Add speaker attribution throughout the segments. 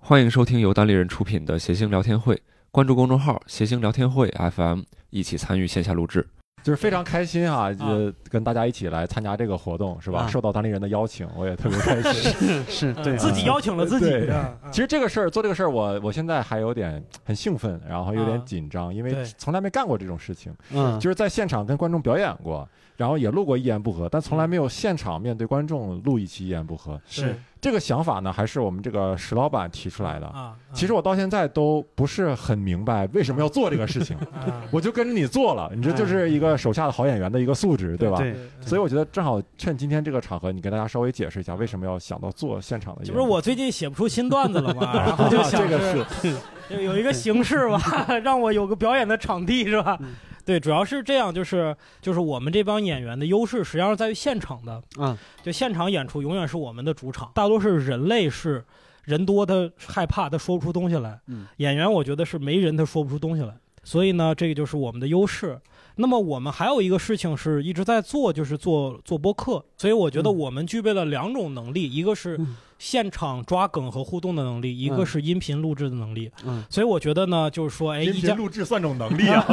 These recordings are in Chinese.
Speaker 1: 欢迎收听由单立人出品的《谐星聊天会》，关注公众号“谐星聊天会 FM”，一起参与线下录制。
Speaker 2: 就是非常开心啊，呃，跟大家一起来参加这个活动是吧？
Speaker 3: 啊
Speaker 2: 受到当地人的邀请，我也特别开心。
Speaker 3: 是嗯
Speaker 4: 对
Speaker 3: 自己邀请了自
Speaker 2: 对嗯
Speaker 3: 己，
Speaker 4: 啊啊
Speaker 2: 其实这个事儿做这个事儿，我我现在还有点很兴奋，然后有点紧张，因为
Speaker 3: 对
Speaker 2: 从来没干过这种事情，
Speaker 3: 嗯，
Speaker 2: 就是在现场跟观众表演过，然后也录过一言不合，但从来没有现场面对观众录一期一言不合。
Speaker 3: 是
Speaker 2: 这个想法呢，还是我们这个石老板提出来的。
Speaker 4: 啊，
Speaker 2: 其实我到现在都不是很明白为什么要做这个事情，
Speaker 4: 啊
Speaker 2: 我就跟着你做了，你这就是一个手下的好演员的一个素 质，对吧？
Speaker 3: 对
Speaker 4: 嗯
Speaker 2: 所以我觉得正好趁今天这个场合，你给大家稍微解释一下为什么要想到做现场的演
Speaker 4: 这
Speaker 2: 出。
Speaker 4: 不是我最近写不出新段子了 吗？然 后就
Speaker 2: 啊，
Speaker 4: 想
Speaker 2: 这个
Speaker 4: 着
Speaker 2: 是
Speaker 4: 有有一个形式 吧，让我有个表演的场地是吧
Speaker 3: 嗯？
Speaker 4: 对，主要是这样，就是就是我们这帮演员的优势，实际上是在于现场的。
Speaker 3: 嗯，
Speaker 4: 就现场演出永远是我们的主场。大多是人类是人多，他害怕，他说不出东西来。
Speaker 3: 嗯
Speaker 4: 演员我觉得是没人他说不出东西来，所以呢，这个就是我们的优势。那么我们还有一个事情是一直在做，就是做做播客。所以我觉得
Speaker 3: 嗯
Speaker 4: 我们具备了两种能力，一个是
Speaker 3: 嗯
Speaker 4: 现场抓梗和互动的能力，一个
Speaker 3: 嗯
Speaker 4: 是音频录制的能力。
Speaker 3: 嗯，
Speaker 4: 所以我觉得呢，就是说，哎，一家
Speaker 2: 录制算种能力啊！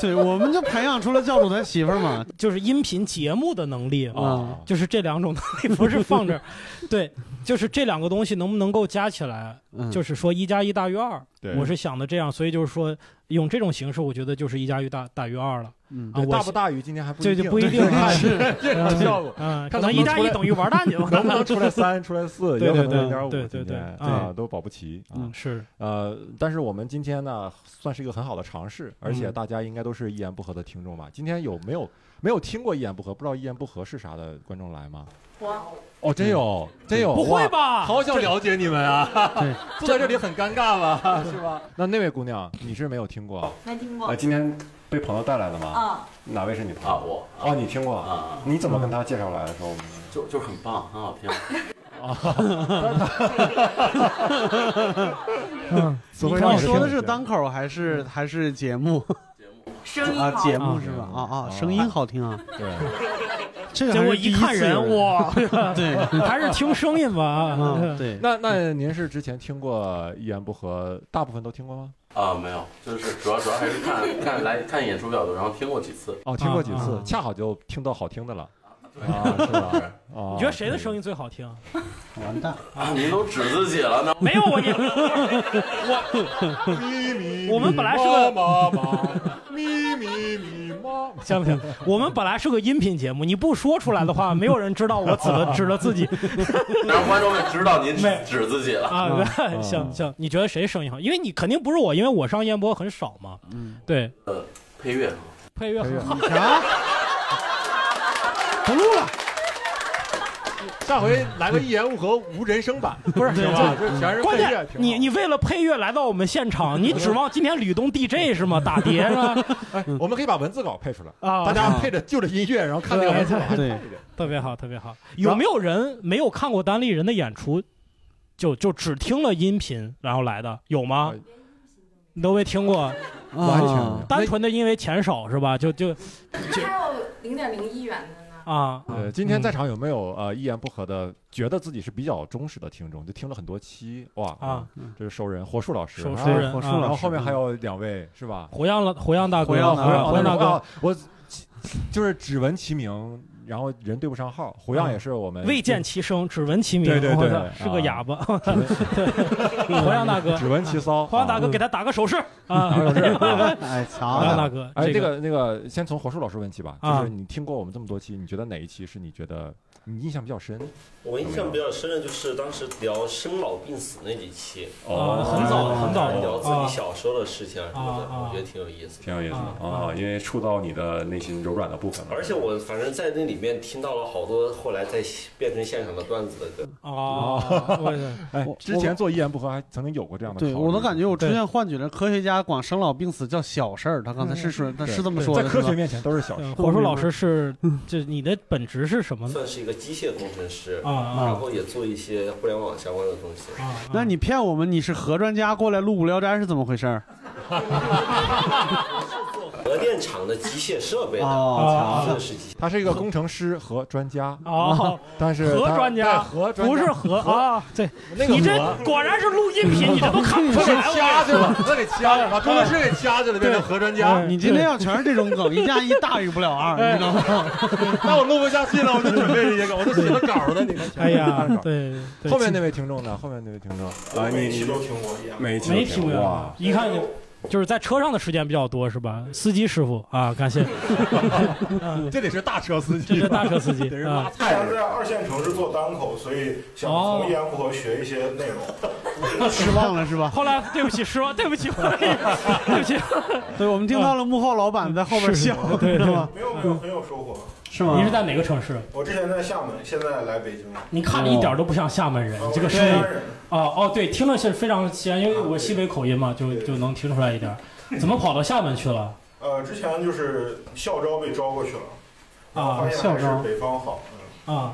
Speaker 3: 对，我们就培养出了教主他媳妇儿嘛，
Speaker 4: 就是音频节目的能力，
Speaker 3: 啊，
Speaker 4: 就是这两种能力，不是 放这儿，对，就是这两个东西能不能够加起来，
Speaker 3: 嗯，
Speaker 4: 就是说一加一大于二，
Speaker 2: 对
Speaker 4: 我是想的这样，所以就是说用这种形式，我觉得就是一加一大大于二了
Speaker 3: 嗯
Speaker 4: 啊，
Speaker 2: 大
Speaker 4: 我
Speaker 2: 不大于今天还不
Speaker 4: 这就不一定看
Speaker 3: 是
Speaker 2: 这种效果，
Speaker 4: 嗯，可
Speaker 2: 看能不
Speaker 4: 能
Speaker 2: 能
Speaker 4: 一加
Speaker 2: 出
Speaker 4: 一
Speaker 2: 来
Speaker 4: 等于玩 蛋去吧，
Speaker 2: 能不能出来三、出来四，也有可能零点五，
Speaker 4: 对对对对
Speaker 2: 今天
Speaker 4: 对
Speaker 2: 啊，都保不齐啊
Speaker 3: 嗯。
Speaker 4: 是
Speaker 2: 呃，但是我们今天呢，算是一个很好的尝试，而且
Speaker 4: 嗯
Speaker 2: 大家应该都是一言不合的听众吧？今天有没有没有听过一言不合，不知道一言不合是啥的观众来吗？我哦，真有，真有，
Speaker 4: 不会
Speaker 2: 哇
Speaker 4: 吧？
Speaker 2: 好想了解你们啊！
Speaker 3: 对，
Speaker 2: 坐在这里很尴尬 吧？是吧？那那位姑娘，你是没有听过？
Speaker 5: 没听
Speaker 2: 啊，
Speaker 5: 过。
Speaker 2: 今天被朋友带来的吗？
Speaker 5: 啊，
Speaker 2: 哪位是你朋
Speaker 6: 啊，
Speaker 2: 友？
Speaker 6: 我
Speaker 2: 哦，你听过啊？
Speaker 6: 啊，
Speaker 2: 你怎么跟他介绍来的时候？
Speaker 6: 就就是很棒，很好听。
Speaker 7: 啊
Speaker 4: 嗯，
Speaker 2: 词汇量
Speaker 3: 你
Speaker 2: 也
Speaker 3: 说的
Speaker 2: 挺
Speaker 3: 是单口还是还是节目
Speaker 5: 声音
Speaker 3: 啊？
Speaker 5: 好。
Speaker 3: 节目是吧？啊
Speaker 2: 哦
Speaker 3: 啊，声音好听啊，
Speaker 2: 对，
Speaker 3: 这个
Speaker 4: 结
Speaker 3: 还
Speaker 4: 果
Speaker 3: 是
Speaker 4: 一看人，
Speaker 3: 我
Speaker 4: 哇，
Speaker 3: 对，
Speaker 4: 还是听声音吧
Speaker 3: 嗯
Speaker 4: 啊，
Speaker 3: 对，
Speaker 2: 那那您是之前听过一言不合，大部分都听过吗？
Speaker 6: 啊，没有，就是主要主要还是看看来看演出表的，然后听过几次。
Speaker 2: 哦，听过几
Speaker 4: 啊
Speaker 2: 次
Speaker 4: 啊，
Speaker 2: 恰好就听到好听的了。啊，是 吧？
Speaker 4: 你
Speaker 2: 你
Speaker 4: 觉得谁的声音最好听？
Speaker 3: 完蛋，
Speaker 6: 啊，您都指自己了呢？
Speaker 4: 没有我也我我们本来是个
Speaker 2: 妈妈咪咪咪妈，
Speaker 4: 行不行？我们本来是个音频节目，你不说出来的话，没有人知道我指了指了自己
Speaker 6: 让观众们知道您指
Speaker 4: 没
Speaker 6: 指自己了。
Speaker 4: 啊。行行，你觉得谁声音好？因为你肯定不是我，因为我上燕播很少嘛。
Speaker 3: 嗯，
Speaker 4: 对，
Speaker 6: 呃，配乐，
Speaker 4: 配乐很好。
Speaker 3: 啥？不录了，
Speaker 2: 下回来个一言不合无人声 版，不是
Speaker 4: 对
Speaker 2: 吧？这全是
Speaker 4: 关
Speaker 2: 配
Speaker 4: 键
Speaker 2: 乐，挺好
Speaker 4: 你你为了配乐来到我们现场，你指望今天吕东 DJ 是吗？打碟是吧？
Speaker 2: 哎，
Speaker 3: 嗯
Speaker 2: 我们可以把文字稿配出来，
Speaker 4: 啊，
Speaker 2: 大家配着就着音乐，然后看那个文字稿。
Speaker 3: 对，
Speaker 4: 特别好，特别好。有没有人没有看过单立人的演出，就就只听了音频然后来的？有吗？你都没听过，
Speaker 2: 完全没
Speaker 3: 啊
Speaker 2: 有，
Speaker 4: 单纯的因为钱少是吧？就就
Speaker 5: 还有零点零一元的呢。
Speaker 4: 啊，
Speaker 2: 呃，今天在场有没有呃一言不合的，觉得自己是比较忠实的听众，就听了很多期哇
Speaker 4: 啊，
Speaker 2: 这是熟人火树老师，
Speaker 4: 手
Speaker 2: 啊
Speaker 4: 熟
Speaker 3: 对
Speaker 4: 人
Speaker 3: 火树
Speaker 4: 啊
Speaker 2: 然
Speaker 3: 老
Speaker 2: 后
Speaker 3: 师
Speaker 2: 后面还有两位是吧？
Speaker 4: 胡杨老胡杨大哥，
Speaker 3: 胡杨大哥
Speaker 4: 啊胡杨大哥，
Speaker 2: 啊，我就是只闻其名，然后人对不上号。胡杨也是我们
Speaker 4: 未见其声，只闻其名，
Speaker 2: 对对对
Speaker 4: 我操是个哑巴。对，胡杨大 哥，
Speaker 2: 只闻其骚。
Speaker 4: 胡杨大哥
Speaker 2: 啊
Speaker 4: 给他打个手势啊！
Speaker 2: 打个手 势啊
Speaker 3: 哎，
Speaker 4: 胡杨
Speaker 3: 瞧，
Speaker 4: 大哥，
Speaker 2: 哎，
Speaker 4: 这
Speaker 2: 这个那个，先从火树老师问起吧。
Speaker 4: 啊
Speaker 2: 就是你听过我们这么多期，你觉得哪一期是你觉得你印象比较深？
Speaker 8: 我印象比较深的就是当时聊生老病死那几期，嗯
Speaker 4: 啊很早很早
Speaker 8: 聊自
Speaker 4: 啊
Speaker 8: 己小时候的事情啊什么的，
Speaker 4: 啊啊
Speaker 8: 我觉得挺有意思的。
Speaker 6: 挺有意
Speaker 4: 思的啊
Speaker 6: 因为触到你的内心柔软的部分
Speaker 8: 而且我反正在那里面听到了好多后来在变成现场的段子的
Speaker 4: 嗯
Speaker 8: 歌。
Speaker 4: 哦，我
Speaker 2: 哎
Speaker 3: 我，
Speaker 2: 之前做一言不合还曾经有过这样的考虑。
Speaker 3: 对，我都感觉我出
Speaker 4: 对
Speaker 3: 现幻觉了。科学家管生老病死叫小事儿，他刚才是说他是这么说
Speaker 2: 在
Speaker 3: 的，
Speaker 2: 科
Speaker 3: 是吧
Speaker 2: 学面前都是小事
Speaker 4: 嗯。火树老师是，这你的本职是什么呢？
Speaker 8: 算是一个机械工程师，
Speaker 4: 啊啊
Speaker 8: 然后也做一些互联网相关的东西。
Speaker 4: 啊！
Speaker 3: 那你骗我们，你是何专家过来录《无聊斋》是怎么回事儿？
Speaker 8: 核电厂的机械设备
Speaker 4: 啊
Speaker 8: 的，
Speaker 3: 哦，
Speaker 8: 这是机械。
Speaker 2: 他是一个工程师和专家，
Speaker 4: 哦，
Speaker 2: 但是
Speaker 4: 核
Speaker 2: 他
Speaker 4: 专家
Speaker 2: 对核专家
Speaker 4: 不是核啊，对，
Speaker 2: 那个
Speaker 4: 你这
Speaker 2: 核
Speaker 4: 果然是录音频，你这 都看不
Speaker 2: 他
Speaker 4: 出
Speaker 2: 给
Speaker 4: 来。
Speaker 2: 掐去了，他给掐去了，把工程师给掐去了，变成核专家。
Speaker 3: 你今天要全是这种梗，一加一大于不了二，你知道吗？
Speaker 2: 那我录不下去了，我就准备这些个，我都写了稿呢。你看，
Speaker 4: 哎呀
Speaker 2: 看着，稿
Speaker 4: 对，对
Speaker 2: 后面那位听众呢？后面那位听众，啊，你你
Speaker 8: 听过一样。
Speaker 2: 每期
Speaker 4: 没听
Speaker 2: 哇
Speaker 4: 过，，一啊看就就是在车上的时间比较多是吧？司机师傅啊，感谢，嗯
Speaker 2: 这得是大车司
Speaker 4: 这
Speaker 2: 机，
Speaker 4: 是大车司机
Speaker 2: 得是
Speaker 4: 啊
Speaker 2: 拉。
Speaker 9: 他
Speaker 2: 菜
Speaker 9: 想
Speaker 2: 的，
Speaker 9: 在二线城市做单口，所以想
Speaker 4: 哦
Speaker 9: 从一言不合学一些内容。
Speaker 3: 失望了是吧？
Speaker 4: 后来对不起，失望，对不起， 对不起，
Speaker 3: 对，我们听到了幕后老板在后边笑，
Speaker 4: 对
Speaker 3: 是
Speaker 4: 对
Speaker 3: 吗？
Speaker 9: 没有
Speaker 4: 嗯
Speaker 9: 没有，很有收获。
Speaker 3: 是吗？
Speaker 4: 你是在哪个城市？
Speaker 9: 我之前在厦门，现在来北京了。呃
Speaker 4: 你
Speaker 2: 哦
Speaker 4: 看着一点都不像厦门人，这个声
Speaker 9: 是
Speaker 4: 音。哦哦，对，听着是非常西安，因为我西北口音嘛，就就能听出来一点儿。怎么跑到厦门去了？
Speaker 9: 呃，之前就是校招被招过去了，然后
Speaker 4: 啊
Speaker 9: 发现还
Speaker 3: 校招
Speaker 9: 是北方好。嗯
Speaker 4: 啊，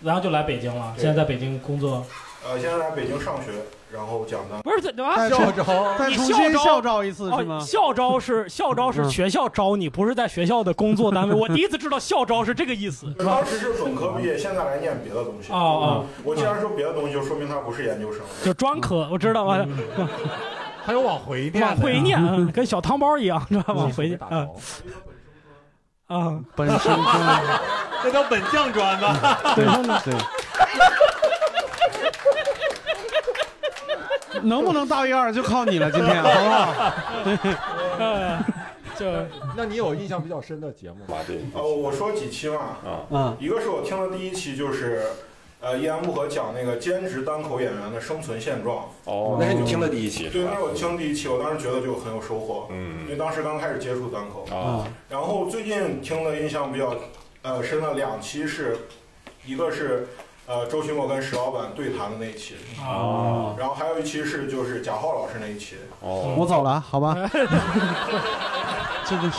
Speaker 4: 然后就来北京了，
Speaker 9: 对
Speaker 4: 现在在北京工作。
Speaker 9: 呃，现在来北京上学，然后讲单。
Speaker 4: 不是，对吧？
Speaker 3: 在
Speaker 2: 校招，
Speaker 3: 再重新校招一次是
Speaker 4: 哦，
Speaker 3: 吗？
Speaker 4: 校招是校招是
Speaker 3: 嗯
Speaker 4: 学校招你，不是在学校的工作单位。我第一次知道校招是这个意思，是吧
Speaker 9: 当？时是本科毕业，现在来念别的东西。
Speaker 4: 哦哦
Speaker 9: 我既然说别的东西，就说明他不是研究生。
Speaker 4: 就专科，我知道吧？
Speaker 2: 还有往回念的呀，嗯
Speaker 4: 往回念，嗯跟小汤包一样，知道吧？往回念
Speaker 2: 打
Speaker 4: 啊
Speaker 2: 头，
Speaker 4: 啊！
Speaker 3: 本身就
Speaker 2: 这叫本酱砖吧？
Speaker 3: 对对。能不能大于二就靠你了，今天好不好？
Speaker 4: 呃就
Speaker 2: 那你有印象比较深的节目吗？
Speaker 10: 对，
Speaker 9: 呃，
Speaker 4: 哦
Speaker 9: 我说几期嘛，
Speaker 3: 嗯，
Speaker 9: 一个是我听的第一期就是，呃，一言不合讲那个兼职单口演员的生存现状。
Speaker 10: 哦，那是你听的第一期
Speaker 9: 对，
Speaker 10: 是
Speaker 9: 那
Speaker 10: 吧
Speaker 9: 是？我听第一期，我当时觉得就很有收获，因为
Speaker 10: 嗯，
Speaker 9: 当时刚开始接触单口。
Speaker 10: 啊，
Speaker 9: 然后最近听的印象比较呃深的两期是，一个是呃周奇墨跟石老板对谈的那一期，
Speaker 2: 哦
Speaker 4: 啊，
Speaker 9: 然后还有一期是就是贾浩老师那一期。
Speaker 10: 哦，
Speaker 3: 我走了，好吧？
Speaker 4: 哎
Speaker 3: 这个是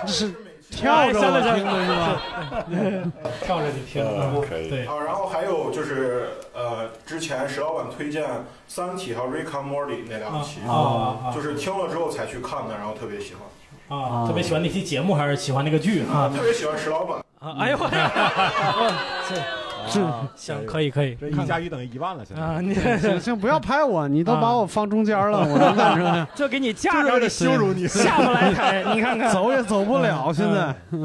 Speaker 3: 这是跳着我听的 是吧？
Speaker 4: 跳着你听
Speaker 10: 嗯
Speaker 4: 嗯
Speaker 10: 可以
Speaker 4: 对，
Speaker 9: 啊，然后还有就是呃之前石老板推荐《三体》还有《Rick and Morty》那两期。
Speaker 4: 啊啊
Speaker 9: 就是听了之后才去看的，然后特别喜欢，
Speaker 4: 啊啊！特别喜欢那期节目，还是喜欢那个剧啊？
Speaker 9: 特别喜欢石老板。
Speaker 4: 啊哎呦，哎我这
Speaker 2: 这
Speaker 4: 行，可以可以
Speaker 2: 啊这一加一等于一万了，现在
Speaker 4: 啊，你
Speaker 3: 行行，不要拍我，你都把我放中间了，我能干什么呀？
Speaker 4: 就给你
Speaker 2: 就
Speaker 4: 架
Speaker 2: 是为
Speaker 4: 啊着
Speaker 2: 了
Speaker 4: 你
Speaker 2: 羞辱 你。
Speaker 4: 下不来台，你 看看
Speaker 3: 走也走不了，现在。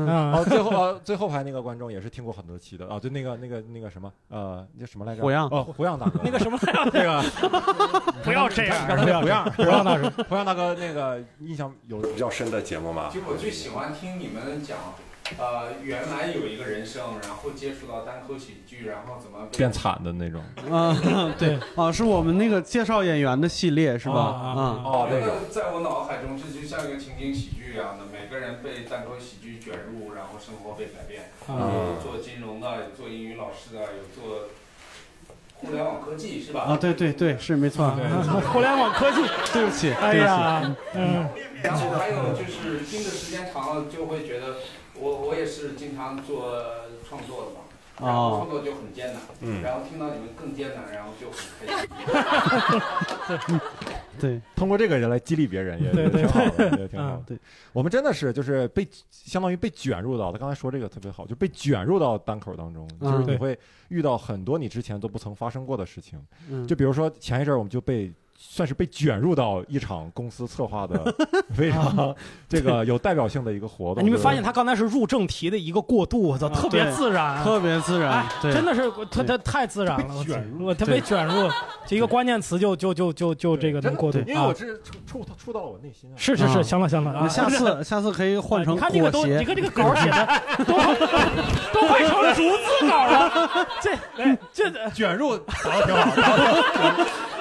Speaker 4: 啊
Speaker 2: 哦，最后呃，最后排那个观众也是听过很多期的啊，就那个那个那个什么呃，那什么来着？
Speaker 3: 火样
Speaker 2: 哦，火样大哥，
Speaker 4: 那个什么，
Speaker 2: 那 个
Speaker 4: 不要这样，
Speaker 2: 刚才那
Speaker 4: 不
Speaker 2: 火样，
Speaker 4: 不要那什
Speaker 2: 火样大哥那个印象有
Speaker 8: 比较深的节目嘛
Speaker 7: 其，实我最喜欢听你们讲，呃，原来有一个人生，然后接触到单口喜剧，然后怎么被
Speaker 2: 变惨的那种。
Speaker 4: 嗯
Speaker 3: 啊，对啊，是我们那个介绍演员的系列是吧？啊，
Speaker 8: 哦，那个
Speaker 7: 个在我脑海中，这就像一个情景喜剧一样的，每个人被单口喜剧卷入，然后生活被改变。
Speaker 4: 啊
Speaker 7: 有做金融的，有做英语老师的，有做互联网科技，是吧？
Speaker 3: 啊，对对对，是没错，
Speaker 4: 互联网科技，
Speaker 3: 对不起，
Speaker 4: 哎
Speaker 3: 对不起，
Speaker 4: 呀，嗯
Speaker 7: 然后还有就是听的时间长了，就会觉得我我也是经常做创作的嘛，然后
Speaker 3: 哦
Speaker 7: 创作就很艰难，
Speaker 8: 嗯
Speaker 7: 然后听到你们更艰难，然后就很开心。
Speaker 3: 对，
Speaker 2: 通过这个人来激励别人也
Speaker 4: 对
Speaker 2: 也
Speaker 4: 对
Speaker 2: 挺好的，也挺好的
Speaker 4: 嗯。
Speaker 3: 对，
Speaker 2: 我们真的是就是被相当于被卷入到，他刚才说这个特别好，就被卷入到单口当中，
Speaker 3: 嗯
Speaker 2: 就是你
Speaker 4: 对
Speaker 2: 会遇到很多你之前都不曾发生过的事情。
Speaker 3: 嗯，
Speaker 2: 就比如说前一阵儿我们就被。算是被卷入到一场公司策划 的非常这个有代表性的一个活动。
Speaker 4: 啊哎你们
Speaker 2: 就是
Speaker 4: 发现他刚才是入正题的一个过渡，我操，嗯特别自然，
Speaker 3: 特别自然
Speaker 4: 哎，，
Speaker 3: 对，
Speaker 4: 真的是他他太自然了，我操我他被卷入，就一个关键词就就就就就这个
Speaker 2: 真
Speaker 4: 能
Speaker 2: 的
Speaker 4: 过渡
Speaker 2: 对因为我
Speaker 4: 啊，
Speaker 2: 这触触触到了我内心啊。
Speaker 4: 是是
Speaker 3: 啊
Speaker 4: 是，行了行了
Speaker 3: 那
Speaker 4: 啊，哎
Speaker 3: 下次下次可以换成
Speaker 4: 你看这个
Speaker 3: 裹
Speaker 4: 都，你
Speaker 3: 挟，
Speaker 4: 看这个稿写的都都快成逐字稿了，这嗯这这
Speaker 2: 卷入打的挺好，打得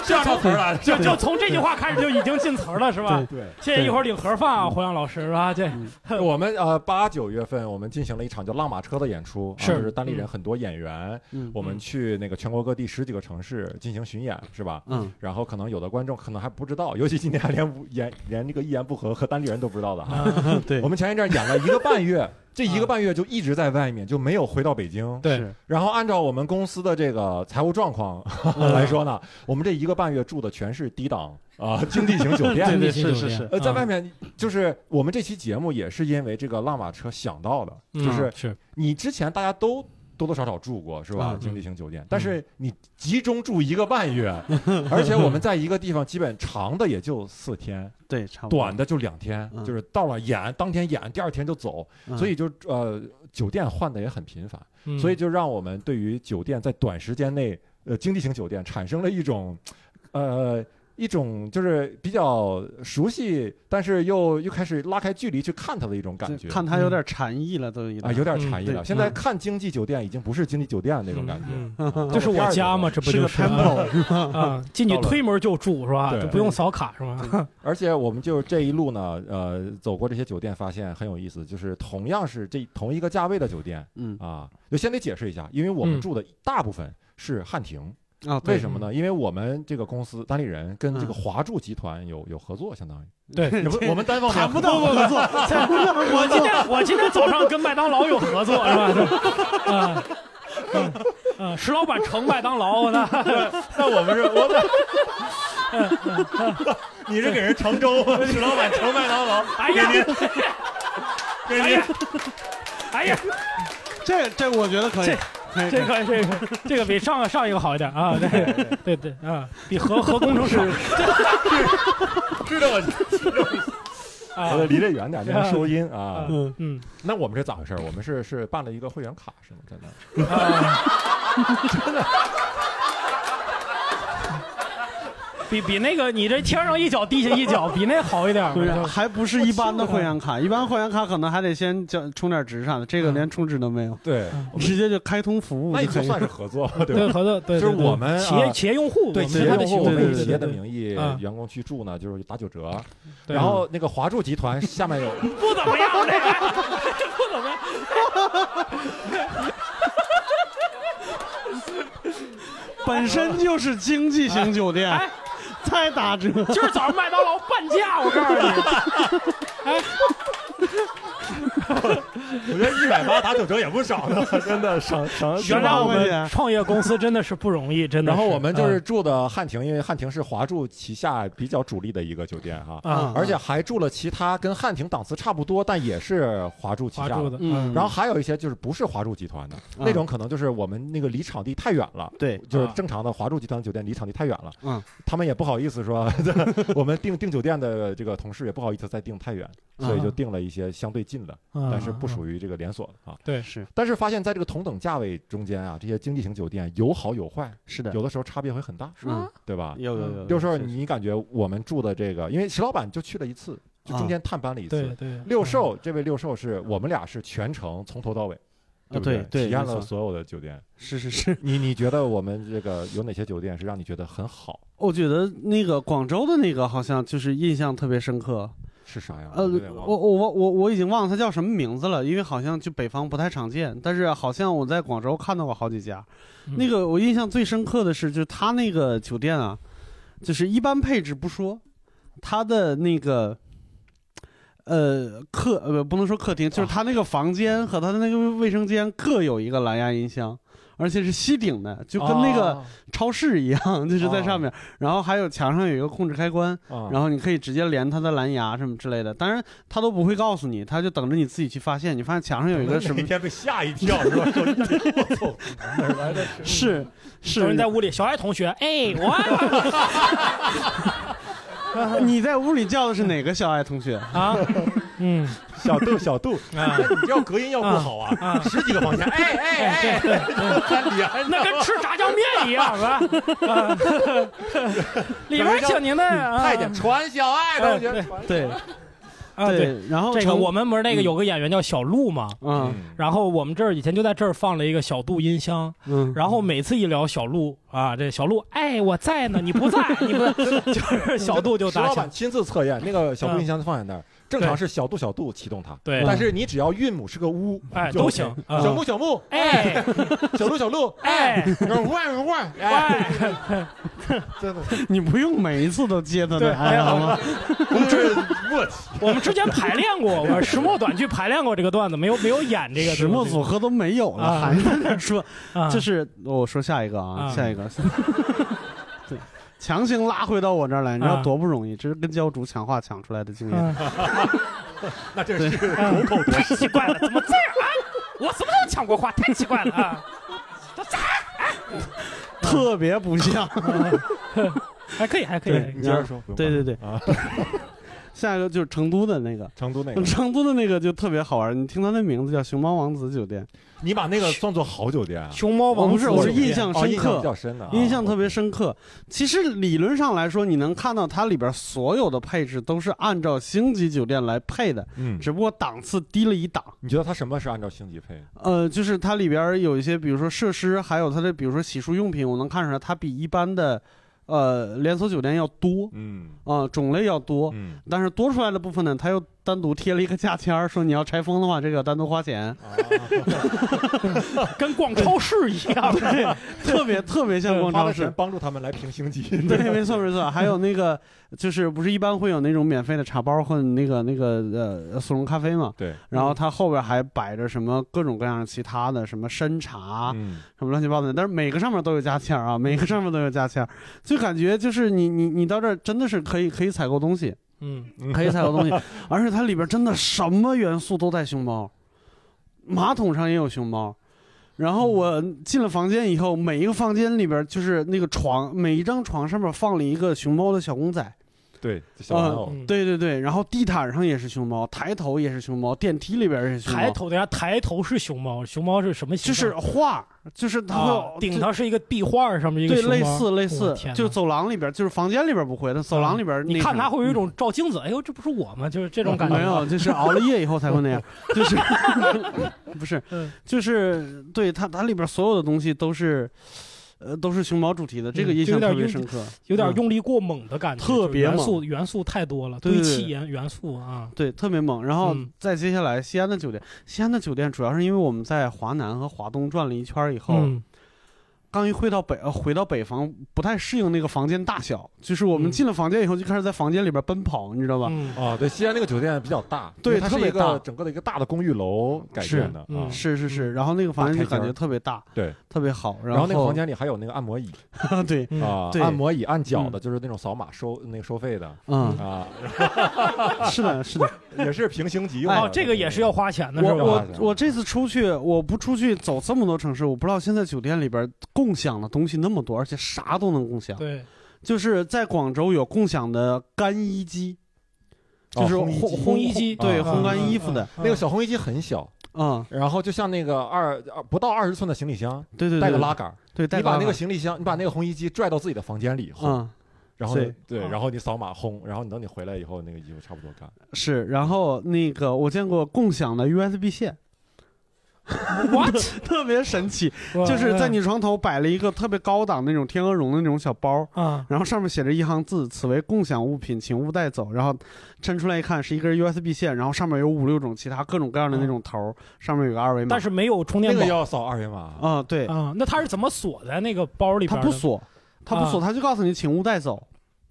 Speaker 4: 这样
Speaker 2: 词儿了
Speaker 4: 就就从这句话开始就已经进词儿了是吧？
Speaker 2: 对。
Speaker 4: 谢谢一会儿领盒饭啊，胡杨老师啊，这
Speaker 2: 我们呃八九月份我们进行了一场叫浪马车的演出，
Speaker 4: 是
Speaker 2: 啊就是单立人很多演员，
Speaker 3: 嗯
Speaker 2: 我们去那个全国各地十几个城市进行巡演，是吧？
Speaker 3: 嗯，
Speaker 2: 然后可能有的观众可能还不知道，尤其今
Speaker 4: 啊
Speaker 2: 天还连无言连这个一言不合和单立人都不知道的哈。
Speaker 3: 对
Speaker 2: 我，们前一阵演了一个半月，这一个半月就一直在外面，就没有回到北京。
Speaker 4: 对是。
Speaker 2: 然后按照我们公司的这个财务状况
Speaker 4: 嗯
Speaker 2: 来说呢，我们这一个半月住的全是低档啊经济型酒店，
Speaker 4: 经济型酒店是是是
Speaker 2: 呃，在
Speaker 4: 嗯
Speaker 2: 外面就是我们这期节目也是因为这个浪马车想到的，
Speaker 4: 嗯
Speaker 2: 就是
Speaker 4: 是
Speaker 2: 你之前大家都。多多少少住过是吧
Speaker 4: 嗯？
Speaker 2: 经济型酒店，但是你集中住一个半月，而且我们在一个地方基本长的也就四天，
Speaker 3: 对，差不多
Speaker 2: 短的就两天，
Speaker 3: 嗯
Speaker 2: 就是到了演当天演，第二天就走，
Speaker 3: 嗯
Speaker 2: 所以就呃酒店换的也很频繁，
Speaker 3: 嗯
Speaker 2: 所以就让我们对于酒店在短时间内呃经济型酒店产生了一种呃。一种就是比较熟悉，但是又又开始拉开距离去看它的一种感觉，
Speaker 3: 看他有点禅意了，都
Speaker 2: 啊，有点禅意了。现在
Speaker 3: 看。
Speaker 2: 看经济酒店已经不是经济酒店那种感觉，
Speaker 3: 嗯
Speaker 4: 这是我家吗？这不就是
Speaker 2: 是个 temple 是吧
Speaker 4: 啊？进去推门就住是吧？
Speaker 2: 对
Speaker 4: 就不用扫卡是吧？
Speaker 2: 而且我们就是这一路呢，呃，走过这些酒店，发现很有意思，就是同样是这同一个价位的酒店，
Speaker 3: 嗯
Speaker 2: 啊，就先得解释一下，因为我们
Speaker 3: 嗯
Speaker 2: 住的大部分是汉庭。
Speaker 3: 啊对
Speaker 2: 为什么呢？因为我们这个公司单立人跟这个
Speaker 3: 嗯
Speaker 2: 华住集团有有合作，相当于
Speaker 4: 对
Speaker 2: 也不我们单方面
Speaker 3: 谈不到合作谈不到合作
Speaker 4: 我今天我今天早上跟麦当劳有合作是 吧？啊，嗯，石老板成麦当劳那嗯
Speaker 2: 那我们是我
Speaker 4: 们，
Speaker 2: 你是给人盛粥，史老板盛麦当劳，
Speaker 4: 哎呀，
Speaker 2: 给
Speaker 4: 您，哎呀，
Speaker 3: 这这我觉得可以
Speaker 4: 这。
Speaker 3: 可以
Speaker 4: 这个这个这个比上上一个好一点啊！对对对啊，比核核工程师
Speaker 2: 知道我
Speaker 4: 啊
Speaker 2: 我得离这远点，这能收音 啊。
Speaker 4: 嗯嗯，
Speaker 2: 那我们这咋回事儿？我们是是办了一个会员卡是吗？在那儿。
Speaker 4: 比比那个你这天上一脚地下一脚比那好一点，
Speaker 3: 不是，还不是一般的会员卡，一般会员卡可能还得先交充点值啥的，这个连充值都没有，
Speaker 2: 对，
Speaker 3: 直接就开通服务可
Speaker 2: 那
Speaker 3: 以
Speaker 2: 也
Speaker 3: 了，
Speaker 2: 就算是合作，吧？
Speaker 4: 对合作对
Speaker 2: 就是
Speaker 4: 对对
Speaker 2: 我们
Speaker 4: 企业
Speaker 2: 啊
Speaker 4: 企业用户
Speaker 2: 对
Speaker 4: 我们
Speaker 2: 企业用
Speaker 4: 企业
Speaker 2: 户，
Speaker 4: 用户
Speaker 2: 我们
Speaker 4: 对对
Speaker 2: 以
Speaker 4: 对
Speaker 2: 企业的
Speaker 4: 对
Speaker 2: 名义
Speaker 4: 啊
Speaker 2: 员工去住呢，就是打九折。
Speaker 4: 对
Speaker 2: 然后那个华住集团下面有，
Speaker 4: 不怎么样，这个不怎么样。
Speaker 3: 本身就是经济型酒店，再打折，
Speaker 4: 今儿早上麦当劳半价，我告诉你。哎，
Speaker 2: 我觉得一百八打九折也不少呢， 真的省 省。
Speaker 4: 原来我们创业公司真的是不容易，真的。
Speaker 2: 然后我们就是住的汉庭，因为汉庭是华住旗下比较主力的一个酒店哈，
Speaker 4: 啊
Speaker 2: 而且还住了其他跟汉庭档次差不多，但也是华住旗下
Speaker 4: 华住的嗯
Speaker 2: 嗯，然后还有一些就是不是华住集团的那种，可能就是我们那个离场地太远了，
Speaker 3: 嗯对
Speaker 2: 就是
Speaker 4: 嗯
Speaker 2: 正常的华住集团酒店离场地太远了，
Speaker 3: 嗯，
Speaker 2: 他们也不好意思说， 我们订订酒店的这个同事也不好意思再订太远，所以就订了一些相对近的，
Speaker 3: 嗯
Speaker 2: 但是不属于这个连锁的啊。
Speaker 4: 对
Speaker 3: 是
Speaker 2: 但是发现，在这个同等价位中间啊，这些经济型酒店有好有坏，
Speaker 3: 是的
Speaker 2: 有的时候差别会很大，
Speaker 3: 是吗嗯
Speaker 2: 对吧？
Speaker 3: 有有有有
Speaker 2: 有时候你感觉我们住的这个，因为石老板就去了一次，就中间探班了一次。
Speaker 4: 啊对对
Speaker 2: 六兽
Speaker 3: 嗯
Speaker 2: 这位六兽是我们俩是全程从头到尾。
Speaker 3: 啊
Speaker 2: 不对
Speaker 3: 对对
Speaker 2: 体验
Speaker 3: 没
Speaker 2: 了
Speaker 3: 错
Speaker 2: 所有的酒店，
Speaker 3: 是是 是。
Speaker 2: 你你觉得我们这个有哪些酒店是让你觉得很好？
Speaker 3: 我觉得那个广州的那个好像就是印象特别深刻。
Speaker 2: 是啥呀？
Speaker 3: 呃，我我我我我已经忘了它叫什么名字了，因为好像就北方不太常见，但是好像我在广州看到过好几家。那个我印象最深刻的是，就是它那个酒店啊，就是一般配置不说，它的那个。呃，客呃不能说客厅，就是它那个房间和它的那个卫生间各有一个蓝牙音箱，而且是吸顶的，就跟那个
Speaker 2: 哦
Speaker 3: 超市一样，就是在上面。然后还有墙上有一个控制开关，
Speaker 2: 哦
Speaker 3: 然后你可以直接连它的蓝牙什么之类的。当然，它都不会告诉你，它就等着你自己去发现。你发现墙上有一 个什么
Speaker 2: 哪？天被吓一跳是吧？说我操，哪儿来的？
Speaker 3: 是是
Speaker 4: 有人在屋里，小爱同学，哎，我
Speaker 3: 你在屋里叫的是哪个小爱同学
Speaker 4: 啊？嗯，
Speaker 2: 小杜，小杜，
Speaker 4: 啊
Speaker 2: 你这隔音要不好啊，十几个房间，哎哎哎，哎
Speaker 3: 啊
Speaker 4: 那跟吃炸酱面一样 啊。 啊里边请您的啊
Speaker 2: 嗯太监传小爱同学
Speaker 4: 哎
Speaker 2: 传
Speaker 3: 对。啊
Speaker 4: 啊，
Speaker 3: 对然后
Speaker 4: 这个
Speaker 3: 成
Speaker 4: 我们不是那个有个演员叫小鹿嘛，
Speaker 3: 嗯，
Speaker 4: 然后我们这儿以前就在这儿放了一个小度音箱，
Speaker 3: 嗯，
Speaker 4: 然后每次一聊小鹿啊，这小鹿，哎，我在呢，你不在，你不在， 就是小度就
Speaker 2: 石
Speaker 4: 打
Speaker 2: 老
Speaker 4: 起来
Speaker 2: 板，亲自测验，那个小度
Speaker 4: 嗯
Speaker 2: 音箱放在那儿，正常是小度小度启动它，
Speaker 4: 对
Speaker 2: 但是你只要韵母是个乌，
Speaker 4: 哎
Speaker 2: 就
Speaker 4: 都
Speaker 2: OK
Speaker 4: 行啊
Speaker 3: 嗯
Speaker 2: 小木小木，
Speaker 4: 哎，
Speaker 2: 小鹿小鹿，
Speaker 4: 哎
Speaker 2: 万万，
Speaker 4: 哎，
Speaker 2: 真的，
Speaker 3: 你不用每一次都接他的
Speaker 4: 哎
Speaker 3: 哎
Speaker 4: 呀
Speaker 3: 好吗？
Speaker 4: 我们之我们之前排练过，我石墨短剧排练过这个段子，没有没有演这个
Speaker 3: 石墨组合都没有了，
Speaker 4: 啊
Speaker 3: 还在那说，
Speaker 4: 啊
Speaker 3: 就是我说下一个啊，
Speaker 4: 啊
Speaker 3: 下一个， 对，强行拉回到我这儿来，你知道
Speaker 4: 啊
Speaker 3: 多不容易，这是跟教主强化抢出来的经验。
Speaker 2: 那这是
Speaker 4: 狗口太奇怪了，怎么这样啊？我什么时候抢过话？太奇怪了 啊！
Speaker 3: 特别不像。
Speaker 4: 还可以，还可以，还可
Speaker 2: 对，
Speaker 4: 以
Speaker 2: 你接着说。不用管
Speaker 3: 对对对，
Speaker 2: 啊，
Speaker 3: 下一个就是成都的那个，
Speaker 2: 成都那个，
Speaker 3: 成都的那个就特别好玩。你听它的名字叫熊猫王子酒店，
Speaker 2: 你把那个算作好酒店啊？
Speaker 4: 熊猫王
Speaker 3: 不
Speaker 4: 子
Speaker 3: 是，我是
Speaker 4: 酒店
Speaker 3: 印象
Speaker 2: 哦，
Speaker 3: 深
Speaker 2: 印象比
Speaker 3: 刻，
Speaker 2: 较深的啊，
Speaker 3: 印象特别深刻。其实理论上来说，你能看到它里边所有的配置都是按照星级酒店来配的，
Speaker 2: 嗯，
Speaker 3: 只不过档次低了一档。
Speaker 2: 你觉得它什么是按照星级配的？
Speaker 3: 呃，就是它里边儿有一些，比如说设施，还有它的比如说洗漱用品，我能看出来它比一般的呃连锁酒店要多
Speaker 2: 嗯
Speaker 3: 啊、种类要多。
Speaker 2: 嗯，
Speaker 3: 但是多出来的部分呢，它又单独贴了一个价签儿，说你要拆封的话，这个要单独花钱，
Speaker 2: 啊
Speaker 4: 跟逛超市一样。
Speaker 3: 对，特别特别像逛
Speaker 2: 花
Speaker 3: 超
Speaker 2: 了
Speaker 3: 市
Speaker 2: 钱。帮助他们来评星级，
Speaker 3: 对，没错没错，还有那个就是不是一般会有那种免费的茶包和那个那个呃速溶咖啡嘛？
Speaker 2: 对，
Speaker 3: 然后它后边还摆着什么各种各样的其他的什么参茶，
Speaker 2: 嗯，
Speaker 3: 什么乱七八糟的，但是每个上面都有价签儿啊，每个上面都有价签儿，就感觉就是你你你到这儿真的是可以可以采购东西，
Speaker 4: 嗯，
Speaker 3: 可以采购东西，而且它里边真的什么元素都带熊猫，马桶上也有熊猫。然后我进了房间以后，每一个房间里边就是那个床，每一张床上面放了一个熊猫的小公仔，
Speaker 2: 对，这
Speaker 3: 呃
Speaker 2: 小玩偶，
Speaker 4: 嗯
Speaker 3: 哦对对对，然后地毯上也是熊猫，抬头也是熊猫，电梯里边也是熊
Speaker 4: 抬
Speaker 3: 猫，
Speaker 4: 头，大家抬头是熊猫，熊猫是什么
Speaker 3: 就
Speaker 4: 形
Speaker 3: 是
Speaker 4: 状？
Speaker 3: 画儿，就是它会
Speaker 4: 啊
Speaker 3: 有，
Speaker 4: 顶上是一个壁画，上面一个
Speaker 3: 对，
Speaker 4: 熊猫
Speaker 3: 类似类
Speaker 4: 我
Speaker 3: 似
Speaker 4: 的天，哪
Speaker 3: 就是走廊里边，就是房间里边不会，但走廊里边那
Speaker 4: 啊你看
Speaker 3: 啥
Speaker 4: 它会有一种照镜子，哎呦，这不是我吗？就是这种感觉。
Speaker 3: 没有，就是熬了夜以后才会那样，就是 不是
Speaker 4: 嗯，
Speaker 3: 就是对它它里边所有的东西都是。呃，都是熊猫主题的，这个
Speaker 4: 嗯
Speaker 3: 印
Speaker 4: 就有
Speaker 3: 象
Speaker 4: 点
Speaker 3: 特别
Speaker 4: 用
Speaker 3: 深刻，
Speaker 4: 有点
Speaker 3: 嗯
Speaker 4: 用力过猛的感觉，
Speaker 3: 特
Speaker 4: 就是
Speaker 3: 别
Speaker 4: 元
Speaker 3: 猛
Speaker 4: 素元素太多了，
Speaker 3: 对
Speaker 4: 堆
Speaker 3: 对对
Speaker 4: 砌元元素啊，
Speaker 3: 对，特别猛。然后
Speaker 4: 嗯
Speaker 3: 再接下来，西安的酒店，西安的酒店主要是因为我们在华南和华东转了一圈以后，
Speaker 4: 嗯
Speaker 3: 刚一回到北呃回到北房，不太适应那个房间大小，就是我
Speaker 4: 嗯
Speaker 3: 们进了房间以后就开始在房间里边奔跑，你知道吧？
Speaker 4: 嗯
Speaker 2: 哦，对，西安那个酒店比较大，
Speaker 3: 对
Speaker 2: 因为它
Speaker 3: 特
Speaker 2: 是
Speaker 3: 别
Speaker 2: 一个
Speaker 3: 大
Speaker 2: 整个的一个大的公寓楼改
Speaker 3: 是
Speaker 2: 建的
Speaker 4: 嗯
Speaker 2: 啊，
Speaker 3: 是是是，
Speaker 4: 嗯
Speaker 3: 然后那个房间
Speaker 2: 大
Speaker 3: 就
Speaker 2: 开
Speaker 3: 感
Speaker 2: 间
Speaker 3: 觉
Speaker 2: 儿
Speaker 3: 特别大，
Speaker 2: 对，
Speaker 3: 特别好。然
Speaker 2: 然后那个房间里还有那个按摩椅
Speaker 3: 对，
Speaker 4: 嗯
Speaker 2: 啊
Speaker 3: 对，
Speaker 2: 按摩椅按脚的，
Speaker 4: 嗯
Speaker 2: 就是那种扫码收那个收费的
Speaker 3: 嗯，
Speaker 2: 啊，
Speaker 3: 是的，是的。
Speaker 2: 也是平星级用的。
Speaker 4: 哦，这个也是要花钱的，
Speaker 3: 哎我
Speaker 4: 是吧？
Speaker 3: 我我这次出去，我不出去走这么多城市，我不知道现在酒店里边共享的东西那么多，而且啥都能共享。
Speaker 4: 对，
Speaker 3: 就是在广州有共享的干衣机，
Speaker 2: 哦
Speaker 3: 就是
Speaker 2: 烘衣
Speaker 3: 烘
Speaker 2: 机
Speaker 4: 烘衣机
Speaker 3: 对，
Speaker 2: 啊
Speaker 3: 烘
Speaker 4: 啊
Speaker 3: 干衣服的，
Speaker 2: 那个小烘衣机很小，
Speaker 3: 嗯，
Speaker 2: 然后就像那个二二不到二十寸的行李箱，
Speaker 3: 对对对，
Speaker 2: 带个拉杆儿，
Speaker 3: 对，带
Speaker 2: 你把那个
Speaker 3: 拉
Speaker 2: 行李箱，你把那个烘衣机拽到自己的房间里烘，
Speaker 3: 嗯
Speaker 2: 然后
Speaker 3: 对
Speaker 2: 对，
Speaker 4: 啊
Speaker 2: 然后你扫码烘，然后你等你回来以后，那个衣服差不多干。
Speaker 3: 是，然后那个我见过共享的 USB 线，
Speaker 4: what
Speaker 3: 特别神奇，就是在你床头摆了一个特别高档那种天鹅绒的那种小包，
Speaker 4: 啊，
Speaker 3: 然后上面写着一行字：“此为共享物品，请勿带走。”然后抻出来一看，是一根 USB 线，然后上面有五六种其他各种各样的那种头儿，上面有个二维码。
Speaker 4: 但是没有充
Speaker 2: 那
Speaker 4: 电
Speaker 2: 个
Speaker 4: 宝
Speaker 2: 要扫二维码，
Speaker 3: 啊、对，
Speaker 4: 啊，那它是怎么锁在那个包里
Speaker 3: 它
Speaker 4: 边的？
Speaker 3: 不锁，它不锁，
Speaker 4: 啊
Speaker 3: 它就告诉你请勿带走。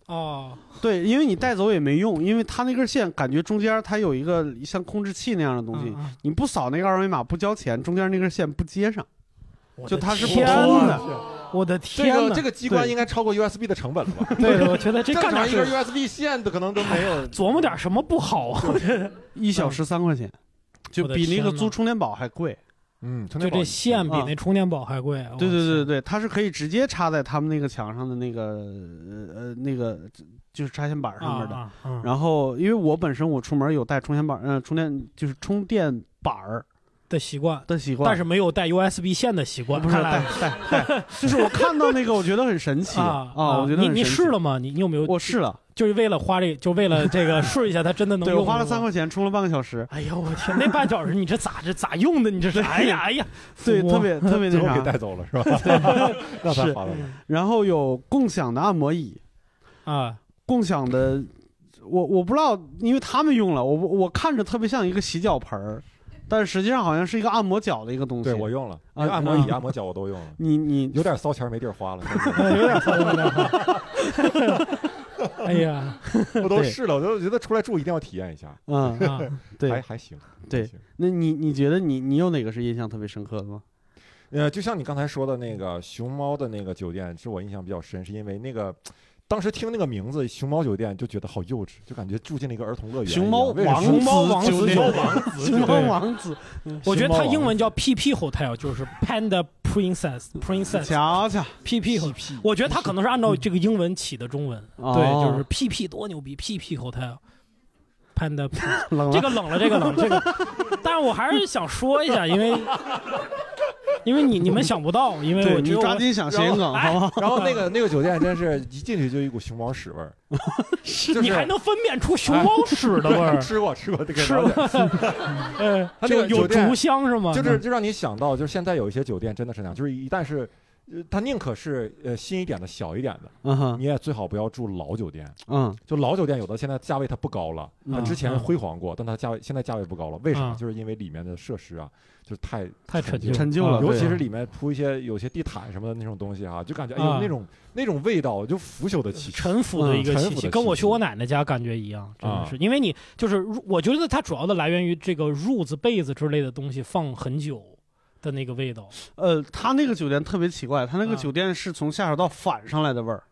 Speaker 4: 哦，
Speaker 3: 对，因为你带走也没用，因为它那根线感觉中间它有一个像控制器那样的东西，
Speaker 4: 啊啊
Speaker 3: 你不扫那个二维码不交钱，中间那根线不接上，
Speaker 4: 我的
Speaker 3: 就它是不
Speaker 4: 天
Speaker 3: 通
Speaker 4: 哪
Speaker 3: 的。
Speaker 4: 我的
Speaker 2: 这
Speaker 4: 天
Speaker 2: 个
Speaker 4: 哪！
Speaker 2: 这个机关
Speaker 3: 对
Speaker 2: 应该超过 USB 的成本了吧？
Speaker 4: 对，我觉得这
Speaker 2: 正
Speaker 4: 干
Speaker 2: 常
Speaker 4: 点
Speaker 2: 一
Speaker 4: 事
Speaker 2: 根
Speaker 4: 儿
Speaker 2: USB 线的可能都没有。
Speaker 4: 琢磨点什么不好啊？
Speaker 3: 一小时三块钱，就
Speaker 4: 我的
Speaker 3: 比那个
Speaker 4: 天哪
Speaker 3: 租充电宝还贵。
Speaker 2: 嗯，充
Speaker 4: 就
Speaker 2: 电宝
Speaker 4: 这线比
Speaker 3: 啊
Speaker 4: 那充电宝还贵。啊我
Speaker 3: 对对对
Speaker 4: 天，
Speaker 3: 对，它是可以直接插在他们那个墙上的那个呃呃那个就是插线板上面的。
Speaker 4: 啊啊啊！
Speaker 3: 然后，因为我本身我出门有带充电板，嗯、充电就是充电板儿
Speaker 4: 的习惯，
Speaker 3: 的习惯，
Speaker 4: 但是没有带 USB 线的习惯。
Speaker 3: 不是
Speaker 4: 看
Speaker 3: 带
Speaker 4: 来
Speaker 3: 带带，就是我看到那个我觉得很神奇
Speaker 4: 啊
Speaker 3: 我觉得
Speaker 4: 你
Speaker 3: 很
Speaker 4: 你
Speaker 3: 神
Speaker 4: 试
Speaker 3: 奇
Speaker 4: 了吗？你你有没有？
Speaker 3: 我试了，
Speaker 4: 就是为了花这，就为了这个试一下，它真的能
Speaker 3: 对
Speaker 4: 用。
Speaker 3: 我花了三。块钱充了半个小 时，
Speaker 4: 哎呦我天，那半小时你这咋这咋用的？你 这是哎呀哎呀，
Speaker 3: 对，
Speaker 4: 抚摸
Speaker 3: 特别特别
Speaker 2: 最
Speaker 3: 那
Speaker 2: 后给带
Speaker 3: 啥。
Speaker 2: 走了 是吧？ 那太烦了。
Speaker 4: 嗯
Speaker 3: 然后有共享的按摩椅，
Speaker 4: 啊
Speaker 3: 共享的，我我不知道，因为他们用了，我我看着特别像一个洗脚盆儿，但是实际上好像是一个按摩脚的一个东西。
Speaker 2: 对我用了，因
Speaker 3: 啊
Speaker 2: 为按摩椅、
Speaker 3: 啊
Speaker 2: 按摩脚我都用了，
Speaker 3: 你你
Speaker 2: 有点骚钱儿没地儿花 了，
Speaker 4: 有点 骚有点骚啊哎呀，
Speaker 2: 我都试了，我都觉得出来住一定要体验一下。
Speaker 3: 嗯
Speaker 11: 啊，
Speaker 3: 对，
Speaker 2: 还还哎行。
Speaker 3: 对，那你你觉得你你有哪个是印象特别深刻的吗？
Speaker 2: 呃，就像你刚才说的那个熊猫的那个酒店，是我印象比较深，是因为那个。当时听那个名字“熊猫酒店”就觉得好幼稚，就感觉住进了一个儿童乐园一样。
Speaker 3: 熊猫
Speaker 2: 为什么
Speaker 3: 王
Speaker 4: 熊猫
Speaker 3: 子
Speaker 4: 王
Speaker 3: 酒
Speaker 4: 子
Speaker 3: 店
Speaker 4: 酒
Speaker 2: 王
Speaker 3: 熊猫王子，嗯
Speaker 4: 我觉得它英文叫 PP Hotel，就是啊 Panda Princess Princess
Speaker 3: 瞧
Speaker 2: 嗯
Speaker 3: 瞧，
Speaker 4: PP Hotel。我觉得它可能是按照这个英文起的中文，对，就是
Speaker 3: 哦
Speaker 4: PP 多牛逼，PP Hotel。Panda，Princess
Speaker 3: 冷了
Speaker 4: 这个冷了，这个冷了，这个。但是我还是想说一下，因为因为你你们想不到，因为
Speaker 3: 对
Speaker 4: 我只
Speaker 3: 你
Speaker 4: 有
Speaker 3: 抓
Speaker 4: 我哎
Speaker 3: 紧想谐音梗，好不好？
Speaker 2: 然后那个那个酒店真是一进去就一股熊猫屎味 儿，就是，
Speaker 4: 你还能分辨出熊猫屎的味 儿
Speaker 2: 吃过吃过这个
Speaker 4: 是
Speaker 2: 了解
Speaker 4: 吧？嗯，
Speaker 2: 它那
Speaker 4: 就
Speaker 2: 个
Speaker 4: 有
Speaker 2: 酒店
Speaker 4: 竹香是吗？
Speaker 2: 就是就让你想到，就是现在有一些酒店真的是那样，就是一旦是，呃，它宁可是呃新一点的、小一点的，
Speaker 3: 嗯哼，
Speaker 2: 你也最好不要住老酒店。
Speaker 3: 嗯
Speaker 2: 就老酒店有的现在价位它不高了，它
Speaker 4: 嗯
Speaker 2: 之前
Speaker 4: 嗯
Speaker 2: 辉煌过，但它价位现在价位不高了，为啥？
Speaker 4: 嗯
Speaker 2: 就是因为里面的设施啊，就是太
Speaker 4: 太陈旧了啊
Speaker 3: 陈旧了
Speaker 2: 尤
Speaker 3: 对
Speaker 2: 其是里面铺一些有些地毯什么的那种东西哈，就感觉哎
Speaker 4: 啊
Speaker 2: 呦那种那种味道就腐朽的气息。
Speaker 4: 陈腐的一个
Speaker 2: 嗯
Speaker 4: 气
Speaker 2: 陈腐的
Speaker 4: 息，
Speaker 2: 气息
Speaker 4: 跟我去我奶奶家感觉一样，真的是，
Speaker 2: 啊
Speaker 4: 因为你就是入我觉得它主要的来源于这个褥子、被子之类的东西放很久的那个味道。
Speaker 3: 呃，他那个酒店特别奇怪，他那个
Speaker 4: 啊
Speaker 3: 酒店是从下水道反上来的味儿。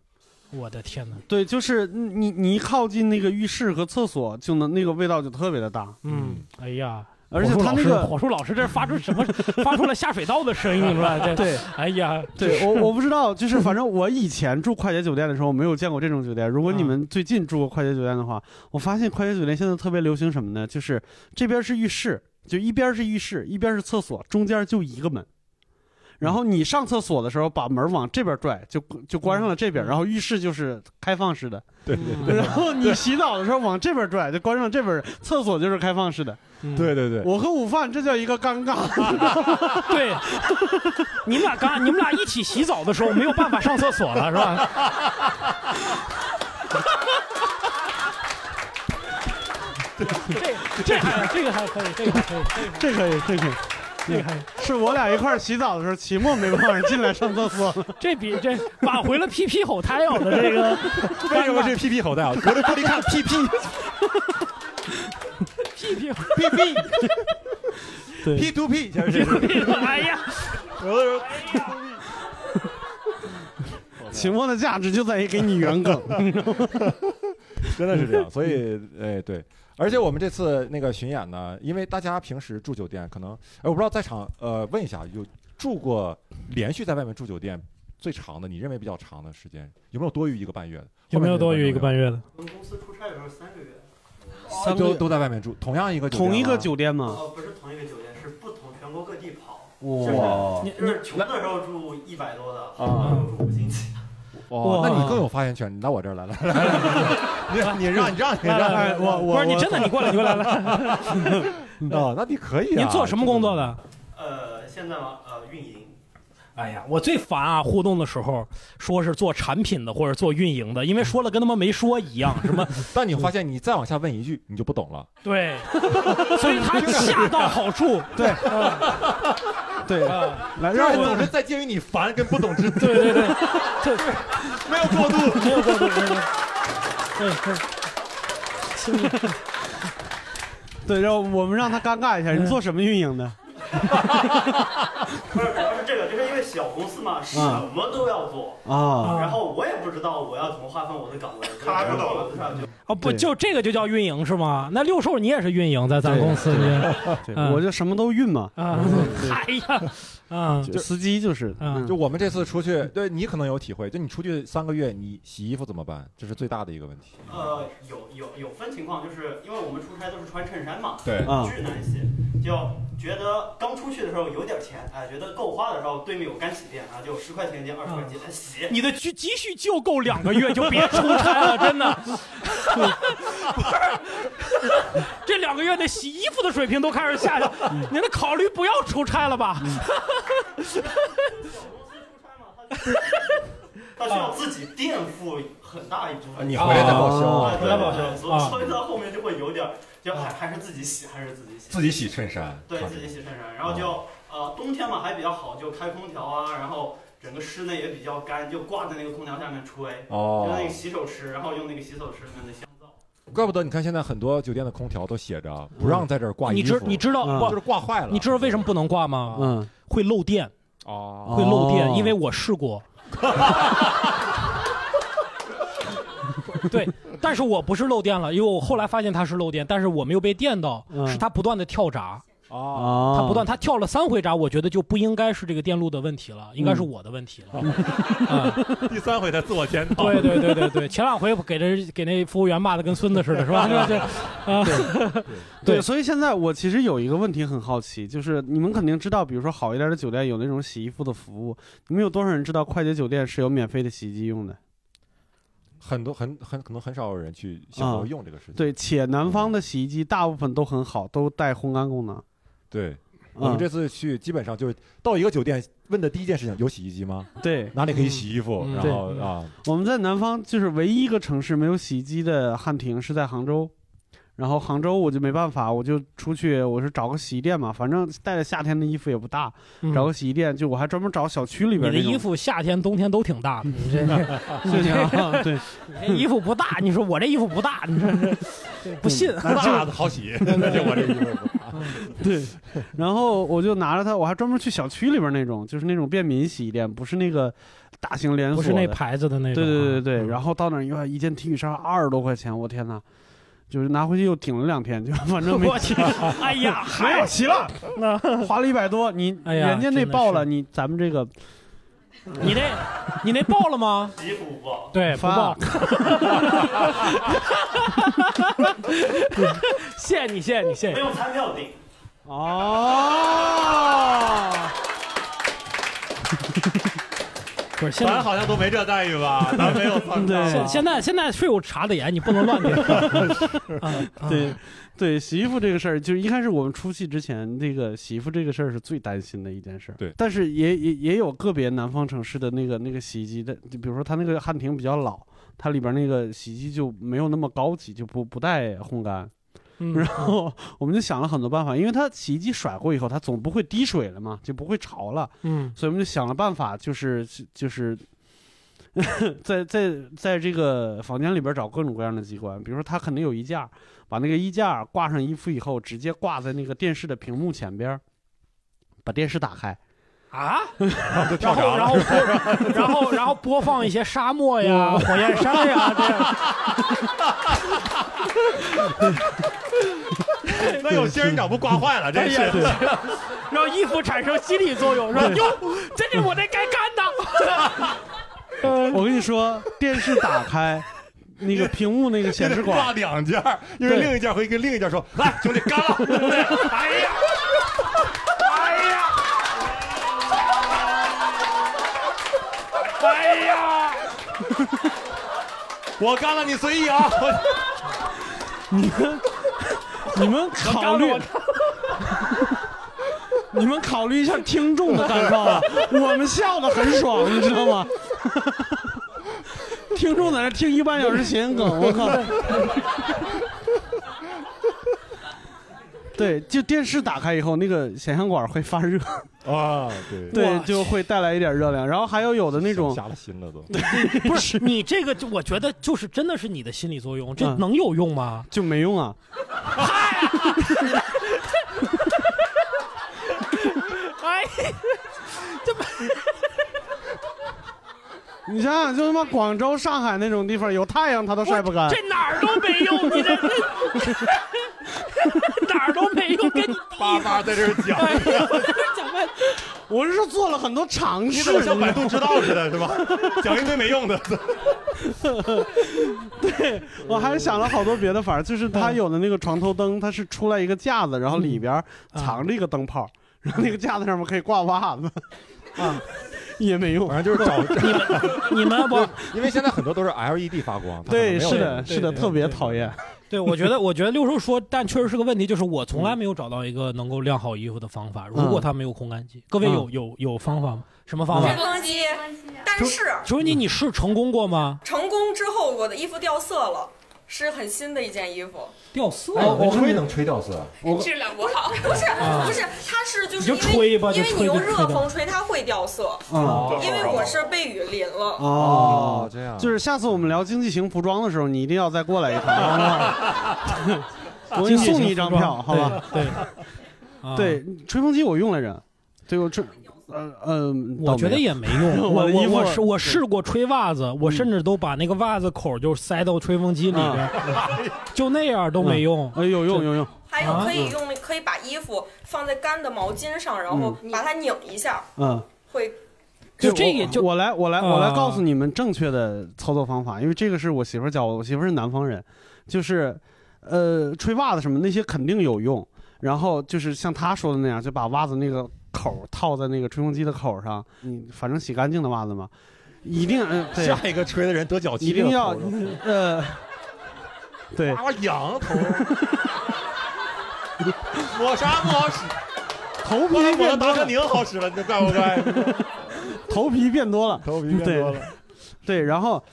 Speaker 4: 我的天哪！
Speaker 3: 对，就是你你你一靠近那个浴室和厕所，就能那个味道就特别的大，
Speaker 4: 嗯，哎呀，
Speaker 3: 而且他那个
Speaker 4: 火树老师这发出什么？ 发出了下水道的声音是吧？这
Speaker 3: 对，
Speaker 4: 哎呀，
Speaker 3: 对我我不知道，就是反正我以前住快捷酒店的时候没有见过这种酒店。如果你们最近住过快捷酒店的话，我发现快捷酒店现在特别流行什么呢？就是这边是浴室，就一边是浴室，一边是厕所，中间就一个门。然后你上厕所的时候，把门往这边拽，就就关上了这边。然后浴室就是开放式的，
Speaker 2: 对对
Speaker 3: 然后你洗澡的时候往这边拽，就关上这边。厕所就是开放式的。
Speaker 2: 对对对，
Speaker 3: 我和午饭这叫一个尴尬。
Speaker 4: 对， 你们俩刚你们俩一起洗澡的时候没有办法上厕所了是吧？这这还这个还可以，这个还可以，
Speaker 3: 这可以，这可
Speaker 4: 这
Speaker 3: 以。
Speaker 4: 个还可以。
Speaker 3: 是我俩一块儿洗澡的时候，期末没办法进来上厕 所。
Speaker 4: 这比这挽回了 PP 吼胎友的这个
Speaker 2: 为什么是 PP 口袋啊？隔着玻璃看 PP
Speaker 4: PP
Speaker 2: PP
Speaker 4: 对
Speaker 2: P to P，就是
Speaker 4: 哎呀，
Speaker 2: 有的时 候
Speaker 3: 期末的价值就在于给你圆梗。
Speaker 2: 真的是这样，所以哎对，而且我们这次那个巡演呢，因为大家平时住酒店，可能哎我不知道在场呃问一下，有住过连续在外面住酒店最长的，你认为比较长的时间有没有多于一个半月的？
Speaker 4: 有没有多余一个半
Speaker 2: 月？
Speaker 4: 月的？
Speaker 7: 我们公司出差的时候三个月，
Speaker 3: 三
Speaker 2: 都都在外面住，同样一个酒店 啊
Speaker 3: 同一个
Speaker 2: 吗
Speaker 3: 酒店吗？
Speaker 7: 哦，不是同一个酒店，是不同全国各地跑，
Speaker 3: 哇
Speaker 4: 你
Speaker 7: 就是穷的时候住一百多的，
Speaker 2: 啊
Speaker 7: 住五星级。
Speaker 2: 哇，
Speaker 4: 哇
Speaker 2: 那你更有发言权，你到我这儿来了，来来来，你你让你让你
Speaker 4: 来
Speaker 2: 让
Speaker 4: 来
Speaker 3: 哎，
Speaker 4: 来
Speaker 3: 我
Speaker 4: 不
Speaker 3: 我
Speaker 4: 是你真的，你过来，你过来 来，
Speaker 2: 啊，那你可以啊。
Speaker 4: 你做什么工作的？
Speaker 7: 呃，现在嘛，呃，运营。
Speaker 4: 哎呀，我最烦啊！互动的时候说是做产品的或者做运营的，因为说了跟他们没说一样，什么
Speaker 2: 但你发现你再往下问一句，你就不懂了。
Speaker 4: 对， 所以他恰到好处。嗯
Speaker 3: 对 对，
Speaker 4: 啊，
Speaker 3: 来
Speaker 2: 让
Speaker 3: 让
Speaker 2: 人总
Speaker 3: 我
Speaker 2: 是在介于你烦跟不懂之间，
Speaker 4: 对对对， 这
Speaker 2: 没有过渡。
Speaker 4: 没有过度，没有过度对对。心里
Speaker 3: 对，让我们让他尴尬一下。你做什么运营的？
Speaker 7: 不是，主要是这个，就是因为小公司嘛，什么都要做，
Speaker 3: 啊，
Speaker 7: 然后我也不知道我要怎么划分我的岗位，
Speaker 9: 他知道
Speaker 7: 我上去。
Speaker 4: 哦，不
Speaker 3: 对
Speaker 4: 就这个就叫运营是吗？那六兽你也是运营，在咱公司里
Speaker 3: 对
Speaker 4: 嗯
Speaker 3: 我就什么都运嘛。
Speaker 4: 啊？ 哎呀，啊
Speaker 3: 就司机就是，
Speaker 4: 啊
Speaker 2: 就我们这次出去，对你可能有体会，就你出去三个月，你洗衣服怎么办？这是最大的一个问题。
Speaker 7: 呃，有有有分情况，就是因为我们出差都是穿衬衫嘛，
Speaker 2: 对
Speaker 3: 啊
Speaker 7: 巨难洗，就觉得刚出去的时候有点钱，哎，觉得够花的时候，对面有干洗店啊，就十块钱一件、二十块钱一件哎洗。
Speaker 4: 你的积积蓄就够两个月，就别出差了，真 的。不是这两个月的洗衣服的水平都开始下去，
Speaker 3: 嗯
Speaker 4: 你得考虑不要出差了吧？
Speaker 7: 公司出差嘛，他
Speaker 8: 但是要自己垫付很大一部
Speaker 2: 啊
Speaker 8: 分。
Speaker 2: 你回来再报销
Speaker 8: 啊回来报销，所
Speaker 2: 啊
Speaker 8: 所以到后面就会有点儿，就还还是自己洗，还是自己洗。
Speaker 2: 哦自己洗哦衬衫
Speaker 8: 对
Speaker 2: 啊
Speaker 8: 自己洗衬衫，然后就呃冬天嘛还比较好，就开空调啊，然后整个室内也比较干，就挂在那个空调下面吹。
Speaker 2: 哦
Speaker 8: 就那个洗手池，然后用那个洗手池里面的香皂。
Speaker 2: 怪不得你看现在很多酒店的空调都写着不让在这儿挂
Speaker 4: 你
Speaker 2: 衣服
Speaker 3: 嗯
Speaker 4: 知，你知道不
Speaker 2: 就是挂坏了
Speaker 4: 你知道为什么不能挂吗？嗯，会漏电，
Speaker 2: 哦
Speaker 4: 会漏电，
Speaker 2: 哦
Speaker 4: 因为我试 过。对，但是我不是漏电了，因为我后来发现它是漏电，但是我没有被电到，
Speaker 3: 嗯
Speaker 4: 是它不断的跳闸。
Speaker 2: 哦
Speaker 4: 它不断，它跳了三回闸，我觉得就不应该是这个电路的问题了，应该是
Speaker 3: 嗯
Speaker 4: 我的问题了。
Speaker 3: 哦
Speaker 2: 第三回他自我检讨
Speaker 4: 对对对对对，前两回给这给那服务员骂的跟孙子似的，是 吧？这这啊，
Speaker 3: 对，所以现在我其实有一个问题很好奇，就是你们肯定知道，比如说好一点的酒店有那种洗衣服的服务，你们有多少人知道快捷酒店是有免费的洗衣机用的？
Speaker 2: 很多很很可能很少有人去想到用这个事情。
Speaker 3: 啊对，且南方的洗衣机大部分都很好，都带烘干功能。
Speaker 2: 对，
Speaker 3: 嗯
Speaker 2: 我们这次去基本上就是到一个酒店问的第一件事情有洗衣机吗？
Speaker 3: 对，
Speaker 2: 哪里可以洗衣服？
Speaker 3: 嗯
Speaker 2: 然后啊，，
Speaker 3: 对我们在南方就是唯一一个城市没有洗衣机的汉庭是在杭州，然后杭州我就没办法，我就出去，我是找个洗衣店嘛，反正带着夏天的衣服也不大，
Speaker 4: 嗯
Speaker 3: 找个洗衣店，就我还专门找小区里
Speaker 4: 你
Speaker 3: 边
Speaker 4: 的
Speaker 3: 那种嗯
Speaker 4: 衣服夏天冬天都挺大的，你这
Speaker 3: 是这样啊对，
Speaker 4: 你这哎衣服不大，你说我这衣服不大，你说 这不信，
Speaker 2: 大的好洗，那就我这衣服。
Speaker 3: 对，然后我就拿着它，我还专门去小区里边那种，就是那种便民洗衣店，不是那个大型连锁
Speaker 4: 不
Speaker 3: 的，
Speaker 4: 是那牌子的那种
Speaker 3: 对
Speaker 4: 啊
Speaker 3: 对对对，然后到那儿一看，一件 T 恤衫二十多块钱，我天哪！就是拿回去又顶了两天，就 反正没
Speaker 4: 我去哎呀
Speaker 3: 没有
Speaker 4: 嗨
Speaker 3: 齐了，那花了一百多，你
Speaker 4: 哎呀
Speaker 3: 人家那报了，你咱们这个
Speaker 4: 你那你那报了吗？
Speaker 8: 衣服不报，
Speaker 4: 对，不报。 谢谢你，谢谢你，谢谢
Speaker 8: 没
Speaker 4: 你
Speaker 8: 有。餐票顶。
Speaker 3: 哦，
Speaker 4: 不是，现在
Speaker 12: 好像都没这待遇吧？咱没有参加
Speaker 4: 现现在现在税务查的严，你不能乱点。啊
Speaker 3: 对对，洗衣服这个事儿，就是一开始我们出去之前，这个洗衣服这个事儿是最担心的一件事。
Speaker 2: 对，
Speaker 3: 但是也也也有个别南方城市的那个那个洗衣机的，就比如说它那个汉庭比较老，它里边那个洗衣机就没有那么高级，就不不带烘干。
Speaker 4: 嗯
Speaker 3: 然后我们就想了很多办法，因为它洗衣机甩过以后，它总不会滴水了嘛，就不会潮了。
Speaker 4: 嗯，
Speaker 3: 所以我们就想了办法，就是就是。 在在在这个房间里边找各种各样的机关，比如说它肯定有衣架，把那个衣架挂上衣服以后，直接挂在那个电视的屏幕前边儿，把电视打开，
Speaker 4: 啊，
Speaker 3: 然后
Speaker 4: 然后然后播然后然后播放一些沙漠呀、火焰山 呀这样。
Speaker 12: 那有仙人掌不刮坏了，真是
Speaker 4: 哎呀对让衣服产生心理作用，说
Speaker 12: 对
Speaker 4: 哟，这是我这该干的。
Speaker 3: 我跟你说，电视打开，那个屏幕那个显示管
Speaker 12: 挂两件儿，因为
Speaker 3: 对
Speaker 12: 另一件会跟另一件说：“来，兄弟，干了！”哎呀， 哎呀，我干了，你随意啊。
Speaker 3: 你们你们考虑
Speaker 12: 我刚，
Speaker 3: 你们考虑一下听众的感受啊！我们笑的很爽，你知道吗？听众在那听一半小时谐音梗，我靠！对，就电视打开以后，那个显像管会发热
Speaker 2: 啊，对
Speaker 3: 对
Speaker 4: 哇，
Speaker 3: 就会带来一点热量。然后还有有的那种
Speaker 2: 瞎了心了都，
Speaker 4: 不是你这个，我觉得就是真的是你的心理作用，这
Speaker 3: 嗯
Speaker 4: 能有用吗？
Speaker 3: 就没用啊。
Speaker 4: 哎，这不
Speaker 3: 你想想，就他妈广州、上海那种地方，有太阳它都晒不干。
Speaker 4: 这哪儿都没用，你 这哪儿都没用，跟 你哎
Speaker 12: 叭叭在这儿讲，
Speaker 4: 讲半
Speaker 3: 我是做了很多尝试，
Speaker 12: 你怎么像百度知道似的，是吧？讲一堆没用的。
Speaker 3: 对我还想了好多别的法儿，就是它有的那个床头灯，它是出来一个架子，然后里边儿藏着一个灯泡，然后那个架子上面可以挂袜子，啊，也没用，
Speaker 2: 反正就是找
Speaker 3: 你们
Speaker 4: 你们不，
Speaker 2: 因为现在很多都是 LED 发光，它可能
Speaker 3: 对，
Speaker 2: 没有
Speaker 3: 是
Speaker 2: 那
Speaker 3: 的，
Speaker 2: 个
Speaker 3: 是的，特别讨厌。
Speaker 4: 对，
Speaker 12: 我觉得，我觉得六叔说，但确实是个问题，就是我从来没有找到一个能够晾好衣服的方法。如果他没有烘干机，各位有
Speaker 4: 嗯
Speaker 12: 有有方法吗？什么方法
Speaker 13: 吹？风机，但是
Speaker 12: 求求你，你是成功过吗？
Speaker 13: 成功之后，我的衣服掉色了，是很新的一件衣服。
Speaker 12: 掉色
Speaker 2: 哎，
Speaker 12: 了，
Speaker 2: 我吹能吹掉色？
Speaker 12: 我
Speaker 13: 质量不好，不是
Speaker 2: 啊
Speaker 13: 不是，它是就是
Speaker 2: 你就
Speaker 13: 因为
Speaker 2: 吹吧啊就
Speaker 13: 因为你用
Speaker 2: 吹就
Speaker 13: 热
Speaker 2: 吹吧
Speaker 13: 风吹，它会掉色。
Speaker 3: 嗯
Speaker 13: 因为我是被雨淋
Speaker 2: 啊
Speaker 13: 了。
Speaker 3: 哦，
Speaker 2: 这样
Speaker 3: 就是下次我们聊经济型服装的时候，你一定要再过来 一趟。我给你送你一张票，好吧？啊
Speaker 4: 对，
Speaker 3: 对，吹风机我用来着，对我吹，呃呃，
Speaker 12: 我觉得也没用
Speaker 4: 我
Speaker 3: 我的衣
Speaker 4: 我我
Speaker 3: 服嗯
Speaker 4: 试我试过吹袜子，我甚至都把那个袜子口就塞到吹风机里边，
Speaker 3: 啊
Speaker 4: 就那样都没用。
Speaker 3: 哎，有用有用。
Speaker 13: 还有可以用，可以把衣服放在干的毛巾上，然后把它拧一下，
Speaker 3: 嗯，
Speaker 13: 会
Speaker 3: 就这个就我来我来我来告诉你们正确的操作方法，因为这个是我媳妇儿教我，我媳妇儿是南方人，就是呃吹袜子什么那些肯定有用，然后就是像她说的那样，就把袜子那个口儿套在那个吹风机的口儿上，你反正洗干净的袜子嘛，一定嗯、对
Speaker 2: 下一个吹的人得脚气，
Speaker 3: 一定要呃对
Speaker 2: 哇痒 头，抹啥不好使，
Speaker 3: 头皮
Speaker 2: 我
Speaker 3: 变多
Speaker 2: 的
Speaker 3: 了
Speaker 2: 达芬宁好使了，你怪不 怪？
Speaker 3: 头皮变多了，头
Speaker 2: 皮变多了
Speaker 3: 对，对，然后。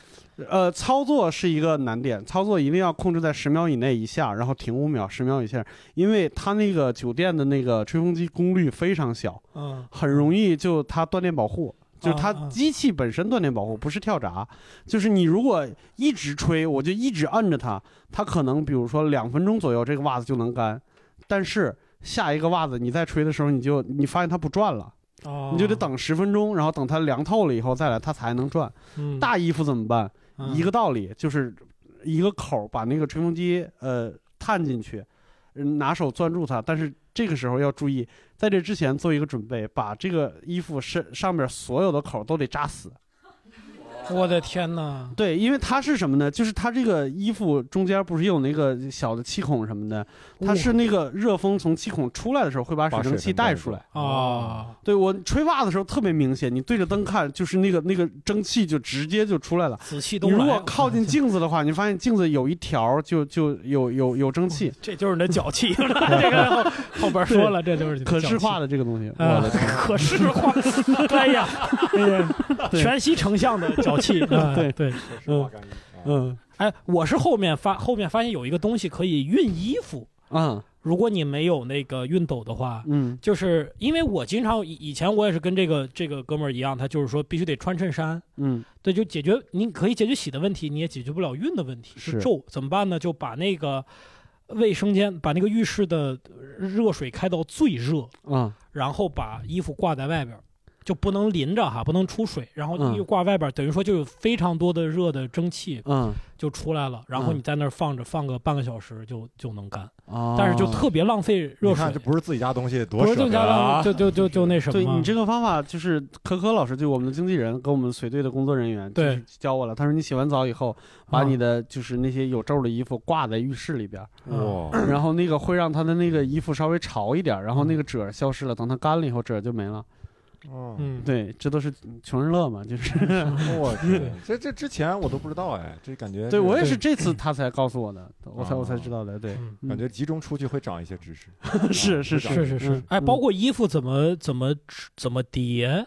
Speaker 3: 呃，操作是一个难点，操作一定要控制在十秒以内一下，然后停五秒，十秒以下，因为它那个酒店的那个吹风机功率非常小，
Speaker 4: 嗯，
Speaker 3: 很容易就它断电保护，就是它
Speaker 4: 啊啊
Speaker 3: 机器本身断电保护，不是跳闸，就是你如果一直吹，我就一直摁着它，它可能比如说两分钟左右这个袜子就能干，但是下一个袜子你再吹的时候，你就你发现它不转了。
Speaker 4: 哦
Speaker 3: 你就得等十分钟，然后等它凉透了以后再来，它才能转。
Speaker 4: 嗯
Speaker 3: 大衣服怎么办？
Speaker 4: 嗯
Speaker 3: 一个道理，就是一个口儿把那个吹风机呃探进去，嗯拿手攥住它。但是这个时候要注意，在这之前做一个准备，把这个衣服身上面所有的口儿都得扎死。
Speaker 4: 我的天哪！
Speaker 3: 对，因为它是什么呢？就是它这个衣服中间不是有那个小的气孔什么的，它是那个热风从气孔出来的时候会把水蒸气带出来。
Speaker 4: 啊！
Speaker 3: 对我吹袜子的时候特别明显，你对着灯看，就是那个那个蒸汽就直接就出来了。
Speaker 4: 紫气
Speaker 3: 你
Speaker 4: 东来啊
Speaker 3: 如果靠近镜子的话，你发现镜子有一条儿就就有有有蒸汽。
Speaker 4: 这就是你的脚 气，这个后后边说了，这就是你的
Speaker 3: 可
Speaker 4: 脚
Speaker 3: 视
Speaker 4: 气
Speaker 3: 化的这个东西。
Speaker 4: 啊
Speaker 3: 我的天，
Speaker 4: 可视化， 哎呀，哎呀
Speaker 3: 对
Speaker 4: 全息成像的脚气，啊
Speaker 3: 对
Speaker 4: 对，嗯
Speaker 3: 嗯，
Speaker 4: 哎，我是后面发后面发现有一个东西可以熨衣服，
Speaker 3: 嗯，
Speaker 4: 如果你没有那个熨斗的话，
Speaker 3: 嗯，
Speaker 4: 就是因为我经常以以前我也是跟这个这个哥们儿一样，他就是说必须得穿衬衫，
Speaker 3: 嗯，
Speaker 4: 对，就解决你可以解决洗的问题，你也解决不了熨的问题，
Speaker 3: 是
Speaker 4: 皱怎么办呢？就把那个卫生间把那个浴室的热水开到最热，
Speaker 3: 嗯，
Speaker 4: 然后把衣服挂在外边儿，就不能淋着哈，不能出水，然后
Speaker 3: 嗯
Speaker 4: 又挂外边儿，等于说就有非常多的热的蒸汽，
Speaker 3: 嗯，
Speaker 4: 就出来了，然后
Speaker 3: 嗯
Speaker 4: 你在那儿放着，放个半个小时就就能干，
Speaker 3: 哦
Speaker 4: 但是就特别浪费热
Speaker 2: 你
Speaker 4: 水
Speaker 2: 看这，不是自己家东西，多
Speaker 4: 不是
Speaker 2: 舍
Speaker 4: 就
Speaker 2: 得
Speaker 4: 家浪
Speaker 2: 啊！
Speaker 4: 费，就就就就那什么，
Speaker 3: 对你这个方法就是科科老师，就我们的经纪人跟我们随队的工作人员，
Speaker 4: 对，啊
Speaker 3: 教我了。他说你洗完澡以后，把你的就是那些有皱的衣服挂在浴室里边儿，
Speaker 2: 哇
Speaker 3: 然后那个会让他的那个衣服稍微潮一点儿，然后那个褶儿消失了，等它干了以后褶儿就没了。
Speaker 4: 嗯，
Speaker 3: 对，这都是穷人乐嘛，就是。
Speaker 2: 我天，嗯这这之前我都不知道哎，这感觉
Speaker 3: 对我也是这次他才告诉我的，我才我才知道的。对，
Speaker 4: 嗯
Speaker 2: 感觉集中出去会长一些知识，
Speaker 3: 是 是
Speaker 2: 是
Speaker 3: 嗯
Speaker 4: 是是是，哎，包括衣服怎么怎么怎么叠，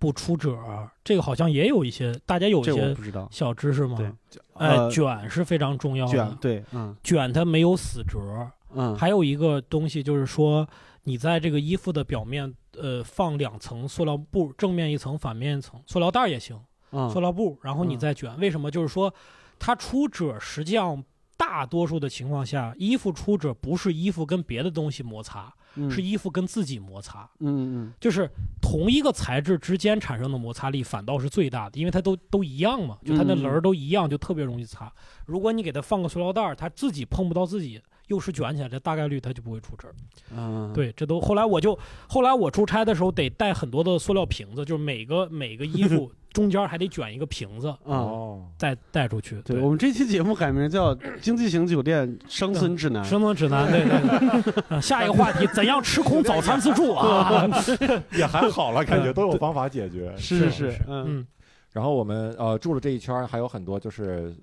Speaker 4: 不出褶儿，这个好像也有一些，大家有一
Speaker 3: 这我
Speaker 4: 些
Speaker 3: 不知道
Speaker 4: 小知识吗？
Speaker 3: 对
Speaker 4: 哎，
Speaker 3: 呃
Speaker 4: 卷是非常重要的，
Speaker 3: 卷对嗯
Speaker 4: 卷它没有死折儿，
Speaker 3: 嗯
Speaker 4: 还有一个东西就是说，你在这个衣服的表面，呃，放两层塑料布，正面一层，反面一层，塑料袋儿也行，
Speaker 3: 嗯
Speaker 4: 塑料布，然后你再卷，为什么？就是说，它出褶实际上。大多数的情况下，衣服出褶不是衣服跟别的东西摩擦，
Speaker 3: 嗯
Speaker 4: 是衣服跟自己摩擦。
Speaker 3: 嗯嗯
Speaker 4: 就是同一个材质之间产生的摩擦力反倒是最大的，因为它都都一样嘛，就它那
Speaker 3: 嗯嗯嗯
Speaker 4: 棱儿都一样，就特别容易擦。如果你给它放个塑料袋儿，它自己碰不到自己，又是卷起来，这大概率它就不会出褶儿。
Speaker 3: 嗯，
Speaker 4: 对，这都后来我就后来我出差的时候得带很多的塑料瓶子，就是每个每个衣服 中间还得卷一个瓶子，
Speaker 2: 嗯
Speaker 3: 哦，
Speaker 4: 再带出去。
Speaker 3: 对我们这期节目改名叫《经济型酒店生存指南》。
Speaker 4: 生存指南，对对 对啊。下一个话题，怎样吃空早餐自助啊？
Speaker 2: 也还好了，
Speaker 3: 嗯
Speaker 2: 感觉都有方法解决。
Speaker 3: 是是是嗯
Speaker 4: 嗯。
Speaker 2: 然后我们呃住了这一圈儿，还有很多就是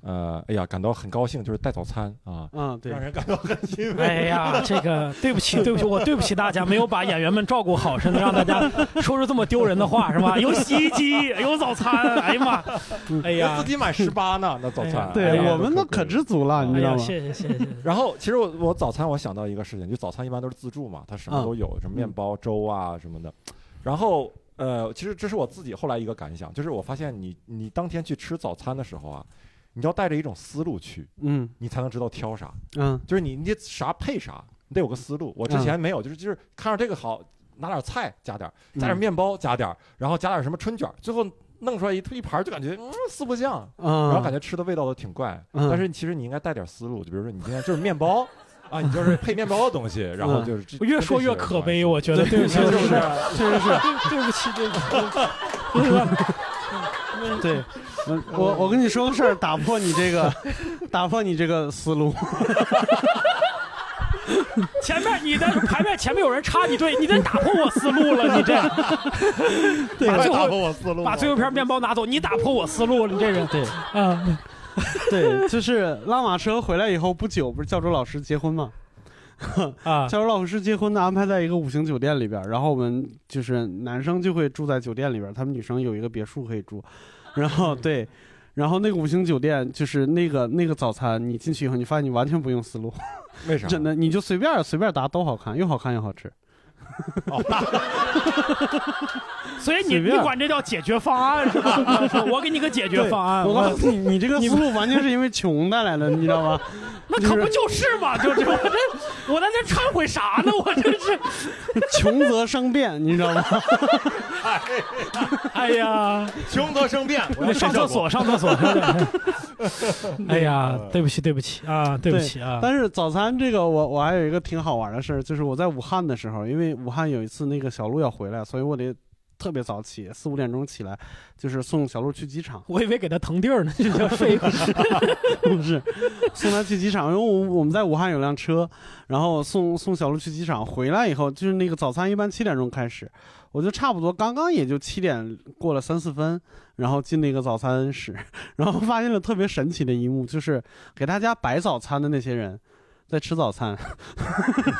Speaker 2: 呃，哎呀，感到很高兴，就是带早餐啊，
Speaker 3: 嗯，对，
Speaker 2: 让人感到很欣慰。
Speaker 4: 哎呀，这个对不起，对不起，我对不起大家，没有把演员们照顾好，是能让大家说出这么丢人的话，是吧？有洗衣机，有早餐，哎呀妈，哎呀，
Speaker 2: 自己买十八 呢，那早餐。
Speaker 3: 对
Speaker 2: 哎呀
Speaker 3: 我们那可知足了，你知道吗？
Speaker 4: 哎谢谢谢谢。
Speaker 2: 然后，其实我我早餐我想到一个事情，就早餐一般都是自助嘛，它什么都有，什么面包、粥啊什么的。然后，呃，其实这是我自己后来一个感想，就是我发现你你当天去吃早餐的时候啊，你要带着一种思路去，
Speaker 3: 嗯，
Speaker 2: 你才能知道挑啥，
Speaker 3: 嗯，
Speaker 2: 就是你你得啥配啥，你得有个思路。我之前没有，就是就是看着这个好，拿点菜加点儿，加点
Speaker 3: 嗯
Speaker 2: 面包加点儿，然后加点什么春卷儿，最后弄出来一一盘儿就感觉嗯四不像，
Speaker 3: 嗯
Speaker 2: 然后感觉吃的味道都挺怪，
Speaker 3: 嗯
Speaker 2: 但是其实你应该带点思路，就比如说你今天就是面包。啊，你就是配面包的东西，然
Speaker 3: 嗯
Speaker 2: 后就是这、
Speaker 4: 我越说越可悲，我觉得对不起，
Speaker 2: 就
Speaker 4: 对不
Speaker 2: 是
Speaker 4: 起
Speaker 2: 确实是
Speaker 4: 对不起，对不起，对不起。
Speaker 3: 对，嗯我我跟你说个事儿，打破你这个，打破你这个思路。
Speaker 4: 前面你在排面前面有人插你队，你得打破我思路了，你这，
Speaker 3: 对
Speaker 4: 把最
Speaker 3: 打
Speaker 4: 后
Speaker 3: 破我思路
Speaker 4: 把最后一片面包拿走，你打破我思路，你这人对，嗯，
Speaker 3: 对，就是拉马车回来以后不久，不是教主老师结婚吗？
Speaker 4: 啊，
Speaker 3: 教主老师结婚呢，安排在一个五星酒店里边儿，然后我们就是男生就会住在酒店里边儿，他们女生有一个别墅可以住，然后对，然后那个五星酒店就是那个那个早餐，你进去以后，你发现你完全不用思路，
Speaker 2: 为啥
Speaker 3: 真的，你就随便儿随便儿答都好看，又好看又好吃。
Speaker 4: 所以你
Speaker 3: 随
Speaker 4: 你
Speaker 3: 便
Speaker 4: 管这叫解决方案是吧？ 我给你个解决方案，
Speaker 3: 啊对我告诉你，你这个思路完全是因为穷带来的，你知道 吗？
Speaker 4: 那可不就是嘛， 就是我这我在这忏悔啥呢？我这是，
Speaker 3: 穷则生变，你知道吗？
Speaker 4: 哎呀，
Speaker 2: 穷则生变
Speaker 4: 我上厕所，上厕所。哎呀，对不起，对不起啊，对不起啊。
Speaker 3: 但是早餐这个我，我还有一个挺好玩的事儿，就是我在武汉的时候，因为武汉有一次那个小鹿要回来，所以我得特别早起，四五点钟起来，就是送小鹿去机场。
Speaker 4: 我以为给他腾地儿呢，就叫睡一会儿。
Speaker 3: 不是，送他去机场，因为我我们在武汉有辆车，然后送送小鹿去机场，回来以后就是那个早餐一般七点钟开始，我就差不多刚刚也就七点过了三四分，然后进那个早餐室， 然后发现了特别神奇的一幕，就是给大家摆早餐的那些人。在吃早餐，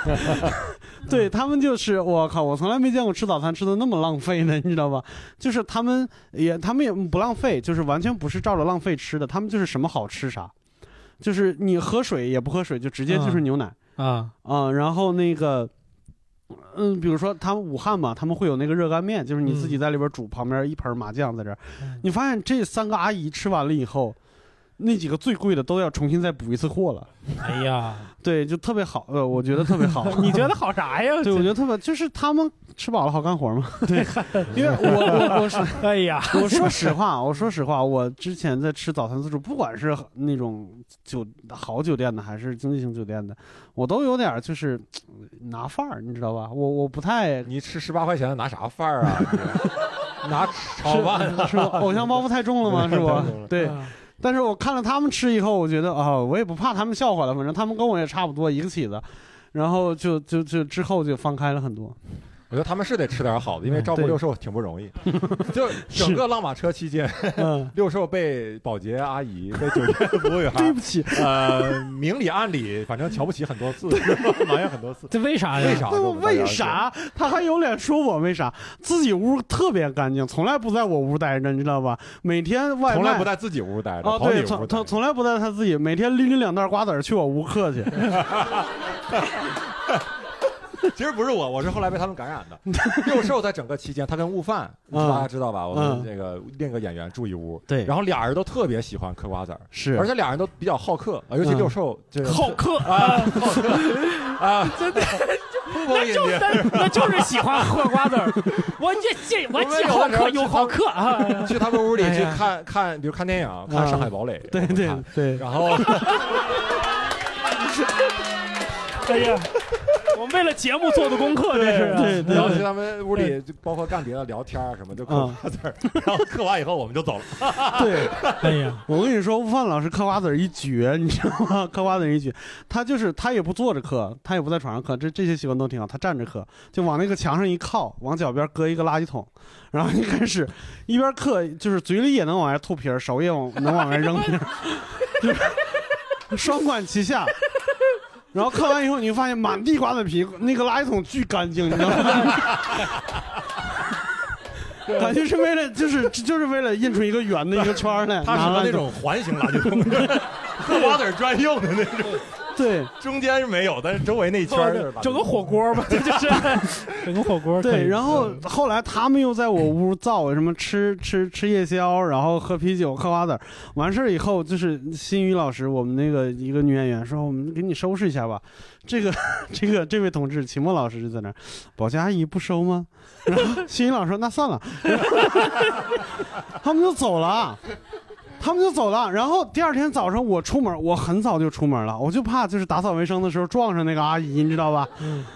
Speaker 3: 对他们就是我靠，我从来没见过吃早餐吃的那么浪费的，你知道吧？就是他们也他们也不浪费，就是完全不是照着浪费吃的，他们就是什么好吃啥，就是你喝水也不喝水，就直接就是牛奶
Speaker 4: 啊
Speaker 3: 啊、然后那个。嗯，比如说他们武汉嘛，他们会有那个热干面，就是你自
Speaker 4: 嗯
Speaker 3: 己在里边煮，旁边一盆麻酱在这儿。你发现这三个阿姨吃完了以后，那几个最贵的都要重新再补一次货了。
Speaker 4: 哎呀，。
Speaker 3: 对，就特别好，呃，我觉得特别好
Speaker 4: 你觉得好啥呀？
Speaker 3: 对，我觉得特别，就是他们吃饱了好干活嘛。对， 因为我我我是，
Speaker 4: 哎呀，
Speaker 3: 我说实话，我说实话，我之前在吃早餐自助，不管是那种酒好酒店的，还是经济型酒店的，我都有点儿就是嗯拿范儿，你知道吧？我我 不太，
Speaker 2: 你吃十八块钱拿啥范儿啊？拿炒饭啊
Speaker 3: 是吧？偶像包袱太重了吗？是
Speaker 2: 太重
Speaker 3: 不
Speaker 2: 了？
Speaker 3: 对
Speaker 2: 啊。
Speaker 3: 但是我看了他们吃以后，我觉得啊、我也不怕他们笑话了，反正他们跟我也差不多一个起子，然后就就就之后就放开了很多。
Speaker 2: 我觉得他们是得吃点好的，因为照顾
Speaker 3: 嗯对
Speaker 2: 六兽挺不容易。 就整个浪马车期间
Speaker 3: 嗯，
Speaker 2: 六兽被保洁阿姨、被 酒店服务员
Speaker 3: 对不起，
Speaker 2: 呃，明里暗里，反正瞧不起很多次， 埋怨很多次。
Speaker 4: 这为啥呀
Speaker 2: 为啥？
Speaker 3: 那么哎为啥他还有脸说我为啥？自己屋特别干净，从来不在我屋待着，你知道吧？每天外卖
Speaker 2: 从来不在自己屋待着，
Speaker 3: 啊，
Speaker 2: 跑你屋
Speaker 3: 对，
Speaker 2: 待
Speaker 3: 从
Speaker 2: 着
Speaker 3: 从从来不带他自己，每天拎着两袋瓜子儿去我屋客 去。
Speaker 2: 其实不是我，我是后来被他们感染的。 六兽在整个期间，他跟悟饭，
Speaker 3: 嗯
Speaker 2: 大家知道吧？我们
Speaker 3: 嗯
Speaker 2: 那个另一个演员住一屋，
Speaker 3: 对
Speaker 2: 然后俩人都特别喜欢嗑瓜子儿，
Speaker 3: 是
Speaker 2: 而且俩人都比较好客，啊尤其
Speaker 3: 嗯
Speaker 2: 六兽就是
Speaker 4: 好客
Speaker 2: 啊，好客啊，
Speaker 4: 真的，
Speaker 2: 不
Speaker 4: 那就那那就是喜欢嗑瓜子儿。我这这我既好客又好客啊！
Speaker 2: 去他们屋里
Speaker 4: 哎
Speaker 2: 去
Speaker 4: 呀
Speaker 2: 看看，比如看电影，看《上海堡垒》，
Speaker 3: 对对对，
Speaker 2: 然后
Speaker 4: 哎 呀，我们为了节目做的功课，这是
Speaker 3: 对对
Speaker 2: 然后去他们屋里，就包括干别的聊天儿什么，就嗑
Speaker 3: 嗯
Speaker 2: 瓜子 儿，然后嗑完以后我们就走了。
Speaker 3: 对，
Speaker 4: 哎 呀，
Speaker 3: 我跟你说，悟饭老师嗑瓜子儿一绝，你知道吗？嗑瓜子儿一绝，他就是他也不坐着嗑，他也不在床上嗑，这这些习惯都挺好。他站着嗑，就往那个墙上一靠，往脚边搁一个垃圾桶，然后就开始一边嗑，就是嘴里也能往外吐皮儿，手也往能往外扔皮儿。 双管齐下。然后看完以后，你会发现满地瓜子皮，那个垃圾桶巨干净，你知道吗？ 感觉是为了，就是就是为了印出一个圆的一个圈儿来。
Speaker 14: 它
Speaker 3: 拿
Speaker 14: 是
Speaker 3: 垃圾
Speaker 14: 那
Speaker 3: 桶
Speaker 14: 种环形垃圾 桶，嗑瓜子儿专用的那种。
Speaker 3: 对，
Speaker 14: 中间是没有，但是周围那一圈
Speaker 3: 哦
Speaker 14: 儿
Speaker 3: 整个 火
Speaker 14: 锅吧，这就是
Speaker 4: 整个火锅
Speaker 3: 对，然后后来他们又在我屋造什么吃吃吃夜宵，然后喝啤酒、嗑瓜子儿。完事儿以后，就是新宇老师，我们那个一个女演员说：“我们给你收拾一下吧。”这个 这个这位同志，秦墨老师就在那儿，保洁阿姨不收吗？ 然后新宇老师说：“那算了。 然后”他们就走了。他们就走了，然后第二天早上我出门，我很早就出门了，我就怕就是打扫卫生的时候撞上那个阿姨，你知道吧？
Speaker 4: 嗯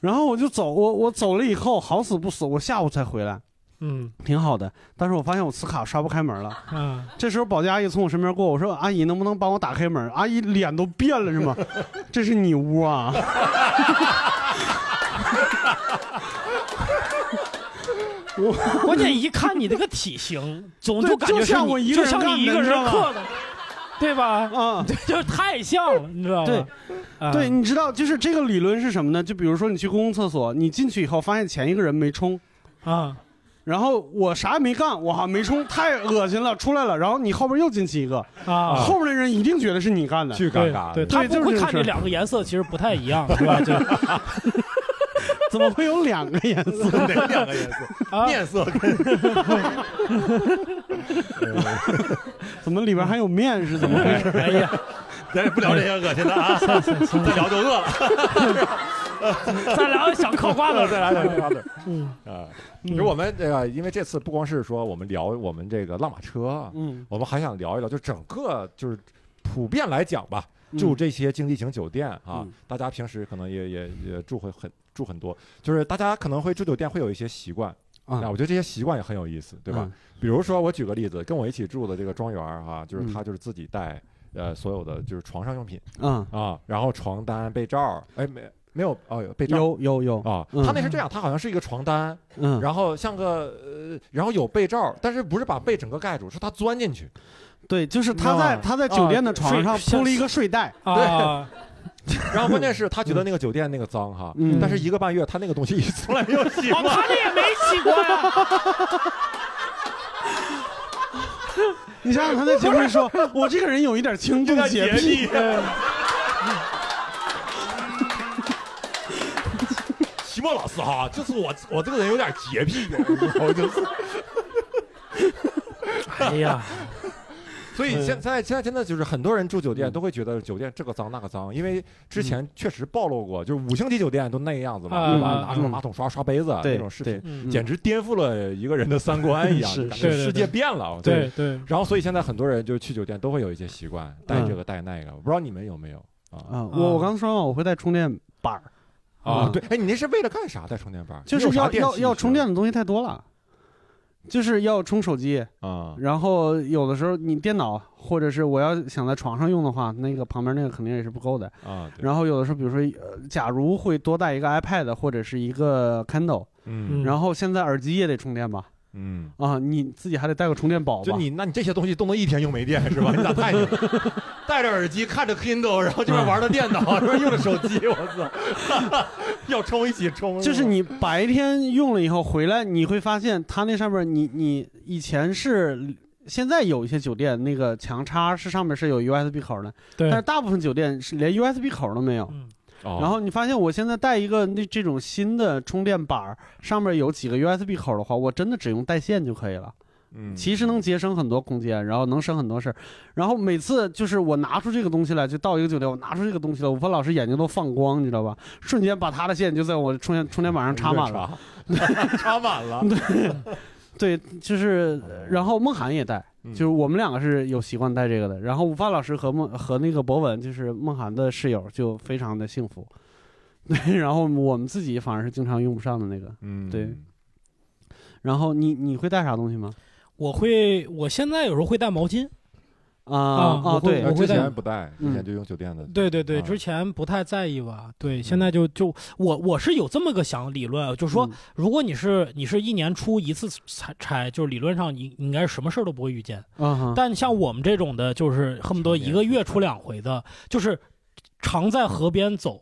Speaker 3: 然后我就走，我我走了以后，好死不死，我下午才回来，
Speaker 4: 嗯
Speaker 3: 挺好的。但是我发现我磁卡刷不开门了。
Speaker 4: 啊，
Speaker 3: 这时候保洁阿姨从我身边过，我说：“阿姨，能不能帮我打开门？”阿姨脸都变了，是吗？这是你屋啊？
Speaker 4: 关键一看你这个体型，总
Speaker 3: 对
Speaker 4: 就感觉
Speaker 3: 就是像
Speaker 4: 你
Speaker 3: 我一个
Speaker 4: 就
Speaker 3: 人
Speaker 4: 像
Speaker 3: 干
Speaker 4: 你一
Speaker 3: 的
Speaker 4: 个
Speaker 3: 你知
Speaker 4: 人
Speaker 3: 道吧
Speaker 4: 刻的，对吧？
Speaker 3: 啊，
Speaker 4: 对，就是太像了，你知道吗？
Speaker 3: 对，
Speaker 4: 啊
Speaker 3: 对，你知道就是这个理论是什么呢？就比如说你去公共厕所，你进去以后发现前一个人没冲，
Speaker 4: 啊，
Speaker 3: 然后我啥也没干，我哈没冲，太恶心了，出来了，然后你后边又进去一个，
Speaker 4: 啊
Speaker 3: 后边的人一定觉得是你干的，
Speaker 4: 对对他
Speaker 3: 就
Speaker 4: 不会
Speaker 3: 是这
Speaker 4: 看
Speaker 3: 事
Speaker 4: 这
Speaker 3: 儿
Speaker 4: 两个颜色其实不太一 样，是吧？就
Speaker 3: 怎么会有两个颜色？啊
Speaker 14: 哪两个颜色？面色跟
Speaker 3: 怎么里边还有面是怎么回事？
Speaker 14: 哎呀，咱也不聊这些恶心的 啊，再聊就饿 了。
Speaker 4: 再聊想嗑瓜子儿
Speaker 14: 再聊想嗑瓜子儿。
Speaker 3: 嗯
Speaker 2: 啊，其实我们这个，因为这次不光是说我们聊我们这个浪马车，啊
Speaker 3: 嗯，
Speaker 2: 我们还想聊一聊，就整个就是普遍来讲吧，
Speaker 14: 嗯
Speaker 2: 住这些经济型酒店啊
Speaker 14: 嗯，
Speaker 2: 大家平时可能也也也住会很住很多，就是大家可能会住酒店会有一些习惯
Speaker 3: 啊，
Speaker 2: 我觉得这些习惯也很有意思，嗯对吧
Speaker 3: 嗯？
Speaker 2: 比如说我举个例子，跟我一起住的这个庄园儿哈，就是他
Speaker 3: 嗯
Speaker 2: 就是自己带呃所有的就是床上用品，
Speaker 3: 嗯
Speaker 2: 啊，然后床单被罩儿，哎没。没有哦，有被罩儿
Speaker 3: 有有有
Speaker 2: 啊，
Speaker 3: 嗯
Speaker 2: 他那是这样，他好像是一个床单，
Speaker 3: 嗯
Speaker 2: 然后像个呃，然后有被罩儿，但是不是把被整个盖住，是他钻进去，
Speaker 3: 对，就是他在
Speaker 2: 啊
Speaker 3: 他在酒店的床上铺了一个睡袋
Speaker 2: 啊。对，然后关键是他觉得那个酒店那个脏哈，
Speaker 3: 嗯
Speaker 2: 但是一个半月他那个东西从来没有洗
Speaker 4: 哦，
Speaker 2: 过，
Speaker 4: 他这也没啊洗过 呀。
Speaker 3: 你想想他在节目里说，我这个人有一点轻度洁 癖，
Speaker 14: 席梦老师哈，就是我我这个人有点洁癖，我 就是。
Speaker 4: 哎呀，
Speaker 2: 所以
Speaker 14: 嗯
Speaker 2: 现在现在真的就是很多人住酒店都会觉得酒店这个脏那个脏，因为之前确实暴露过，就是五星级酒店都那个样子嘛，
Speaker 14: 嗯
Speaker 2: 对
Speaker 14: 嗯
Speaker 2: 吧？拿什么
Speaker 14: 嗯
Speaker 2: 马桶刷刷杯子
Speaker 14: 对
Speaker 2: 那种视
Speaker 14: 对
Speaker 2: 频，
Speaker 14: 嗯
Speaker 2: 简直颠覆了一个人的 三观一样，
Speaker 14: 是
Speaker 2: 感觉
Speaker 14: 是是
Speaker 2: 世界变了。啊
Speaker 14: 对
Speaker 2: 对
Speaker 14: 对
Speaker 2: 然后所以现在很多人就去酒店都会有一些习惯，带
Speaker 14: 嗯
Speaker 2: 这个带那个，我不知道你们有没有
Speaker 3: 啊
Speaker 2: 啊？
Speaker 3: 我我刚说嘛，我会带充电板儿
Speaker 2: 啊，对，哎，你那是为了干啥带充电板？
Speaker 3: 就
Speaker 2: 你
Speaker 3: 是
Speaker 2: 有啥
Speaker 3: 要
Speaker 2: 电
Speaker 3: 要
Speaker 2: 器
Speaker 3: 要充电的东西太多了，就是要充手机
Speaker 2: 啊，
Speaker 3: 然后有的时候你电脑或者是我要想在床上用的话，那个旁边那个肯定也是不够的
Speaker 2: 啊对
Speaker 3: 然后有的时候，比如说，呃假如会多带一个 iPad 或者是一个 Kindle，
Speaker 2: 嗯
Speaker 3: 然后现在耳机也得充电吧，
Speaker 2: 嗯
Speaker 3: 啊，你自己还得带个充电宝吧，
Speaker 14: 就你，那你这些东西都能一天用没电是吧？你咋太牛了 戴着耳机看着 Kindle，然后这边玩着电脑，
Speaker 3: 嗯
Speaker 14: 这边用着手机，我操！要充一起充，
Speaker 3: 就是你白天用了以后回来，你会发现它那上面你你以前是。现在有一些酒店那个墙插是上面是有 USB 口的，
Speaker 4: 对
Speaker 3: 但是大部分酒店是连 USB 口都没有。
Speaker 2: 哦
Speaker 3: 然后你发现我现在带一个那这种新的充电板儿，上面有几个 USB 口的话，我真的只用带线就可以了。
Speaker 2: 嗯
Speaker 3: 其实能节省很多空间，然后能省很多事儿。然后每次就是我拿出这个东西来，就到一个酒店，我拿出这个东西了，吴凡老师眼睛都放光，你知道吧？瞬间把他的线就在我充电充电板上插满了。
Speaker 14: 插满了。
Speaker 3: 对，就是，然后梦涵也带，
Speaker 8: 嗯
Speaker 3: 就是我们两个是有习惯带这个的。然后吴凡老师和梦和那个博文，就是梦涵的室友，就非常的幸福。 对，然后我们自己反而是经常用不上的那个，
Speaker 2: 嗯，
Speaker 3: 对。然后你你会带啥东西吗？
Speaker 4: 我会，我现在有时候会带毛巾。
Speaker 3: 啊
Speaker 4: 啊
Speaker 2: 我会
Speaker 4: 对
Speaker 2: 呃
Speaker 4: 我会
Speaker 2: 之
Speaker 4: 带
Speaker 2: 前不带，之前就用酒店的。啊
Speaker 4: 对对对，之前不太在意吧？对，现在就就我我是有这么个想理论，啊就是说，如果你是你是一年出一次拆拆，就是理论上你你应该是什么事儿都不会遇见。
Speaker 3: 啊哈
Speaker 4: 但像我们这种的，就是恨不得一个月嗯出嗯两回的，就是常在河边走，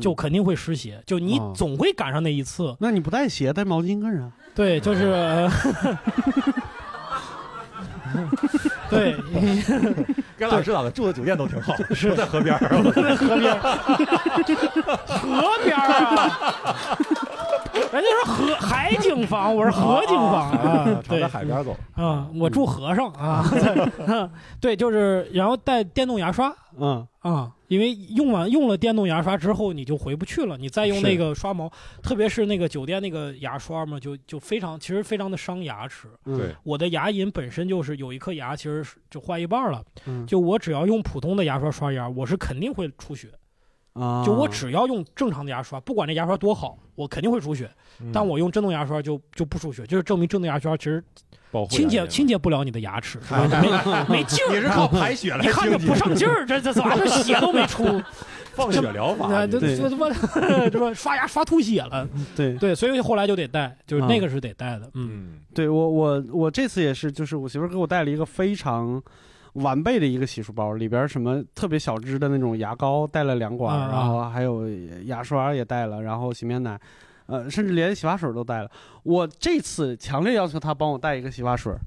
Speaker 4: 就肯定会湿鞋，就你
Speaker 3: 哦
Speaker 4: 总会赶上那一次。
Speaker 3: 嗯那你不带鞋带毛巾干啊啥？
Speaker 4: 对，就是 对，
Speaker 8: 甘老师咋的？住的酒店都挺好，
Speaker 4: 是
Speaker 8: 在河边儿，
Speaker 7: 在河边，河边儿啊，人家说河海景房，我是河景房啊，
Speaker 2: 常
Speaker 4: 对
Speaker 2: 在海边走。
Speaker 4: 啊，我住河上啊， 对对，就是然后带电动牙刷
Speaker 3: 嗯
Speaker 4: 啊，因为用完用了电动牙刷之后，你就回不去了，你再用那
Speaker 3: 是
Speaker 4: 个刷毛，特别是那个酒店那个牙刷嘛，就就非常其实非常的伤牙齿。
Speaker 3: 对
Speaker 4: 我的牙龈本身就是有一颗牙，其实是就坏一半了。
Speaker 3: 嗯
Speaker 4: 就我只要用普通的牙刷刷牙，我是肯定会出血。
Speaker 3: 啊，
Speaker 4: 就我只要用正常的牙刷，不管这牙刷多好，我肯定会出血。
Speaker 3: 嗯
Speaker 2: 嗯
Speaker 4: 但我用震动牙刷就就不出血，就是证明震动牙刷其实
Speaker 2: 保护
Speaker 4: 清
Speaker 2: 牙
Speaker 4: 洁
Speaker 2: 龈
Speaker 4: 清洁不了你的牙齿，是吧没没劲儿。
Speaker 8: 你是靠排血来
Speaker 4: 你看着
Speaker 8: 清洁
Speaker 4: 不上劲儿，这这咋这血都没 出？
Speaker 8: 放血疗法
Speaker 2: 嗯
Speaker 4: 啊这
Speaker 8: 对
Speaker 4: 这他妈这不刷牙刷吐血了？
Speaker 3: 啊对
Speaker 4: 对，所以后来就得带，就是那
Speaker 3: 啊
Speaker 4: 个是得带的。嗯，
Speaker 3: 对我我我这次也是，就是我媳妇儿给我带了一个非常完备的一个洗漱包，里边儿什么特别小支的那种牙膏带了两管儿，
Speaker 4: 啊
Speaker 3: 然后还有牙刷也带了，然后洗面奶，呃，甚至连洗发水都带了。我这次强烈要求她帮我带一个洗发水儿，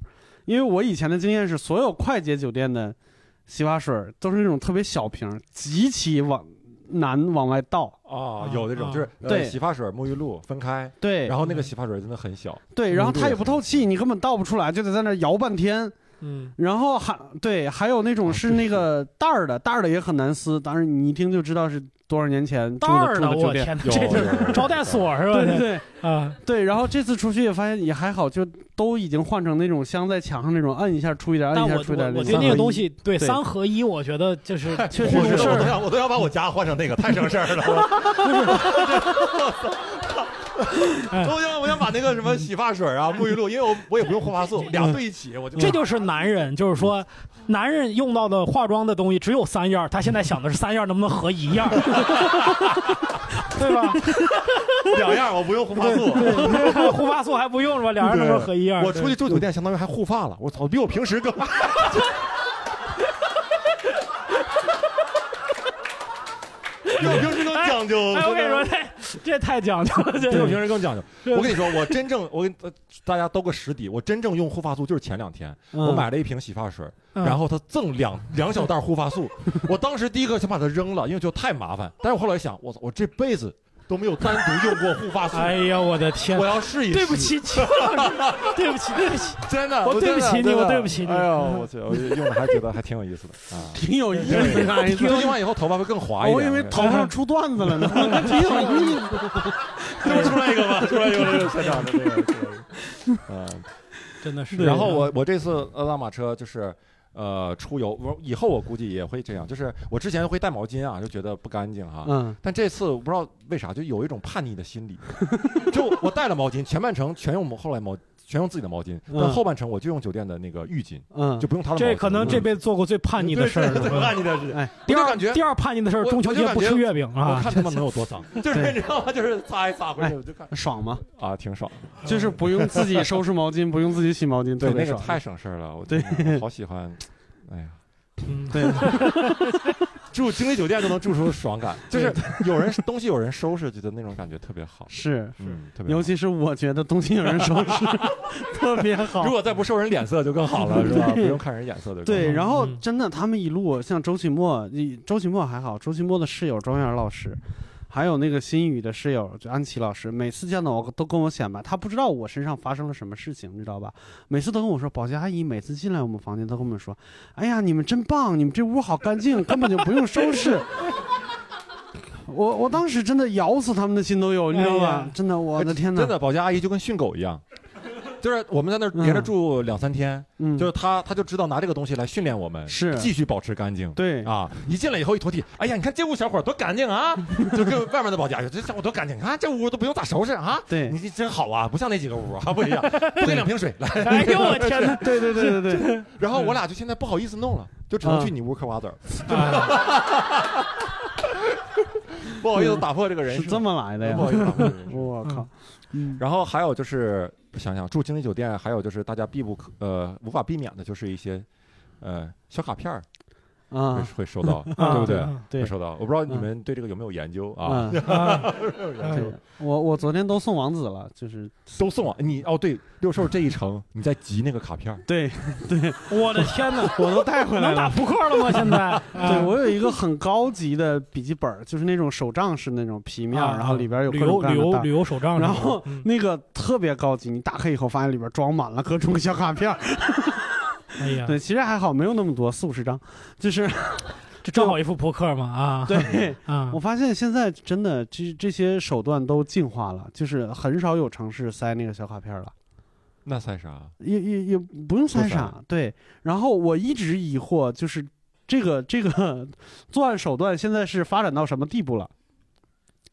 Speaker 3: 因为我以前的经验是，所有快捷酒店的洗发水儿都是那种特别小瓶儿，极其往难往外倒。
Speaker 2: 哦，有那种就是呃
Speaker 3: 对
Speaker 2: 洗发水、沐浴露分开，
Speaker 3: 对嗯
Speaker 2: 然后那个洗发水真的很小，
Speaker 3: 对，然后
Speaker 2: 密度
Speaker 3: 它也不透气，你根本倒不出来，就得在那儿摇半天。
Speaker 4: 嗯，
Speaker 3: 然后还对，还有那种是那个袋儿的，袋儿的也很难撕，当然你一听就知道是多少年前住
Speaker 4: 袋儿
Speaker 3: 住
Speaker 4: 的，
Speaker 3: 的酒
Speaker 4: 我
Speaker 3: 店
Speaker 4: 天哪，这是招待所是吧？
Speaker 3: 对对对
Speaker 4: 啊，
Speaker 3: 对，然后这次出去也发现也还好，就都已经换成那种镶在墙上那种，摁一下出一点，摁
Speaker 4: 但
Speaker 3: 一下
Speaker 4: 我
Speaker 3: 出一点。
Speaker 4: 我我觉得那个东西
Speaker 3: 对
Speaker 4: 对三合一，我觉得就是
Speaker 3: 确实是
Speaker 4: 啊
Speaker 8: 我都要我都要把我家换成那个，太省事 儿了。我想我想把那个什么洗发水啊、沐浴露，因为我我也不用护发素，
Speaker 3: 嗯
Speaker 8: 俩对一起，我就
Speaker 4: 嗯这就是男人，就是说，男人用到的化妆的东西只有三样儿，他现在想的是三样儿能不能合一样儿， 对吧？
Speaker 8: 两样，我不用护发素，
Speaker 4: 对护发素还不用是吧？两样能不能合一样？
Speaker 8: 我出去住酒店，相当于还护发了。我操，比我平时 更。比我平时更讲究。
Speaker 4: 哎，哎我跟你说，这这太讲究了，这
Speaker 2: 比我平时更讲究。
Speaker 4: 对
Speaker 2: 我跟你说，我真正我跟呃大家兜个实底，我真正用护发素就是前两天，
Speaker 4: 嗯
Speaker 2: 我买了一瓶洗发水，
Speaker 4: 嗯
Speaker 2: 然后他赠两两小袋护发素，我当时第一个想把它扔了，因为就太麻烦。但是我后来想，我操我这辈子都没有单独用过护发素。
Speaker 4: 哎呀，我的天！
Speaker 2: 我要试一试。
Speaker 4: 对不起，齐老师，对不起，对不起，
Speaker 8: 真的
Speaker 4: 我对不起你，我对不起你。
Speaker 2: 哎呦，我去，我用的还觉得还挺有意思的 啊，
Speaker 3: 挺有意 思的
Speaker 2: 挺有意思
Speaker 3: 挺
Speaker 2: 的
Speaker 3: 有意思的
Speaker 2: 用完以后头发会更滑一点。
Speaker 4: 哦
Speaker 3: 我以哦为头上出段子了呢，挺有意思的。
Speaker 8: 这不出来一个吗？出来一个，，
Speaker 2: 现场的这个，嗯，
Speaker 4: 真的是。
Speaker 2: 然后
Speaker 4: 嗯
Speaker 2: 我我这次呃拉马车就是。呃，出游我以后我估计也会这样，就是我之前会带毛巾啊，就觉得不干净哈。
Speaker 3: 嗯。
Speaker 2: 但这次我不知道为啥，就有一种叛逆的心理， 就我带了毛巾，前半程全用后来毛全用自己的毛巾，但
Speaker 4: 嗯
Speaker 2: 后半程我就用酒店的那个浴巾，
Speaker 3: 嗯
Speaker 2: 就不用他的毛巾。
Speaker 4: 这可能 这辈子做过最叛逆的事儿了，
Speaker 2: 对最叛逆的事
Speaker 3: 哎
Speaker 4: 第
Speaker 2: 我
Speaker 4: 二
Speaker 2: 就感觉
Speaker 4: 第二叛逆的事儿，
Speaker 2: 我
Speaker 4: 中秋节不吃月饼啊！
Speaker 2: 我就感觉我看他们能有多脏
Speaker 8: 就是你知道吗？就是擦一擦回
Speaker 3: 哎
Speaker 8: 去我就看。，
Speaker 3: 爽吗？
Speaker 2: 啊，挺爽，
Speaker 3: 就是不用自己收拾毛巾，不用自己洗毛巾，
Speaker 2: 对
Speaker 3: 特别
Speaker 2: 那个
Speaker 3: 爽。
Speaker 2: 太省事儿了，我
Speaker 3: 对
Speaker 2: 真的好喜欢，哎呀，
Speaker 3: 对，
Speaker 2: 住经济酒店就能住出爽感，就是有人东西有人收拾，觉得那种感觉特别好。
Speaker 3: 是
Speaker 2: 嗯，特别好
Speaker 3: 尤其是我觉得东西有人收拾， 特别好。
Speaker 2: 如果再不收人脸色就更好了，是吧？不用看人眼色的。
Speaker 3: 对，然后真的，他们一路像周奇墨，你周奇墨还好，周奇墨的室友庄园老师，还有那个新宇的室友就安琪老师，每次见到我都跟我显摆，他不知道我身上发生了什么事情，你知道吧？每次都跟我说，保洁阿姨每次进来我们房间都跟我们说，哎呀，你们真棒，你们这屋好干净，根本就不用收拾。我我当时真的咬死他们的心都有，你知道
Speaker 2: 哎呀
Speaker 3: 吧？真的，我的天哪！
Speaker 2: 真的，保洁阿姨就跟训狗一样，就是我们在那儿连着住两三天，就是他他就知道拿这个东西来训练我们，
Speaker 3: 嗯是
Speaker 2: 继续保持干净。
Speaker 3: 对
Speaker 2: 啊，一进来以后一拖地，哎呀，你看这屋小伙儿多干净 啊，就跟外面的保洁说这小伙儿多干净，你啊看这屋都不用咋收拾啊。
Speaker 3: 对，
Speaker 2: 你这真好啊，不像那几个屋啊，不一 样。不给两瓶水来。
Speaker 4: 哎呦我 天哪
Speaker 2: 对对对对
Speaker 4: 对
Speaker 2: 对。然后我俩就现在不好意思弄了，就只
Speaker 3: 啊
Speaker 2: 能去你屋嗑瓜子儿。 不好意思打破这个人设，
Speaker 3: 是这么来的呀
Speaker 2: 不好意思打破这个人设
Speaker 3: 我靠，
Speaker 2: 然后还有就是想想住经济酒店，还有就是大家必不可呃无法避免的就是一些呃小卡片儿。
Speaker 3: 啊
Speaker 2: 会会收到，
Speaker 3: 啊
Speaker 2: 对不对
Speaker 3: 啊？对
Speaker 2: 会收到。我不知道你们对这个有没有研究啊
Speaker 3: 嗯？
Speaker 2: 有没有
Speaker 4: 哎
Speaker 2: 研究
Speaker 3: 对？我我昨天都送王子了，就是
Speaker 2: 都送王你哦，对，六兽这一程你在集那个卡片儿，
Speaker 3: 对对，
Speaker 4: 我的天哪
Speaker 3: 我都 带回来了，
Speaker 4: 能打扑克了嗯吗 现在 哎
Speaker 3: 对我有一个很高级的笔记本儿，就是那种手账式那种皮面儿，
Speaker 4: 啊
Speaker 3: 然后里边儿有
Speaker 4: 旅
Speaker 3: 各种
Speaker 4: 游
Speaker 3: 各样的
Speaker 4: 旅游
Speaker 3: 档
Speaker 4: 旅游手账嗯是吗
Speaker 3: 然后 那个特别高级，你打开以后发现里边儿装满了各种小卡片儿。
Speaker 4: 哎呀，
Speaker 3: 对，其实还好，没有那么多，四五十张，就是。
Speaker 4: 这正好一副扑克嘛啊！
Speaker 3: 对
Speaker 4: 啊，
Speaker 3: 我发现现在真的这这些手段都进化了，就是很少有城市塞那个小卡片了。
Speaker 2: 那算啥？
Speaker 3: 也也也不用塞傻，对。然后我一直疑惑，就是这个这个作案手段现在是发展到什么地步了？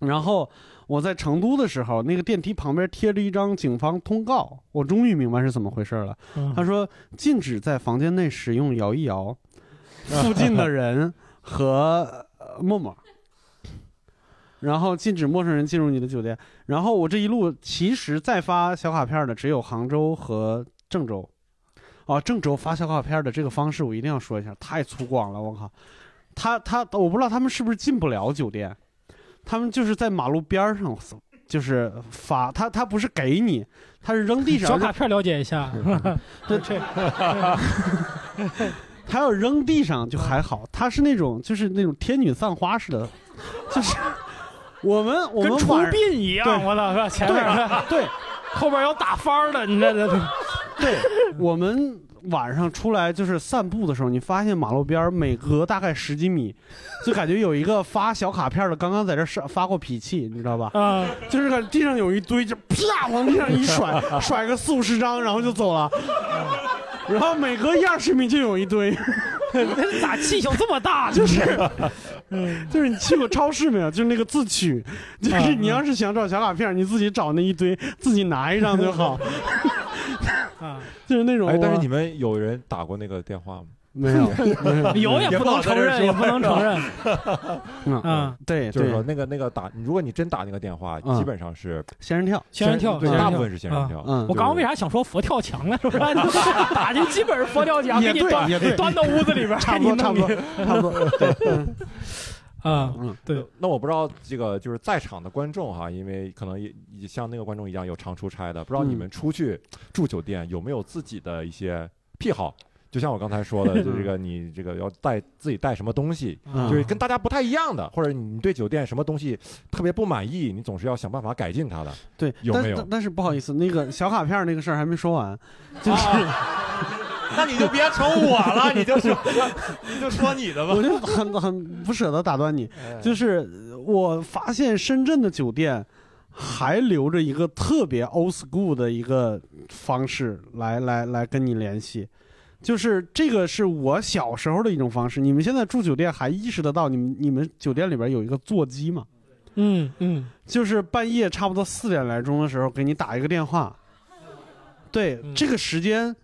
Speaker 3: 然后我在成都的时候，那个电梯旁边贴着一张警方通告，我终于明白是怎么回事了
Speaker 4: 嗯。
Speaker 3: 他说禁止在房间内使用摇一摇，附近的人和呃陌陌。然后禁止陌生人进入你的酒店。然后我这一路其实再发小卡片的只有杭州和郑州，啊，郑州发小卡片的这个方式我一定要说一下，太粗犷了，我靠！他他我不知道他们是不是进不了酒店，他们就是在马路边儿上就是发，他他不是给你，他是扔地上
Speaker 12: 小卡片了解一下，
Speaker 3: 对这，他要扔地上就还好，他是那种就是那种天女散花似 的，就是我们我们
Speaker 4: 跟出
Speaker 3: 晚上
Speaker 4: 殡一样，
Speaker 3: 对
Speaker 4: 我操，是吧？前面 儿
Speaker 3: 对，
Speaker 4: 后边儿有打幡儿的，你这这这
Speaker 3: 对我们晚上出来就是散步的时候，你发现马路边儿每隔大概十几米，就感觉有一个发小卡片的刚刚在这上发过脾气，你知道吧？
Speaker 4: 啊，
Speaker 3: 就是看地上有一堆，就啪往地上一 甩，甩个四五十张，然后就走了。然后每隔一二十米就有一堆，
Speaker 4: 咋气性这么大呢？
Speaker 3: 就是就是你去过超市没有？ 就是那个自取，就是你要是想找小卡片，你自己找那一堆，自己拿一张就 好。就是那种
Speaker 2: 哎，但是
Speaker 3: 我
Speaker 2: 你们有人打过那个电话吗？
Speaker 3: 没 有没有有也不能承认也不能承认 嗯
Speaker 4: 啊
Speaker 3: 嗯对
Speaker 2: 就是
Speaker 3: 对
Speaker 2: 说那个那个打，如果你真打那个电话，
Speaker 3: 嗯
Speaker 2: 基本上是
Speaker 3: 仙人跳，
Speaker 4: 仙人跳，
Speaker 2: 对，
Speaker 4: 仙人
Speaker 2: 大
Speaker 4: 跳
Speaker 2: 部分是仙人跳
Speaker 4: 啊。
Speaker 2: 嗯，
Speaker 4: 我刚刚为啥想说佛跳墙呢？是不是？ 打进基本是佛跳墙，
Speaker 3: 也
Speaker 4: 给你
Speaker 3: 对
Speaker 4: 端
Speaker 3: 也对
Speaker 4: 端到屋子里边儿，
Speaker 3: 差不
Speaker 4: 给你
Speaker 3: 多
Speaker 4: 弄
Speaker 3: 差不多
Speaker 4: 进
Speaker 3: 差不 多对嗯
Speaker 4: 啊， 对。
Speaker 2: 那我不知道这个就是在场的观众哈，因为可能也也像那个观众一样有常出差的，不知道
Speaker 4: 嗯
Speaker 2: 你们出去住酒店有没有自己的一些癖好？就像我刚才说 的，就这个你这个要带自己带什么东西，
Speaker 4: 嗯
Speaker 2: 就是跟大家不太一样的，或者你对酒店什么东西特别不满意，你总是要想办法改进它的。
Speaker 3: 对，
Speaker 2: 有
Speaker 3: 但
Speaker 2: 没有
Speaker 3: 但？但是不好意思，那个小卡片那个事儿还没说完，就是、
Speaker 14: 那你就别瞅我了，你就说，你就说你的吧。
Speaker 3: 我就很很不舍得打断你，就是我发现深圳的酒店还留着一个特别 old school 的一个方式来来来跟你联系。就是这个是我小时候的一种方式。你们现在住酒店还意识得到你们你们酒店里边有一个座机吗？
Speaker 4: 嗯嗯，
Speaker 3: 就是半夜差不多四点来钟的时候给你打一个电话。对，
Speaker 4: 嗯
Speaker 3: 这个时间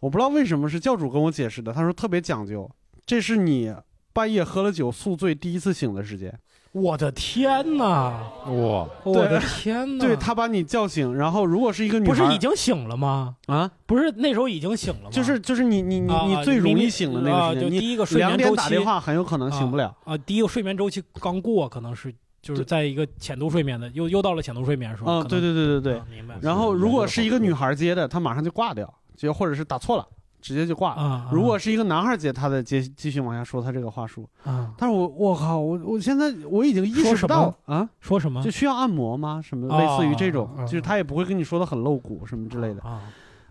Speaker 3: 我不知道为什么是教主跟我解释的，他说特别讲究，这是你半夜喝了酒宿醉第一次醒的时间。
Speaker 4: 我的天哪！
Speaker 2: 哇，
Speaker 4: 我的天哪！
Speaker 3: 啊对他把你叫醒，然后如果是一个女孩，
Speaker 4: 不是已经醒了吗？
Speaker 3: 啊，
Speaker 4: 不是那时候已经醒了吗？
Speaker 3: 就是就是你你你
Speaker 4: 啊
Speaker 3: 你最容易醒的那个
Speaker 4: 啊
Speaker 3: 时
Speaker 4: 就
Speaker 3: 间，你
Speaker 4: 第一个睡眠
Speaker 3: 两点
Speaker 4: 周
Speaker 3: 打
Speaker 4: 期
Speaker 3: 电话很有可能醒不了。
Speaker 4: 啊。第一个睡眠周期刚过，可能是就是在一个浅度睡眠的，又又到了浅度睡眠是吧？
Speaker 3: 啊，
Speaker 4: 可能
Speaker 3: 对对对对对，明白。然后如果是一个女孩接的，她马上就挂掉，就或者是打错了，直接就挂了。
Speaker 4: 啊
Speaker 3: 如果是一个男孩接，他再接继续往下说他这个话术。
Speaker 4: 啊，
Speaker 3: 但是我我靠，我我现在我已经意
Speaker 4: 说
Speaker 3: 识
Speaker 4: 什
Speaker 3: 不到
Speaker 4: 么
Speaker 3: 啊，
Speaker 4: 说什么
Speaker 3: 就需要按摩吗？什么类似于这种
Speaker 4: 啊，
Speaker 3: 就是他也不会跟你说的很露骨什么之类的
Speaker 4: 啊。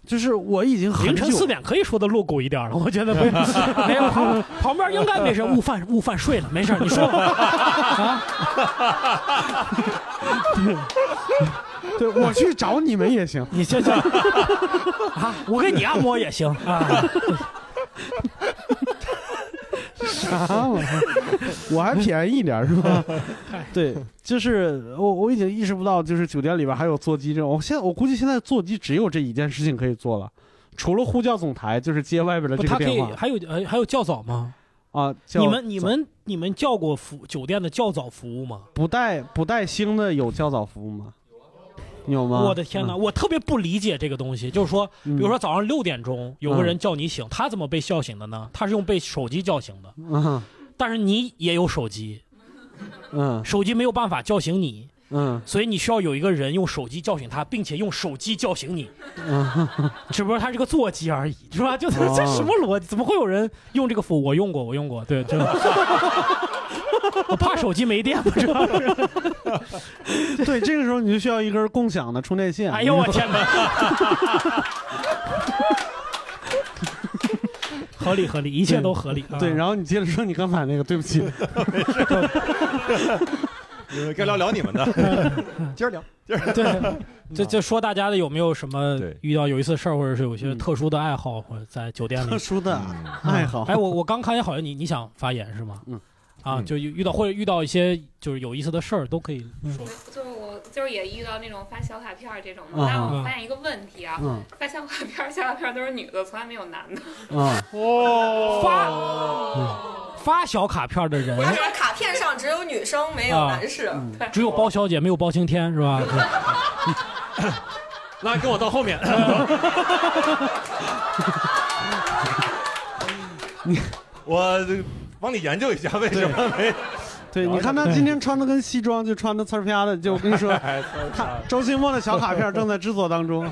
Speaker 3: 就是我已经很
Speaker 4: 凌
Speaker 3: 久
Speaker 4: 晨四点可以说的露骨一点了，我觉得 不没有旁旁边应该没事，悟饭悟饭睡了，没事儿，你说吧。啊，
Speaker 3: 对我去找你们也 行，
Speaker 15: 你先 去啊，我给你按摩也行啊。
Speaker 3: 啥玩意儿？啊我还便宜一点儿是 吧？对，就是我我已经意识不到，就是酒店里边还有座机这种。我现在我估计现在座机只有这一件事情可以做了，除了呼叫总台，就是接外边的
Speaker 4: 不，
Speaker 3: 这
Speaker 4: 他
Speaker 3: 个
Speaker 4: 可以
Speaker 3: 电话
Speaker 4: 还有呃还有较早吗？
Speaker 3: 啊。叫
Speaker 4: 你们你们你们叫过服酒店的较早服务吗？
Speaker 3: 不带不带星的有较早服务吗？有吗？
Speaker 4: 我的天哪，
Speaker 3: 嗯
Speaker 4: 我特别不理解这个东西，就是说，比如说早上六点钟有个
Speaker 3: 嗯
Speaker 4: 人叫你醒，他怎么被叫醒的呢？他是用被手机叫醒的，
Speaker 3: 嗯
Speaker 4: 但是你也有手机，
Speaker 3: 嗯
Speaker 4: 手机没有办法叫醒你，
Speaker 3: 嗯
Speaker 4: 所以你需要有一个人用手机叫醒他，并且用手机叫醒你，
Speaker 3: 嗯，
Speaker 4: 只不过他是个座机而已，是吧？就是
Speaker 15: 哦
Speaker 4: 这什么逻辑？怎么会有人用这个服务？我用过，我用过，对，真的。我怕手机没电，不知道是。
Speaker 3: 对，这个时候你就需要一根共享的充电线。
Speaker 4: 哎呦我天哪！合理合理，一切都合理。
Speaker 3: 对，
Speaker 4: 啊
Speaker 3: 然后你接着说你刚才那个，对 不起。
Speaker 2: 该聊聊你们的，接着聊，接着
Speaker 4: 对，嗯这这说大家的有没有什么遇到有一次事儿，或者是有些特殊的爱好，或者在酒 店里
Speaker 3: 特殊的爱好
Speaker 4: 哎，我我刚看见好像你你想发言是吗？
Speaker 3: 嗯，
Speaker 4: 啊，就遇到或者遇到一些就是有意思的事儿都可以
Speaker 3: 嗯
Speaker 4: 说。
Speaker 16: 就是我就是也遇到那种发小卡片儿这种
Speaker 4: 啊
Speaker 16: 嘛，但是
Speaker 4: 啊
Speaker 16: 我发现一个问题啊
Speaker 4: 嗯，
Speaker 16: 发小卡片儿、小卡片儿都是女的，从来没有男的。
Speaker 3: 啊，
Speaker 16: 哦
Speaker 4: 发嗯发小卡片的人
Speaker 12: 为什么卡片上只有女生没
Speaker 2: 啊
Speaker 12: 有男士？
Speaker 2: 嗯
Speaker 12: 对，
Speaker 4: 只有包小姐没有包青天是吧？
Speaker 2: 来跟我到后面。我帮你研究一下为什么没。
Speaker 3: 对，你看他今天穿的跟西装，就穿的呲儿啪的，就我 跟你说
Speaker 2: 哎呲儿，啪
Speaker 3: 他周星墨的小卡片正在制作当中。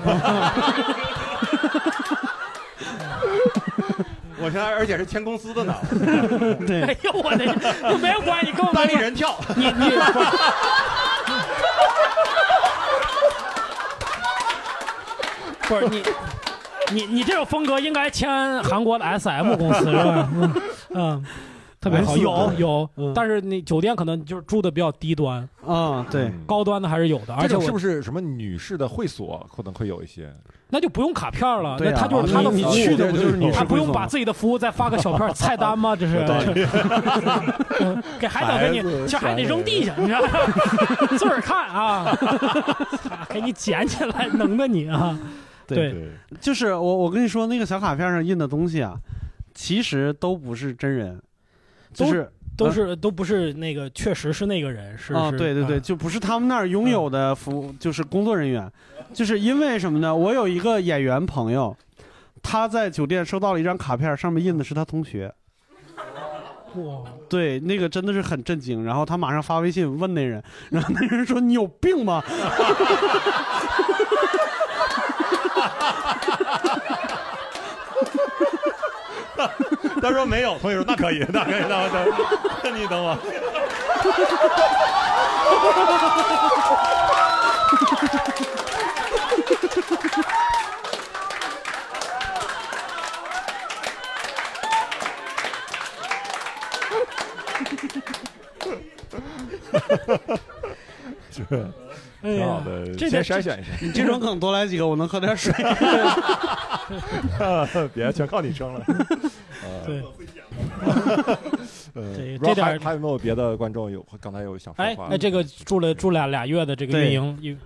Speaker 2: 我现在而且是签公司的呢。
Speaker 3: 对
Speaker 4: 哎呦我的，就没有关系，跟我
Speaker 2: 单立人跳，
Speaker 4: 你你。 不是你，你你这种风格应该签韩国的 S M 公司是吧？嗯嗯，特别好，
Speaker 3: S
Speaker 4: 有有
Speaker 3: 嗯，
Speaker 4: 但是你酒店可能就是住的比较低端
Speaker 3: 啊，对，
Speaker 14: 嗯
Speaker 4: 高端的还是有的，而
Speaker 9: 这
Speaker 4: 且
Speaker 9: 种
Speaker 4: 我
Speaker 9: 是不是什么女士的会所可能会有一些？
Speaker 4: 那就不用卡片了，
Speaker 9: 对
Speaker 4: 那
Speaker 9: 啊
Speaker 4: 他就是他的服务，
Speaker 9: 你你去的不就是女士
Speaker 4: 他不用
Speaker 9: 会所吗
Speaker 4: 把自己的服务再发个小片菜单吗？这是
Speaker 9: 有道理
Speaker 4: 嗯给海导给你
Speaker 15: 孩子，
Speaker 4: 其实还得扔地下，你知道吗？自个儿看啊， 给你捡起来，能的你啊，对，
Speaker 3: 就是我我跟你说，那个小卡片上印的东西啊，其实都不是真人，
Speaker 4: 都
Speaker 3: 就是
Speaker 4: 都
Speaker 3: 呃
Speaker 9: 嗯
Speaker 4: 是都不是那个，确实是那个人，是
Speaker 9: 哦
Speaker 3: 啊，
Speaker 4: 是
Speaker 3: 对对对，
Speaker 4: 啊
Speaker 3: 就不是他们那儿拥有的服务，就是工作人员，就是因为什么呢？我有一个演员朋友，他在酒店收到了一张卡片，上面印的是他同学。
Speaker 4: 哇，
Speaker 3: 对，那个真的是很震惊。然后他马上发微信问那人，然后那人说：“你有病吗？”
Speaker 2: 他说没有，朋友说那可以，那可以，那我等，你等我。
Speaker 9: 是，
Speaker 3: 哎呀
Speaker 9: 挺
Speaker 2: 啊
Speaker 9: 好的，
Speaker 3: 这
Speaker 9: 先
Speaker 3: 这
Speaker 9: 筛选一下。
Speaker 3: 你这种梗多来几个，我能喝点水。
Speaker 9: 别，全靠你 撑了。
Speaker 2: 啊
Speaker 9: 呃
Speaker 4: 对，
Speaker 9: 呃，
Speaker 4: 这
Speaker 9: 不知
Speaker 4: 这
Speaker 9: 道
Speaker 4: 点
Speaker 9: 还还有没有别的观众有刚才有想说
Speaker 4: 哎
Speaker 9: 话的？
Speaker 4: 哎，这个住了住俩俩月的这个
Speaker 9: 对
Speaker 4: 运营运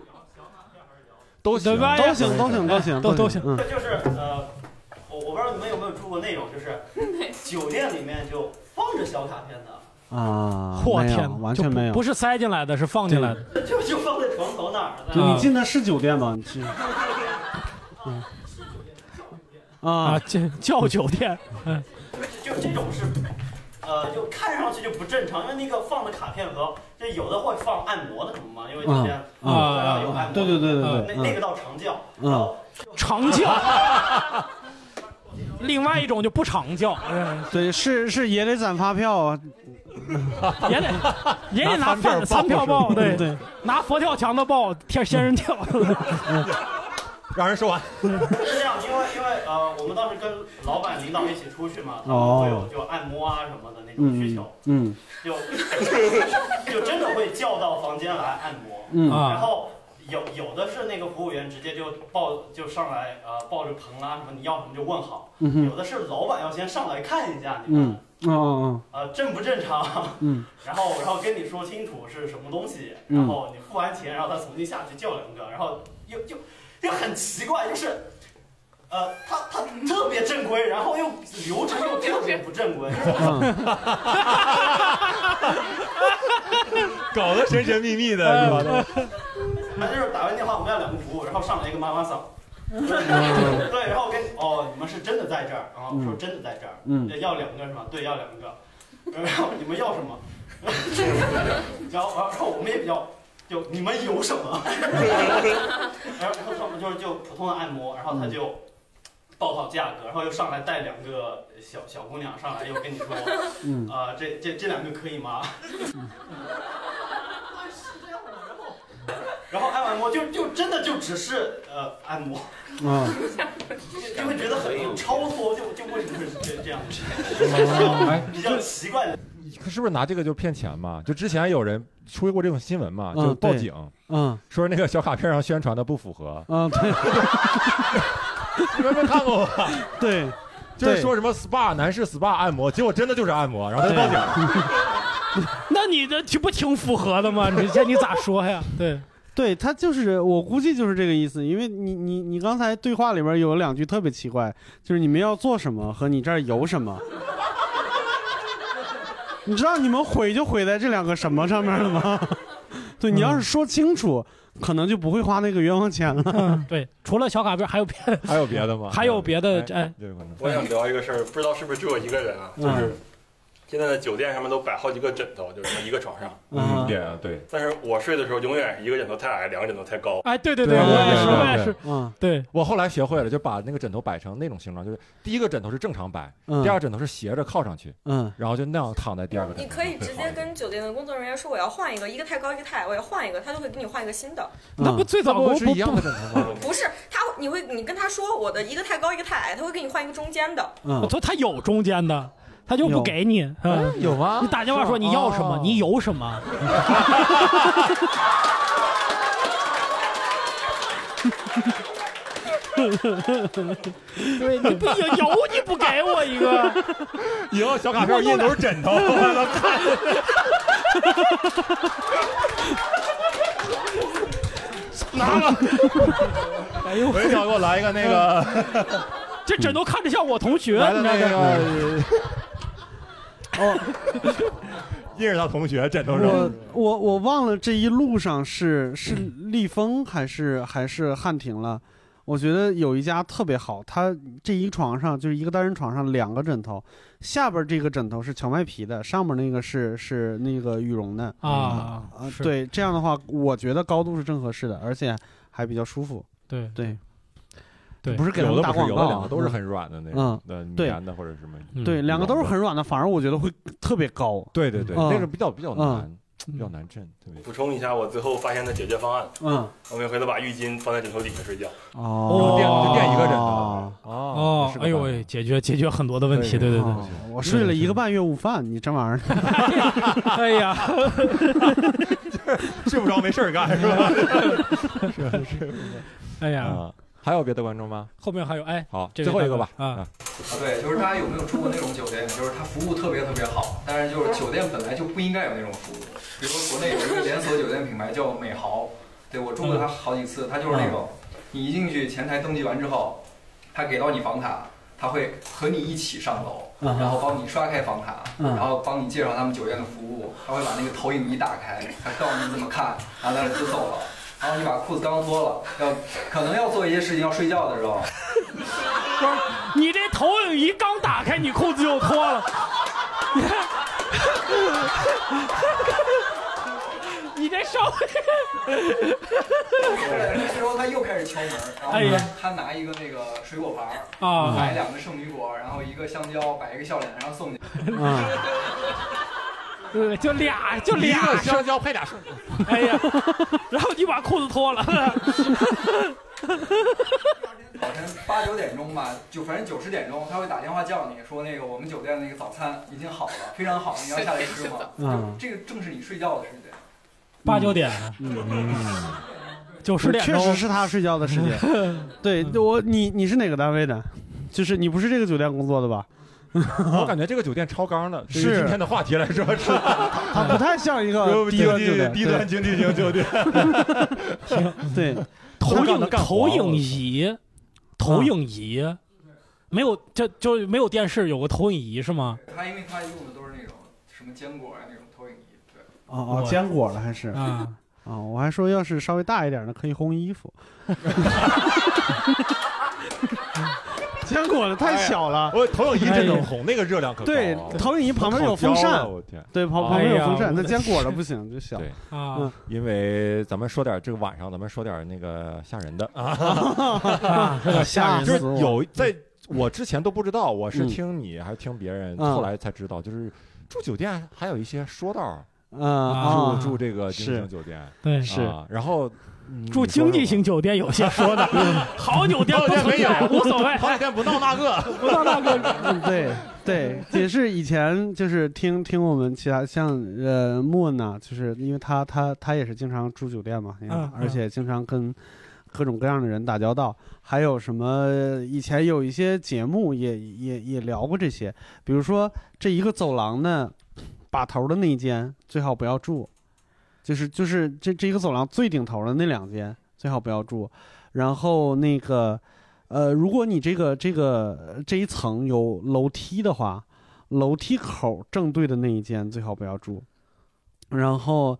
Speaker 9: 都，
Speaker 4: 对吧？
Speaker 3: 都行都行都行
Speaker 4: 哎都
Speaker 3: 都
Speaker 4: 行
Speaker 3: 行，
Speaker 4: 嗯
Speaker 8: 这就是呃，我我不知道你们有没有住过那种，就是酒店里面就放着小卡片的，
Speaker 3: 啊，
Speaker 4: 嚯
Speaker 3: 没有
Speaker 4: 天哪，
Speaker 3: 完
Speaker 4: 就
Speaker 3: 全
Speaker 4: 不
Speaker 3: 没有。
Speaker 4: 不是塞进来的，是放进来的。啊
Speaker 8: 就就放在床头哪儿
Speaker 3: 对，
Speaker 8: 的。
Speaker 3: 你进的是酒店吗？你进。嗯啊，
Speaker 4: 这叫酒店，嗯，
Speaker 8: 就这种是，呃，就看上去就不正常，因为那个放的卡片盒，就有的会放按摩的什么嘛，因为酒店
Speaker 3: 啊啊
Speaker 8: 有按摩的，
Speaker 3: 对对对对对
Speaker 8: 那
Speaker 3: 嗯
Speaker 8: 那个到长教，
Speaker 3: 嗯，
Speaker 4: 长叫。 另外一种就不常叫，嗯
Speaker 3: 对，是是也得攒发票啊，
Speaker 4: 也得也得拿饭
Speaker 3: 拿
Speaker 4: 餐
Speaker 3: 餐票
Speaker 4: 票报，
Speaker 3: 报
Speaker 4: 对
Speaker 3: 嗯对，
Speaker 4: 拿佛跳墙的报，贴仙人跳，
Speaker 2: 让人说完。
Speaker 8: 是这样，因为因为呃，我们当时跟老板领导一起出去嘛，他们
Speaker 3: 哦
Speaker 8: 会有就按摩啊什么的那种需
Speaker 3: 嗯
Speaker 8: 求，
Speaker 3: 嗯
Speaker 8: 就就真的会叫到房间来按摩，
Speaker 3: 嗯
Speaker 8: 然后有有的是那个服务员直接就抱就上来呃抱着盆啊什么你要什么就问好，
Speaker 3: 嗯哼
Speaker 8: 有的是老板要先上来看一下你们
Speaker 3: 嗯，哦哦，
Speaker 8: 呃正不正常，
Speaker 3: 嗯，
Speaker 8: 然后然后跟你说清楚是什么东西，
Speaker 3: 嗯
Speaker 8: 然后你付完钱，然后他重新下去叫两个，然后又又又很奇怪，就是。呃，他他特别正规，然后又流程又特别不正 规，
Speaker 14: 嗯搞得神神秘秘的，是吧？
Speaker 8: 他就是打完电话，我们要两个服务，然后上来一个妈妈桑。
Speaker 14: 嗯
Speaker 8: 对，然后我跟哦，你们是真的在这儿啊？我说真的在这儿，
Speaker 3: 嗯
Speaker 8: 要两个是吧？对，要两个。然后你们要什么？ 然后然后我们也比较，就你们有什么？ 然后然后我们就是就普通的按摩，然
Speaker 3: 嗯
Speaker 8: 后他就报好价格，然后又上来带两个小小姑娘上来，又跟你说，
Speaker 3: 嗯
Speaker 8: 啊、这这这两个可以吗？ 然后按完摩就就真的就只是呃按摩，
Speaker 3: 啊
Speaker 8: 就就会觉得很很超脱，就就为什么会这这样子？
Speaker 2: 哎
Speaker 8: 比较奇怪的。
Speaker 2: 可是不是拿这个就骗钱嘛？就之前有人出过这种新闻嘛，
Speaker 3: 嗯
Speaker 2: 就报
Speaker 3: 对
Speaker 2: 警，
Speaker 3: 嗯，
Speaker 2: 说那个小卡片上宣传的不符合，
Speaker 3: 嗯，对，
Speaker 2: 你们有没有看过吧？
Speaker 3: 对，
Speaker 2: 就是说什么 SPA 男士 SPA 按摩，结果真的就是按摩，然后他就报警。
Speaker 4: 那你这挺不挺符合的吗？你这你咋说呀？对，
Speaker 3: 对他就是，我估计就是这个意思，因为你你你刚才对话里边有两句特别奇怪，就是你们要做什么和你这儿有什 么，你知道你们毁就毁在这两个什么上面 了吗？对你要是说清楚，可能就不会花那个冤枉钱了。
Speaker 4: 对，除了小卡片还有别的，
Speaker 2: 还有别的吗
Speaker 4: 还有别的，哎，
Speaker 17: 我想聊一个事儿，不知道是不是只有一个人啊，
Speaker 3: 嗯
Speaker 17: 就是现在的酒店上面都摆好几个枕头， 就是一个床上。
Speaker 2: 嗯，对啊对。
Speaker 17: 但是我睡的时候，永远一个枕头太矮，两个枕头太高。
Speaker 4: 哎，对对
Speaker 2: 对
Speaker 4: 我也是，我也是，
Speaker 3: 嗯，
Speaker 4: 对
Speaker 2: 我后来学会了，就把那个枕头摆成那种形状，就是第一个枕头是正常摆，
Speaker 3: 嗯
Speaker 2: 第二个枕头是斜着靠上去，
Speaker 3: 嗯，
Speaker 2: 然后就那样躺在第二个枕
Speaker 13: 你
Speaker 2: 头
Speaker 13: 可
Speaker 2: 上。
Speaker 13: 以直 接跟酒店的工作人员说我要换一个，一个太高一个太矮，我要换一个，他就会给你换一个新的。
Speaker 2: 那不
Speaker 4: 最早
Speaker 2: 不
Speaker 4: 不
Speaker 2: 嗯是一样的枕 头吗？
Speaker 13: 不是他，你会你跟他说我的一个太高一个太矮，他会给你换一个中间的。
Speaker 3: 嗯
Speaker 4: 我说他有中间的，他就不给你，
Speaker 14: 哎
Speaker 4: 嗯
Speaker 2: 有吗
Speaker 4: 你打电话说你要什
Speaker 14: 哦
Speaker 4: 么，你有什 么？
Speaker 12: 对你不有有你不给我一个，
Speaker 14: 以后小卡片印都是枕头，
Speaker 4: 拿了，
Speaker 14: 哎呦，我也想给我来一个那个，
Speaker 4: 嗯这枕头看着像我同学，
Speaker 14: 来
Speaker 4: 你
Speaker 14: 了
Speaker 4: 知道
Speaker 14: 那
Speaker 4: 吗？
Speaker 14: 个，
Speaker 3: 哦，
Speaker 14: 印着他同学枕头
Speaker 3: 我
Speaker 14: 上。
Speaker 3: 我我忘了这一路上是是
Speaker 4: 嗯
Speaker 3: 立丰还是还是汉庭了。我觉得有一家特别好，它这一床上就是一个单人床上两个枕头，下边这个枕头是荞麦皮的，上面那个是是那个羽绒的
Speaker 4: 啊
Speaker 3: 啊
Speaker 4: 是
Speaker 3: 对，这样的话我觉得高度是正合适的，而且还比较舒服。
Speaker 4: 对
Speaker 3: 对
Speaker 4: 对
Speaker 3: 不是给
Speaker 2: 有
Speaker 3: 人
Speaker 2: 的
Speaker 3: 打
Speaker 2: 不是
Speaker 3: 广
Speaker 2: 有
Speaker 3: 告
Speaker 2: 的
Speaker 3: 啊，
Speaker 2: 两个都是很软的那
Speaker 3: 嗯
Speaker 2: 种，呃，
Speaker 3: 对
Speaker 2: 棉的或者什么。
Speaker 3: 对，两个都是很软的，反而我觉得会特别高。
Speaker 2: 对对对，
Speaker 3: 嗯
Speaker 2: 那个比较比较
Speaker 3: 嗯
Speaker 2: 难，比较难震，特别。
Speaker 17: 补充一下，我最后发现的解决方案，
Speaker 3: 嗯，
Speaker 17: 我每回都把浴巾放在枕头底下睡觉。
Speaker 3: 哦
Speaker 2: 垫就垫一个人的
Speaker 3: 哦
Speaker 4: 哦，哎呦喂，解决解决很多的问题，对对对，
Speaker 3: 哦我睡了一个半月午饭，你这玩意儿，
Speaker 4: 哎呀，
Speaker 14: 睡不着没事儿干是吧？
Speaker 2: 是是。
Speaker 4: 哎呀，
Speaker 2: 啊，还有别的观众吗？
Speaker 4: 后面还有哎，
Speaker 2: 好，
Speaker 4: 这
Speaker 2: 最后一个吧。
Speaker 4: 啊，
Speaker 1: 啊，对，就是大家有没有住过那种酒店，就是它服务特别特别好，但是就是酒店本来就不应该有那种服务。比如说国内有一个连锁酒店品牌叫美豪，对我住过它好几次，它就是那种，你一进去前台登记完之后，他给到你房卡，他会和你一起上楼，
Speaker 3: 嗯哼
Speaker 1: 然后帮你刷开房卡，
Speaker 3: 嗯
Speaker 1: 然后帮你介绍他们酒店的服务，他会把那个投影仪打开，他告诉你怎么看，然后他就走了。然后你把裤子刚脱了，要可能要做一些事情，要睡觉的时候，
Speaker 4: 你这投影仪刚打开，你裤子就脱了。 你这 稍微，
Speaker 1: 对，这时候他又开始敲门，然后
Speaker 4: 哎呀
Speaker 1: 他他拿一个那个水果盘儿
Speaker 4: 啊
Speaker 1: 买两个圣女果，然后一个香蕉，摆一个笑脸，然后送你。
Speaker 4: 呃就俩就俩
Speaker 1: 一个香
Speaker 2: 蕉配俩树，
Speaker 4: 哎呀，然后你把裤子脱了，
Speaker 1: 早晨八九点钟吧，就反正九十点钟，他会打电话叫你说那个我们酒店那个早餐已经好了，非常好，你要下来吃吗？
Speaker 4: 嗯
Speaker 1: 这个正是你睡觉的时间。
Speaker 4: 八九点，
Speaker 3: 嗯，
Speaker 4: 啊九十点
Speaker 3: 确
Speaker 4: 钟
Speaker 3: 实是他睡觉的时 间。对我，你你是哪个单位的？就是你不是这个酒店工作的吧？
Speaker 2: 我感觉这个酒店超纲的，对于
Speaker 3: 是
Speaker 2: 今天的话题来说是
Speaker 3: 它不太像一个低
Speaker 2: 低
Speaker 3: 端酒店，
Speaker 2: 低端经济型酒店。
Speaker 3: 对，
Speaker 4: 投
Speaker 12: 干得
Speaker 4: 影
Speaker 12: 干活
Speaker 4: 投影仪，投影仪，没有这就没有电视，有个投影仪是吗？
Speaker 1: 他因为他用的都是那种什么坚果啊那种投影仪，对。
Speaker 3: 哦哦，坚果了还是
Speaker 4: 啊
Speaker 3: 啊！我还说要是稍微大一点的可以烘衣服，坚果的太小
Speaker 4: 哎
Speaker 3: 了。
Speaker 2: 我投影仪真能红，那个热量可高啊
Speaker 3: 对，
Speaker 4: 哦
Speaker 3: 投影仪旁边有风
Speaker 2: 烤焦啊
Speaker 4: 啊
Speaker 3: 扇
Speaker 2: 了我天，
Speaker 3: 对，旁旁边有风
Speaker 4: 哎
Speaker 3: 扇，那坚果的不行，就小
Speaker 2: 对
Speaker 4: 啊
Speaker 3: 嗯
Speaker 2: 因为咱们说点这个晚上，咱们说点那个吓人的
Speaker 3: 啊这个吓人
Speaker 2: 就是
Speaker 3: 死我
Speaker 2: 有在我之前都不知道，我是听你还是听别人，
Speaker 3: 嗯
Speaker 2: 后来才知道，就是住酒店还有一些说道儿，
Speaker 4: 嗯
Speaker 3: 啊
Speaker 2: 住住这个经济
Speaker 3: 是
Speaker 2: 型酒店，
Speaker 4: 对
Speaker 2: 啊
Speaker 4: 是
Speaker 2: 然后嗯
Speaker 4: 住经济型酒店有些说的，好酒店不存在，无所谓，
Speaker 14: 好酒店不闹那个，
Speaker 4: 不闹那个。
Speaker 3: 嗯，对对，也是以前就是听听我们其他像呃莫呢，就是因为他他他也是经常住酒店嘛，
Speaker 4: 嗯
Speaker 3: 而且经常跟各种各样的人打交道，还有什么以前有一些节目也也也聊过这些，比如说这一个走廊呢，把头的那一间最好不要住，就是就是这这一个走廊最顶头的那两间最好不要住，然后那个呃，如果你这个这个这一层有楼梯的话，楼梯口正对的那一间最好不要住，然后。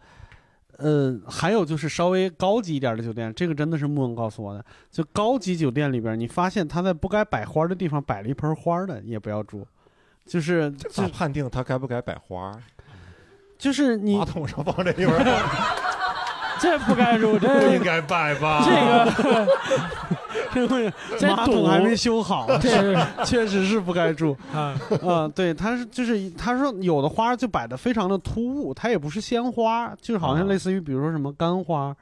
Speaker 3: 呃，还有就是稍微高级一点的酒店，这个真的是穆恩告诉我的。就高级酒店里边，你发现他在不该摆花的地方摆了一盆花的，也不要住。就是这
Speaker 2: 咋判定他该不该摆花？
Speaker 3: 就是你
Speaker 2: 马桶上放这一会儿，
Speaker 4: 这不该住，这
Speaker 14: 不应该拜吧？
Speaker 4: 这个
Speaker 3: 这个
Speaker 4: 这
Speaker 3: 马桶
Speaker 4: 堵
Speaker 3: 还没修好，
Speaker 4: 这是
Speaker 3: 确实是不该住
Speaker 4: 啊。
Speaker 3: 嗯，对，他是就是他说有的花就摆的非常的突兀，它也不是鲜花，就是好像类似于比如说什么干花，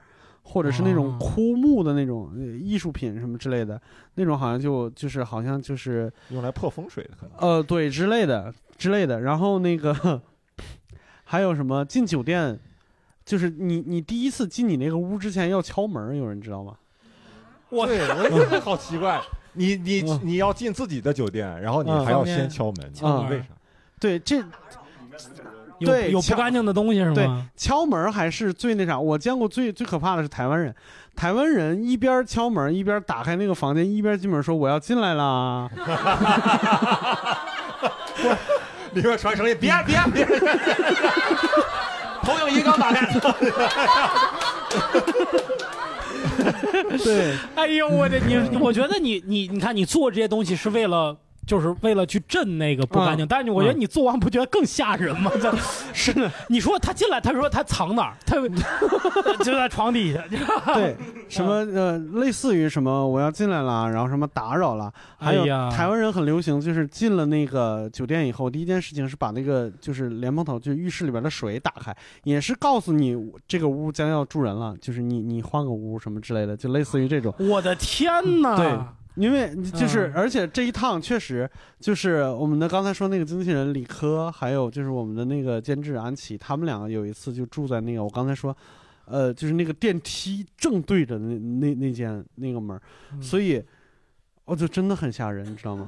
Speaker 3: 或者是那种枯木的那种呃艺术品什么之类的，那种好像就就是好像就是
Speaker 2: 用来破风水的可能。
Speaker 3: 呃，对之类的之类的。然后那个 还有什么进酒店，就是你你第一次进你那个屋之前要敲门，有人知道吗？
Speaker 2: 我对我觉得好奇怪， 你你你要进自己的酒店，然后你还要先敲门，
Speaker 3: 嗯
Speaker 2: 为啥？
Speaker 3: 对，这
Speaker 4: 有
Speaker 3: 对
Speaker 4: 有不
Speaker 3: 敲
Speaker 4: 干净的东西是
Speaker 3: 对
Speaker 4: 吗？，
Speaker 3: 敲门还是最那啥。我见过最最可怕的是台湾人，台湾人一边敲门一边打开那个房间，一边进门说我要进 来啦。
Speaker 14: 里边传声音，别别别，投影仪刚打开，
Speaker 3: 对，
Speaker 4: 哎呦我的你，我觉得你你你看你做这些东西是为了。就是为了去震那个不干净，
Speaker 3: 嗯
Speaker 4: 但是我觉得你做完不觉得更吓人吗？ 这是你说他进来，他说他藏哪儿？他就在床底下。
Speaker 3: 对，什么
Speaker 4: 嗯
Speaker 3: 呃，类似于什么我要进来了，然后什么打扰了，还有
Speaker 4: 哎呀
Speaker 3: 台湾人很流行，就是进了那个酒店以后，第一件事情是把那个就是莲蓬头，就是浴室里边的水打开，也是告诉你这个屋将要住人了，就是你你换个屋什么之类的，就类似于这种。
Speaker 4: 我的天哪！
Speaker 3: 对，因为就是，而且这一趟确实就是我们的刚才说那个经纪人李科，还有就是我们的那个监制安琪，他们两个有一次就住在那个我刚才说，呃，就是那个电梯正对着那那那间那个门儿，所以哦，就真的很吓人，你知道吗？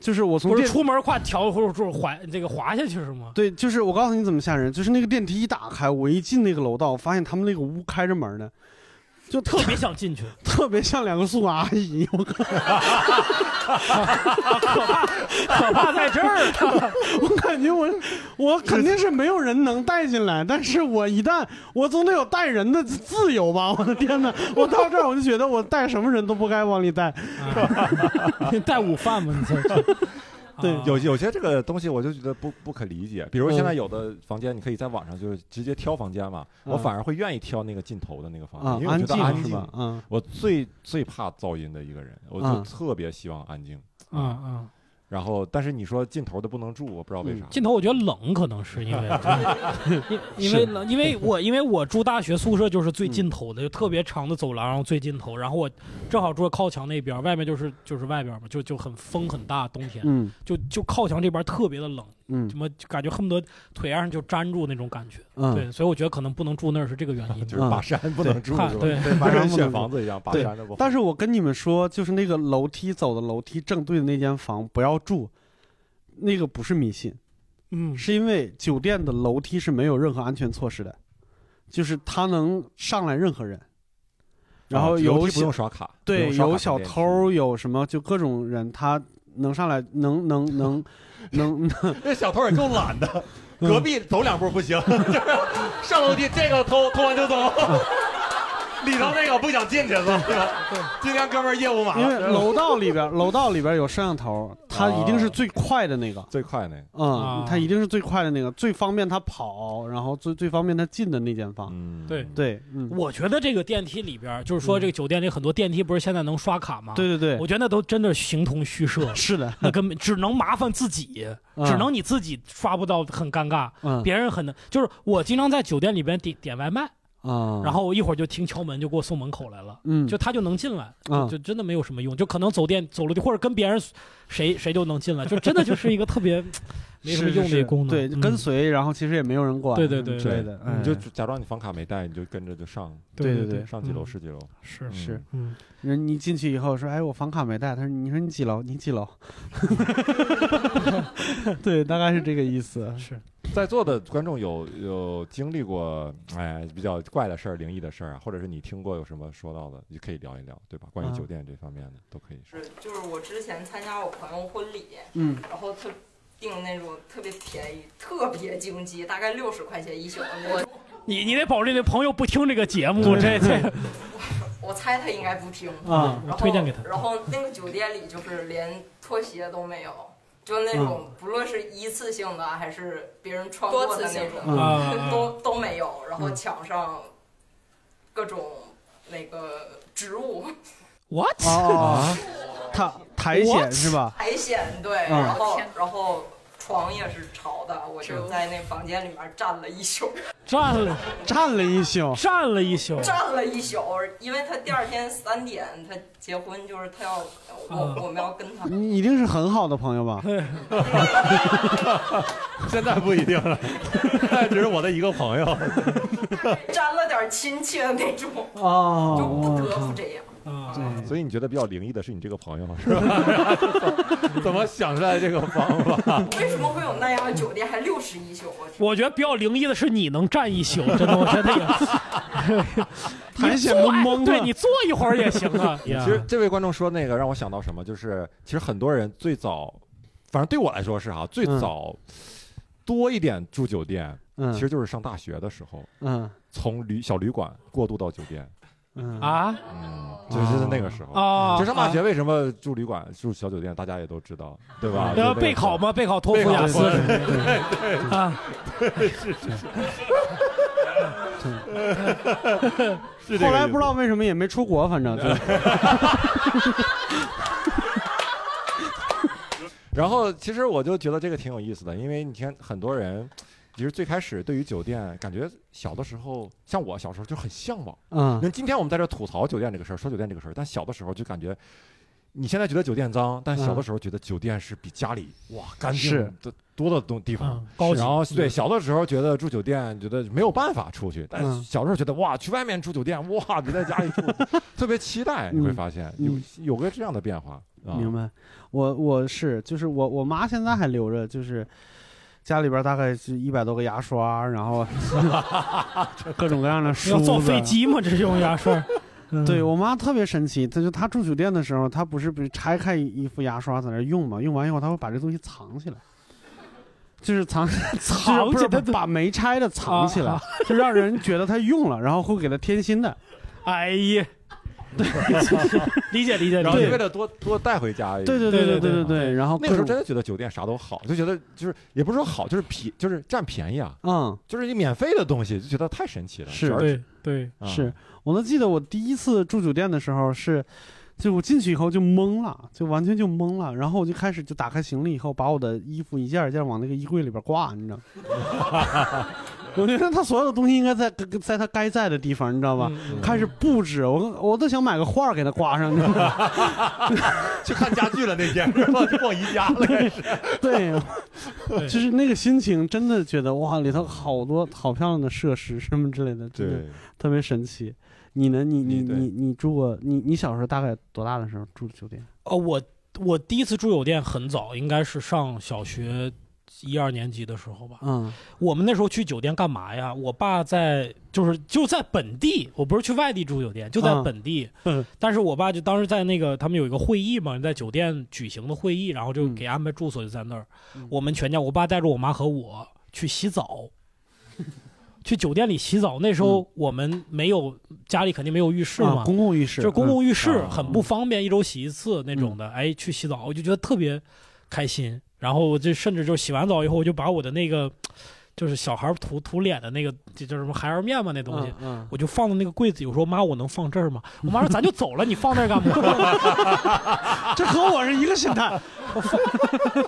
Speaker 3: 就是我从
Speaker 4: 不是
Speaker 3: 电
Speaker 4: 出门快调或者说滑这个滑下去是吗？
Speaker 3: 对，就是我告诉你怎么吓人，就是那个电梯一打开，我一进那个楼道，我发现他们那个屋开着门呢，就特
Speaker 4: 特别想进去，
Speaker 3: 特别像两个素阿姨，我靠！
Speaker 4: 可怕在这儿。
Speaker 3: 我感觉我我肯定是没有人能带进来，但是我一旦我总得有带人的自由吧？我的天哪！ 我到这儿我就觉得我带什么人都不该往里带，
Speaker 4: 带午饭吗？你这
Speaker 2: 对，有有些这个东西我就觉得不不可理解，比如现在有的房间你可以在网上就是直接挑房间嘛，
Speaker 3: 嗯
Speaker 2: 我反而会愿意挑那个尽头的那个房
Speaker 3: 啊
Speaker 2: 间，因为我觉得安
Speaker 3: 安静是吧
Speaker 2: 静
Speaker 3: 嗯。
Speaker 2: 我最最怕噪音的一个人，我就
Speaker 3: 嗯
Speaker 2: 特别希望安静。
Speaker 4: 啊啊！
Speaker 2: 然后，但是你说尽头的不能住，我不知道为啥。
Speaker 4: 尽头我觉得冷，可能是因 为因因为冷，因为我因为我住大学宿舍就是最
Speaker 2: 嗯
Speaker 4: 尽头的，就特别长的走廊，然后最尽头，然后我正好住靠墙那边，外面就是就是外边嘛，就就很风很大，冬天，
Speaker 3: 嗯
Speaker 4: 就就靠墙这边特别的冷，
Speaker 3: 嗯
Speaker 4: 什么就感觉恨不得腿上就粘住那种感觉。
Speaker 3: 嗯
Speaker 4: 对，所以我觉得可能不能住那儿是这个原 因。
Speaker 2: 就是跋山不能住
Speaker 4: 看
Speaker 2: 是吧
Speaker 4: 对，
Speaker 2: 跟人
Speaker 3: 不
Speaker 2: 选
Speaker 3: 能
Speaker 2: 房
Speaker 3: 住
Speaker 2: 子一样，跋
Speaker 3: 对
Speaker 2: 山的不好。
Speaker 3: 但是我跟你们说，就是那个楼梯走的楼梯正对的那间房不要住，那个不是迷信，
Speaker 4: 嗯，
Speaker 3: 是因为酒店的楼梯是没有任何安全措施的，就是它能上来任何人。然后
Speaker 2: 啊楼
Speaker 3: 有
Speaker 2: 梯不
Speaker 3: 小
Speaker 2: 用刷卡不
Speaker 3: 对，
Speaker 2: 用刷卡
Speaker 3: 有
Speaker 2: 上
Speaker 3: 小
Speaker 2: 电梯
Speaker 3: 偷，有什么就各种人，他能上来，能能能能嗯能
Speaker 9: 这小偷也够懒 的，隔壁走两步不行， 上楼梯这个偷偷完就走，
Speaker 3: 嗯
Speaker 9: 里头那个不想进去了，对吧？今天哥们儿业务满
Speaker 3: 因为
Speaker 9: 了，
Speaker 3: 楼道里边，楼道里边有摄像头，他一
Speaker 9: 哦
Speaker 3: 定是最快的那个，
Speaker 2: 最快那个，
Speaker 3: 嗯
Speaker 4: 啊，
Speaker 3: 他一定是最快的那个，最方便他跑，然后最最方便他进的那间房，
Speaker 4: 对
Speaker 3: 对，嗯，
Speaker 4: 我觉得这个电梯里边儿，就是说这个酒店里很多电梯不是现在能刷卡吗？
Speaker 3: 对对对
Speaker 4: 我觉得那都真的形同虚设。
Speaker 3: 是的，
Speaker 4: 那根本只能麻烦自己，
Speaker 3: 嗯
Speaker 4: 只能你自己刷不到，很尴尬。
Speaker 3: 嗯
Speaker 4: 别人很能，就是我经常在酒店里边点点外卖，
Speaker 3: 啊，
Speaker 4: 然后我一会儿就听敲门就给我送门口来了，
Speaker 3: 嗯
Speaker 4: 就他就能进来，
Speaker 3: 嗯
Speaker 4: 就就真的没有什么用，就可能走电走楼梯或者跟别人谁谁就能进来，就真的就是一个特 别没什么
Speaker 3: 是
Speaker 4: 用的一个功能。
Speaker 3: 对，
Speaker 4: 嗯
Speaker 3: 跟随，然后其实也没有人管，
Speaker 4: 对对对嗯
Speaker 3: 之类的，哎
Speaker 2: 你就假装你房卡没带，你就跟着就上，
Speaker 3: 对对对
Speaker 2: 上几楼
Speaker 3: 嗯
Speaker 2: 是几楼，
Speaker 4: 是
Speaker 3: 是，
Speaker 4: 嗯，
Speaker 3: 人你进去以后说，哎，我房卡没带，他说，你说你几楼？你几楼？ 对，大概是这个意思。
Speaker 4: 嗯是，
Speaker 2: 在座的观众有有经历过哎比较怪的事儿、灵异的事儿啊，或者是你听过有什么说到的，你可以聊一聊，对吧？关于
Speaker 3: 啊
Speaker 9: 嗯
Speaker 2: 酒店这方面的都可以说。
Speaker 13: 是就是我之前参加我朋友婚礼，
Speaker 2: 嗯
Speaker 13: 然后他订那种特别便宜、特别经济，大概六十块钱一宿的那种。
Speaker 4: 你你得保证你的朋友不听这个节目，这这
Speaker 13: 我猜他应该不听
Speaker 4: 啊
Speaker 13: 然后
Speaker 4: 我推荐给他
Speaker 13: 然后那个酒店里就是连拖鞋都没有，就那种
Speaker 3: 嗯
Speaker 13: 不论是一次性的还是别人穿过的那种，
Speaker 4: 嗯啊
Speaker 13: 都都没有。然后
Speaker 4: 嗯
Speaker 13: 墙上各种那个植物
Speaker 4: what 啊
Speaker 3: 哦，他苔藓
Speaker 13: What？
Speaker 3: 是吧？
Speaker 13: 苔藓对，
Speaker 3: 嗯
Speaker 13: 然后然后床也是潮的，我就在那房间里面站了一宿，
Speaker 4: 站了
Speaker 3: 站了一宿，
Speaker 4: 站了一宿，
Speaker 13: 站了一宿，因为他第二天三点他结婚，就是他要
Speaker 4: 嗯
Speaker 13: 我我们要跟他。
Speaker 3: 你一定是很好的朋友吧？
Speaker 9: 现在不一定了，现在只是我的一个朋友。
Speaker 13: 沾了点亲切的那种，
Speaker 3: 哦，
Speaker 13: 就不得不这样。
Speaker 4: 啊
Speaker 3: 嗯
Speaker 2: 所以你觉得比较灵异的是你这个朋友是吧？
Speaker 9: 怎么想出来这个方法？
Speaker 13: 为什么会有那样的酒店还六十一宿？我
Speaker 4: 我觉得比较灵异的是你能站一宿，真的，我觉得也，
Speaker 2: 苔
Speaker 4: 你
Speaker 2: 藓
Speaker 4: 坐
Speaker 2: 都懵了。
Speaker 4: 对你坐一会儿也行啊
Speaker 2: 其实这位观众说那个让我想到什么，就是其实很多人最早，反正对我来说是哈，最早
Speaker 4: 嗯
Speaker 2: 多一点住酒店，
Speaker 3: 嗯
Speaker 2: 其实就是上大学的时候，
Speaker 3: 嗯，
Speaker 2: 从旅小旅馆过渡到酒店，
Speaker 3: 嗯
Speaker 4: 啊，
Speaker 2: 就是那个时候
Speaker 4: 哦
Speaker 2: 就上大学为什么住旅馆、住小酒店，大家也都知道，对吧？
Speaker 4: 呃，
Speaker 2: 就那个
Speaker 4: 备考吗？备考托福、雅思
Speaker 2: 对对对对
Speaker 4: 啊，
Speaker 9: 是是是。
Speaker 2: 是这个意思
Speaker 3: 后来不知道为什么也没出国，反正就
Speaker 2: 然后其实我就觉得这个挺有意思的，因为你看很多人，其实最开始对于酒店感觉小的时候，像我小时候就很向往。
Speaker 3: 嗯
Speaker 2: 那今天我们在这吐槽酒店这个事儿，说酒店这个事儿，但小的时候就感觉。你现在觉得酒店脏，但小的时候觉得酒店是比家里、哇干净
Speaker 3: 嗯是
Speaker 2: 的多的东地方
Speaker 4: 嗯，高级
Speaker 2: 然后对
Speaker 4: 嗯
Speaker 2: 小的时候觉得住酒店觉得没有办法出去，但
Speaker 4: 嗯
Speaker 2: 小时候觉得哇去外面住酒店哇比在家 里住特别期待，你会发现有有个这样的变化。啊
Speaker 3: 嗯明白。我我是就是我我妈现在还留着，就是家里边大概是一百多个牙刷，然后 各种各样的梳
Speaker 4: 要造
Speaker 3: 子
Speaker 4: 飞机吗？这是用牙刷？
Speaker 3: 对我妈特别神奇，她就她住酒店的时候，她不是不是拆开一副牙刷在那儿用嘛，用完以后她会把这东西藏起来，就是藏
Speaker 4: 藏
Speaker 3: 就是
Speaker 4: 起来
Speaker 3: 不是把没拆的藏起来
Speaker 4: 啊，
Speaker 3: 就让人觉得她用了，然后会给她添新的。
Speaker 4: 哎呀，理解理解
Speaker 2: 然后
Speaker 4: 理
Speaker 2: 就
Speaker 4: 解
Speaker 2: 为了多多带回家，嗯
Speaker 3: 对对对对对对对然后
Speaker 2: 那个时
Speaker 3: 各
Speaker 2: 候
Speaker 3: 种
Speaker 2: 真的觉得酒店啥都好，就觉得就是也不是说好，就是便就是占便宜啊，
Speaker 3: 嗯，
Speaker 2: 就是你免费的东西就觉得太神奇了，
Speaker 3: 是
Speaker 2: 而且
Speaker 4: 对
Speaker 2: 啊
Speaker 3: 是我都记得我第一次住酒店的时候是，就我进去以后就懵了，就完全就懵了，然后我就开始就打开行李以后，把我的衣服一件儿一件儿往那个衣柜里边挂，你知道吗？ 我觉得他所有的东西应该在在他该在的地方，你知道
Speaker 4: 嗯
Speaker 3: 吧？
Speaker 2: 嗯
Speaker 3: 开始布置，我我都想买个画儿给他挂上，你知道吗？
Speaker 2: 去看家具了那 天是吧？就往宜家了开始。
Speaker 3: 对，就是那个心情，真的觉得哇，里头好多好漂亮的设施什么之类的，真的
Speaker 2: 对
Speaker 3: 特别神奇。你呢？你你
Speaker 4: 你对
Speaker 3: 你你住过？你你小时候大概多大的时候住的酒店？
Speaker 4: 哦，我我第一次住酒店很早，应该是上小学一二年级的时候吧。
Speaker 3: 嗯，
Speaker 4: 我们那时候去酒店干嘛呀？我爸在就是就在本地，我不是去外地住酒店，就在
Speaker 3: 嗯
Speaker 4: 本地。
Speaker 3: 嗯
Speaker 4: 但是我爸就当时在那个他们有一个会议嘛，在酒店举行的会议，然后
Speaker 3: 嗯
Speaker 4: 就给安排住所就在那儿。我们全家，我爸带着我妈和我去洗 澡。去酒店里洗澡，那时候我们没有、家里肯定没有浴室嘛，
Speaker 3: 嗯啊公共浴
Speaker 4: 就
Speaker 3: 室
Speaker 4: 是公共浴室
Speaker 3: 嗯
Speaker 4: 很不方便，一周洗一次那种的。哎，去洗澡我就觉得特别开心，然后我就甚至就是洗完澡以后，我就把我的那个就是小孩涂涂脸的那个就叫什么孩儿面嘛那东西，
Speaker 3: 嗯嗯
Speaker 4: 我就放到那个柜子里，我说妈，我能放这儿吗？我 妈说咱就走了，你放那儿干嘛？
Speaker 3: 嗯这和我是一个心 态，
Speaker 4: 我放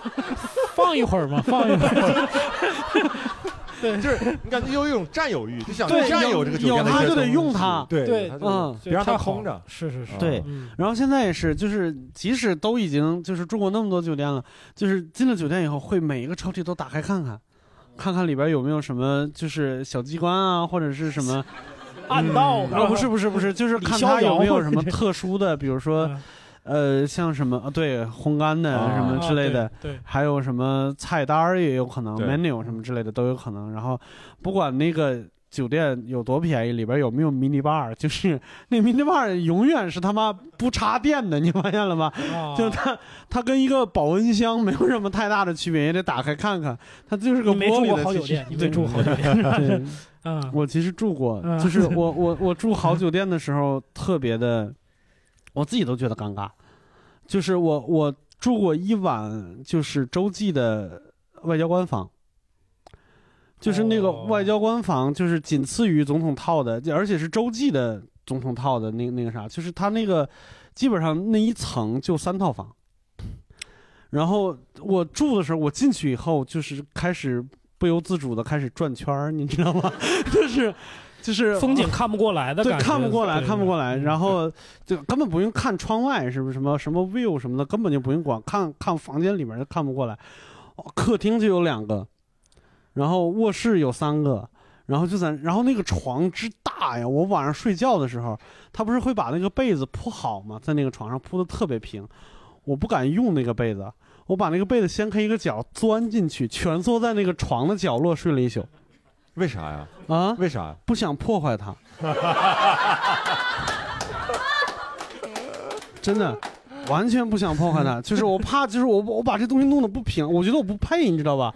Speaker 4: 放一会儿嘛，放一 会儿。
Speaker 2: 对，就是你感觉有一种占有欲，就想
Speaker 3: 对
Speaker 2: 占有这个酒店的
Speaker 3: 有
Speaker 2: 一
Speaker 3: 它
Speaker 2: 些
Speaker 3: 就得
Speaker 2: 东
Speaker 3: 用
Speaker 2: 西
Speaker 3: 它
Speaker 2: 对
Speaker 3: 对嗯
Speaker 2: 别让它空
Speaker 3: 太
Speaker 2: 着啊
Speaker 3: 好。
Speaker 4: 是是是
Speaker 3: 哦
Speaker 4: 嗯
Speaker 3: 对，然后现在也是，就是即使都已经就是住过那么多酒店了，就是进了酒店以后，会每一个抽屉都打开看看，看看里边有没有什么就是小机关啊，或者是 什么
Speaker 8: 暗道
Speaker 3: 啊，不是不是不是，就是
Speaker 8: 李
Speaker 3: 看
Speaker 8: 逍
Speaker 3: 它有
Speaker 8: 遥
Speaker 3: 没有
Speaker 8: 或
Speaker 3: 什
Speaker 8: 者
Speaker 3: 么特殊的，比 如说。
Speaker 4: 嗯
Speaker 3: 呃，像什么啊？对，烘干的
Speaker 8: 啊
Speaker 3: 什么之类的，
Speaker 8: 啊 对对
Speaker 3: 还有什么菜单儿也有可能
Speaker 8: 对
Speaker 3: ，menu 什么之类的都有可能。然后，不管那个酒店有多便宜，里边有没有 mini bar，就是那 mini bar 永远是他妈不插电的，你发现了吗？
Speaker 4: 啊
Speaker 3: 就是它它跟一个保温箱没有什么太大的区别，也得打开看看，它就是个
Speaker 4: 你没
Speaker 3: 玻
Speaker 4: 住
Speaker 3: 璃
Speaker 4: 过
Speaker 3: 的
Speaker 4: 好
Speaker 3: 其
Speaker 4: 酒
Speaker 3: 实
Speaker 4: 店你没
Speaker 3: 对
Speaker 4: 住过好酒店
Speaker 3: 对
Speaker 4: 嗯
Speaker 3: 我其实住过，
Speaker 4: 嗯
Speaker 3: 就是我我我住好酒店的时候特别的，我自己都觉得尴尬。就是我我住过一晚，就是洲际的外交官房，就是那
Speaker 4: 哦
Speaker 3: 个外交官房，就是仅次于总统套的，而且是洲际的总统套的那那个啥，就是它那个基本上那一层就三套房。然后我住的时候，我进去以后就是开始不由自主的开始转圈儿，你知道吗？ 就是就是
Speaker 4: 风景看不过来的
Speaker 3: 对，
Speaker 4: 感觉
Speaker 3: 看不过来，
Speaker 4: 对嗯
Speaker 3: 看不过来。然后就根本不用看窗外，是不是什么什么 view 什么的，根本就不用管，看看房间里面就看不过来。哦客厅就有两个，然后卧室有三个，然后就在，然后那个床之大呀！我晚上睡觉的时候，他不是会把那个被子铺好吗？在那个床上铺的特别平，我不敢用那个被子，我把那个被子掀开一个角钻进去，蜷缩在那个床的角落睡了一宿。
Speaker 2: 为啥呀？
Speaker 3: 啊？
Speaker 2: 为啥？
Speaker 3: 不想破坏它，真的。完全不想破坏 它，就是我怕，就是我我把这东西弄得不平，我觉得我不配，你知道吧？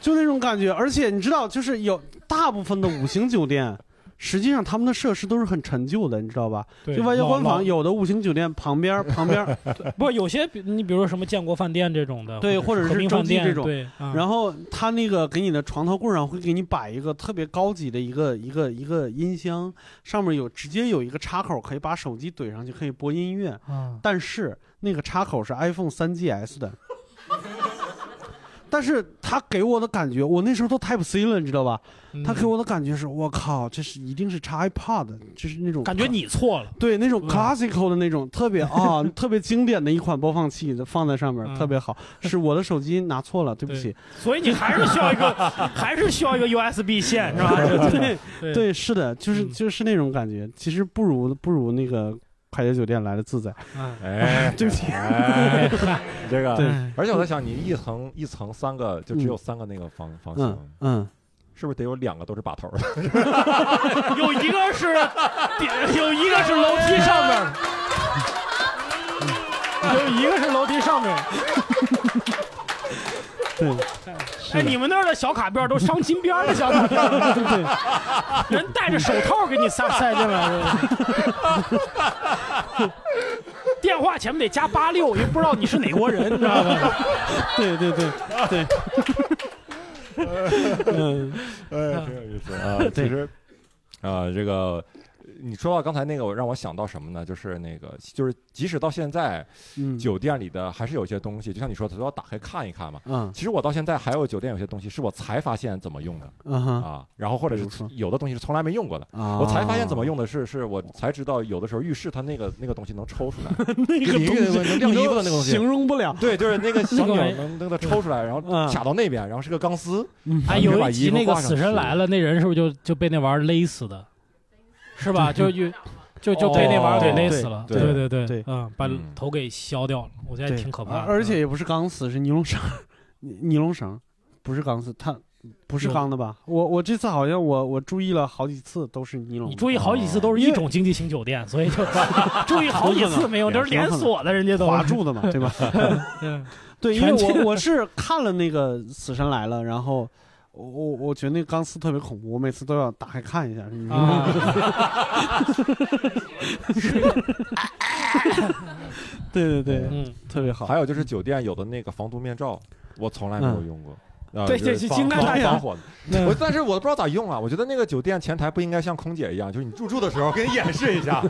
Speaker 3: 就那种感觉。而且你知道，就是有大部分的五星酒店，实际上他们的设施都是很陈旧的，你知道吧？
Speaker 4: 对
Speaker 3: 就外交官
Speaker 4: 老老
Speaker 3: 房有的五星酒店旁边旁边
Speaker 4: 不，有些比你比如说什么建国饭店这种的，
Speaker 3: 对，或
Speaker 4: 或
Speaker 3: 者
Speaker 4: 和
Speaker 3: 是
Speaker 4: 平
Speaker 3: 洲
Speaker 4: 饭
Speaker 3: 际
Speaker 4: 店
Speaker 3: 这种
Speaker 4: 对，啊。
Speaker 3: 然后他那个给你的床头柜上会给你摆一个特别高级的一个一个一个音箱，上面有直接有一个插口，可以把手机怼上去，可以播音乐。
Speaker 4: 啊
Speaker 3: 但是那个插口是 iPhone 三 GS 的。但是他给我的感觉，我那时候都 Type C 了，你知道吧？
Speaker 4: 嗯
Speaker 3: 他给我的感觉是，我靠，这是一定是插 iPad，的就是那种
Speaker 4: 感觉你嗯错了。
Speaker 3: 对，那种 classical 的那种特别 啊，特别经典的一款播放器放在上面，
Speaker 4: 嗯
Speaker 3: 特别好。是我的手机拿错了，对不起。
Speaker 8: 所以你还是需要一 个，还是需要一个 USB 线是吧？
Speaker 3: 对对，是的，就是
Speaker 4: 嗯
Speaker 3: 就是那种感觉，其实不如不如那个快捷酒店来的自在。
Speaker 4: 嗯
Speaker 2: 哎
Speaker 3: 对不起，
Speaker 2: 哎这个
Speaker 3: 对
Speaker 2: 而且我在想，你一层一层三个，就只有三个那个房房型
Speaker 3: 嗯，嗯，
Speaker 2: 是不是得有两个都是把头的？
Speaker 8: 有一个是，有一个是楼梯上面儿， 有一个是楼梯 上面儿。
Speaker 3: 对，
Speaker 8: 哎，你们那儿的小卡片儿都镶金边儿的小卡片儿， 人戴着手套给你塞塞进来了。电话前面得加八六，也不知道你是哪国人，你知道吗？
Speaker 3: 对对对对。
Speaker 2: 嗯，哎，挺有意思啊。
Speaker 3: 对
Speaker 2: 其实啊，这个你说到刚才那个，我让我想到什么呢？就是那个，就是即使到现在，
Speaker 3: 嗯
Speaker 2: 酒店里的还是有一些东西，就像你说的，都要打开看一看嘛。
Speaker 3: 嗯
Speaker 2: 其实我到现在还有酒店有些东西是我才发现怎么用的
Speaker 3: 嗯哼
Speaker 2: 啊，然后或者是有的东西是从来没用过的，
Speaker 3: 啊
Speaker 2: 我才发现怎么用的是，是我才知道有的时候浴室它那个那个东西能抽出来，
Speaker 3: 那
Speaker 2: 就淋浴的能晾衣服的那个东西，
Speaker 3: 形容不了。
Speaker 2: 对，就是那个小
Speaker 3: 那个
Speaker 2: 钮
Speaker 3: 玩意
Speaker 2: 能能给它抽出来，然后卡到那边，然后是个钢丝，然后
Speaker 4: 哎，
Speaker 2: 你
Speaker 4: 有
Speaker 2: 把
Speaker 4: 一
Speaker 2: 衣
Speaker 4: 集
Speaker 2: 服
Speaker 4: 那个
Speaker 2: 挂上
Speaker 4: 死神
Speaker 2: 去
Speaker 4: 来了，那人是不是就就被那玩意儿勒死的？是吧？就就就就被那玩意儿给勒死了。
Speaker 3: 对
Speaker 4: 对
Speaker 3: 对对
Speaker 4: 嗯，把头给削掉了，我觉得
Speaker 3: 对
Speaker 4: 挺可
Speaker 3: 而
Speaker 4: 怕的。啊嗯
Speaker 3: 而且也不是钢丝，是尼龙绳，尼尼龙绳，不是钢丝，它不是
Speaker 4: 有
Speaker 3: 钢的吧？我我这次好像我我注意了好几次都是尼龙，
Speaker 4: 你注意好几
Speaker 3: 哦
Speaker 4: 次都是一种经济型酒店，所以就注意好几次没有，这是连锁的，人家都
Speaker 3: 华住的嘛，对吧
Speaker 4: 嗯？
Speaker 3: 对，因为
Speaker 4: 全进
Speaker 3: 我我是看了那个《死神来了》，然后。我我我觉得那个钢丝特别恐怖，我每次都要打开看一下。你
Speaker 4: 啊
Speaker 3: 对对对，
Speaker 4: 嗯，
Speaker 3: 特别好。
Speaker 2: 还有就是酒店有的那个防毒面罩，我从来没有用过。啊
Speaker 3: 对
Speaker 2: 就是
Speaker 3: 对
Speaker 2: 防
Speaker 3: 应该
Speaker 2: 防
Speaker 3: 带上
Speaker 2: 防火的，我但是我都不知道咋用啊。我觉得那个酒店前台不应该像空姐一样，就是你入住的时候给你演示一下。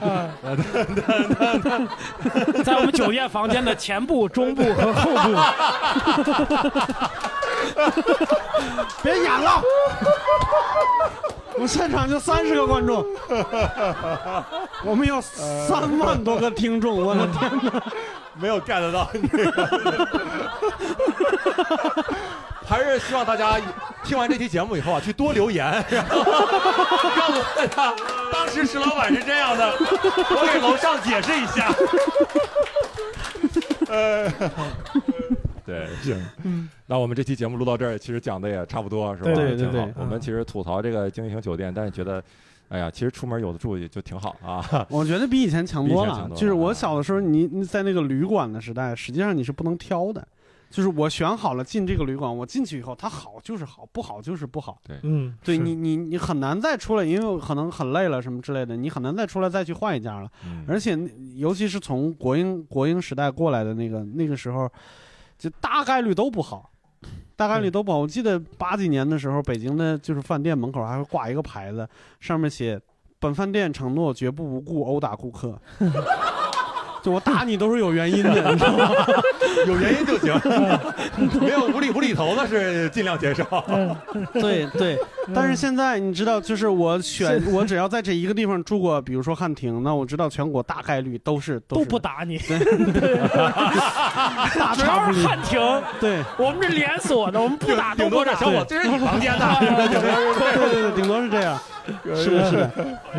Speaker 4: 在我们酒店房间的前部、中部和后部。
Speaker 3: 别演了，我现场就三十个 观众，我们有三万多个听众，我的天哪！
Speaker 7: 没有 get 到你。还是希望大家听完这期节目以后啊，去多留言，然后 告诉大家当时石老板是这样的，我给楼上解释一下。 呃，
Speaker 2: 对，行。那我们这期节目录到这儿，其实讲的也差不多，是吧？
Speaker 3: 对对对
Speaker 2: 挺好
Speaker 3: 对
Speaker 2: 我们其实吐槽这个经济型酒店，但是觉得，哎呀，其实出门有的住也就挺好啊。
Speaker 3: 我觉得比以前强多了。
Speaker 2: 比以前强多了嗯
Speaker 3: 就是我小的时候，你你在那个旅馆的时代，实际上你是不能挑的。就是我选好了进这个旅馆，我进去以后，它好就是好，不好就是不好。
Speaker 2: 对
Speaker 4: 嗯
Speaker 3: 对
Speaker 4: 是
Speaker 3: 你你你很难再出来，因为可能很累了什么之类的，你很难再出来再去换一家了。
Speaker 2: 嗯
Speaker 3: 而且尤其是从国营国营时代过来的那个那个时候，就大概率都不好。大概率都不好。我记得八几年的时候，北京的就是饭店门口还会挂一个牌子，上面写“本饭店承诺绝不无故殴打 顾客”。就我打你都是有原因的，你知道吗？
Speaker 7: 有原因就 行，没有无厘无厘头的是尽量减少。
Speaker 3: 嗯
Speaker 7: 嗯
Speaker 3: 对对，但是现在你知道，就是我 选，我只要在这一个地方住过，比如说汉庭，那我知道全国大概率都是都
Speaker 4: 都
Speaker 3: 是
Speaker 4: 不打你，
Speaker 3: 大
Speaker 4: 主
Speaker 3: 差
Speaker 4: 要
Speaker 3: 不
Speaker 4: 是
Speaker 3: 离。
Speaker 4: 汉庭，
Speaker 3: 对，
Speaker 4: 我们这连锁的，我们不打
Speaker 7: 顶
Speaker 4: 都
Speaker 7: 多
Speaker 4: 不
Speaker 7: 这
Speaker 4: 打。
Speaker 7: 小伙，这是你房间的，顶 多是这
Speaker 3: 对
Speaker 7: 样
Speaker 3: 对对，顶多是 这样，是的，是的，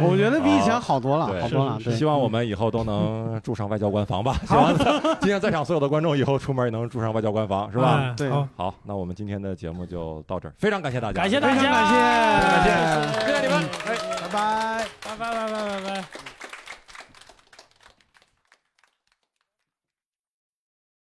Speaker 3: 我觉得比以前好多了，
Speaker 2: 对
Speaker 3: 啊好多了。对
Speaker 2: 希望我们以后都能住上外交官 房吧。希望今天在场所有的观众以后出门也能住上外交官房，是吧
Speaker 4: 哎？对好，
Speaker 2: 好，那我们今天的节目就到这儿，非常感谢大家，
Speaker 4: 感谢大家，
Speaker 2: 非常感谢，
Speaker 4: 谢，谢谢你们，拜
Speaker 3: 拜，
Speaker 4: 拜拜拜拜拜拜。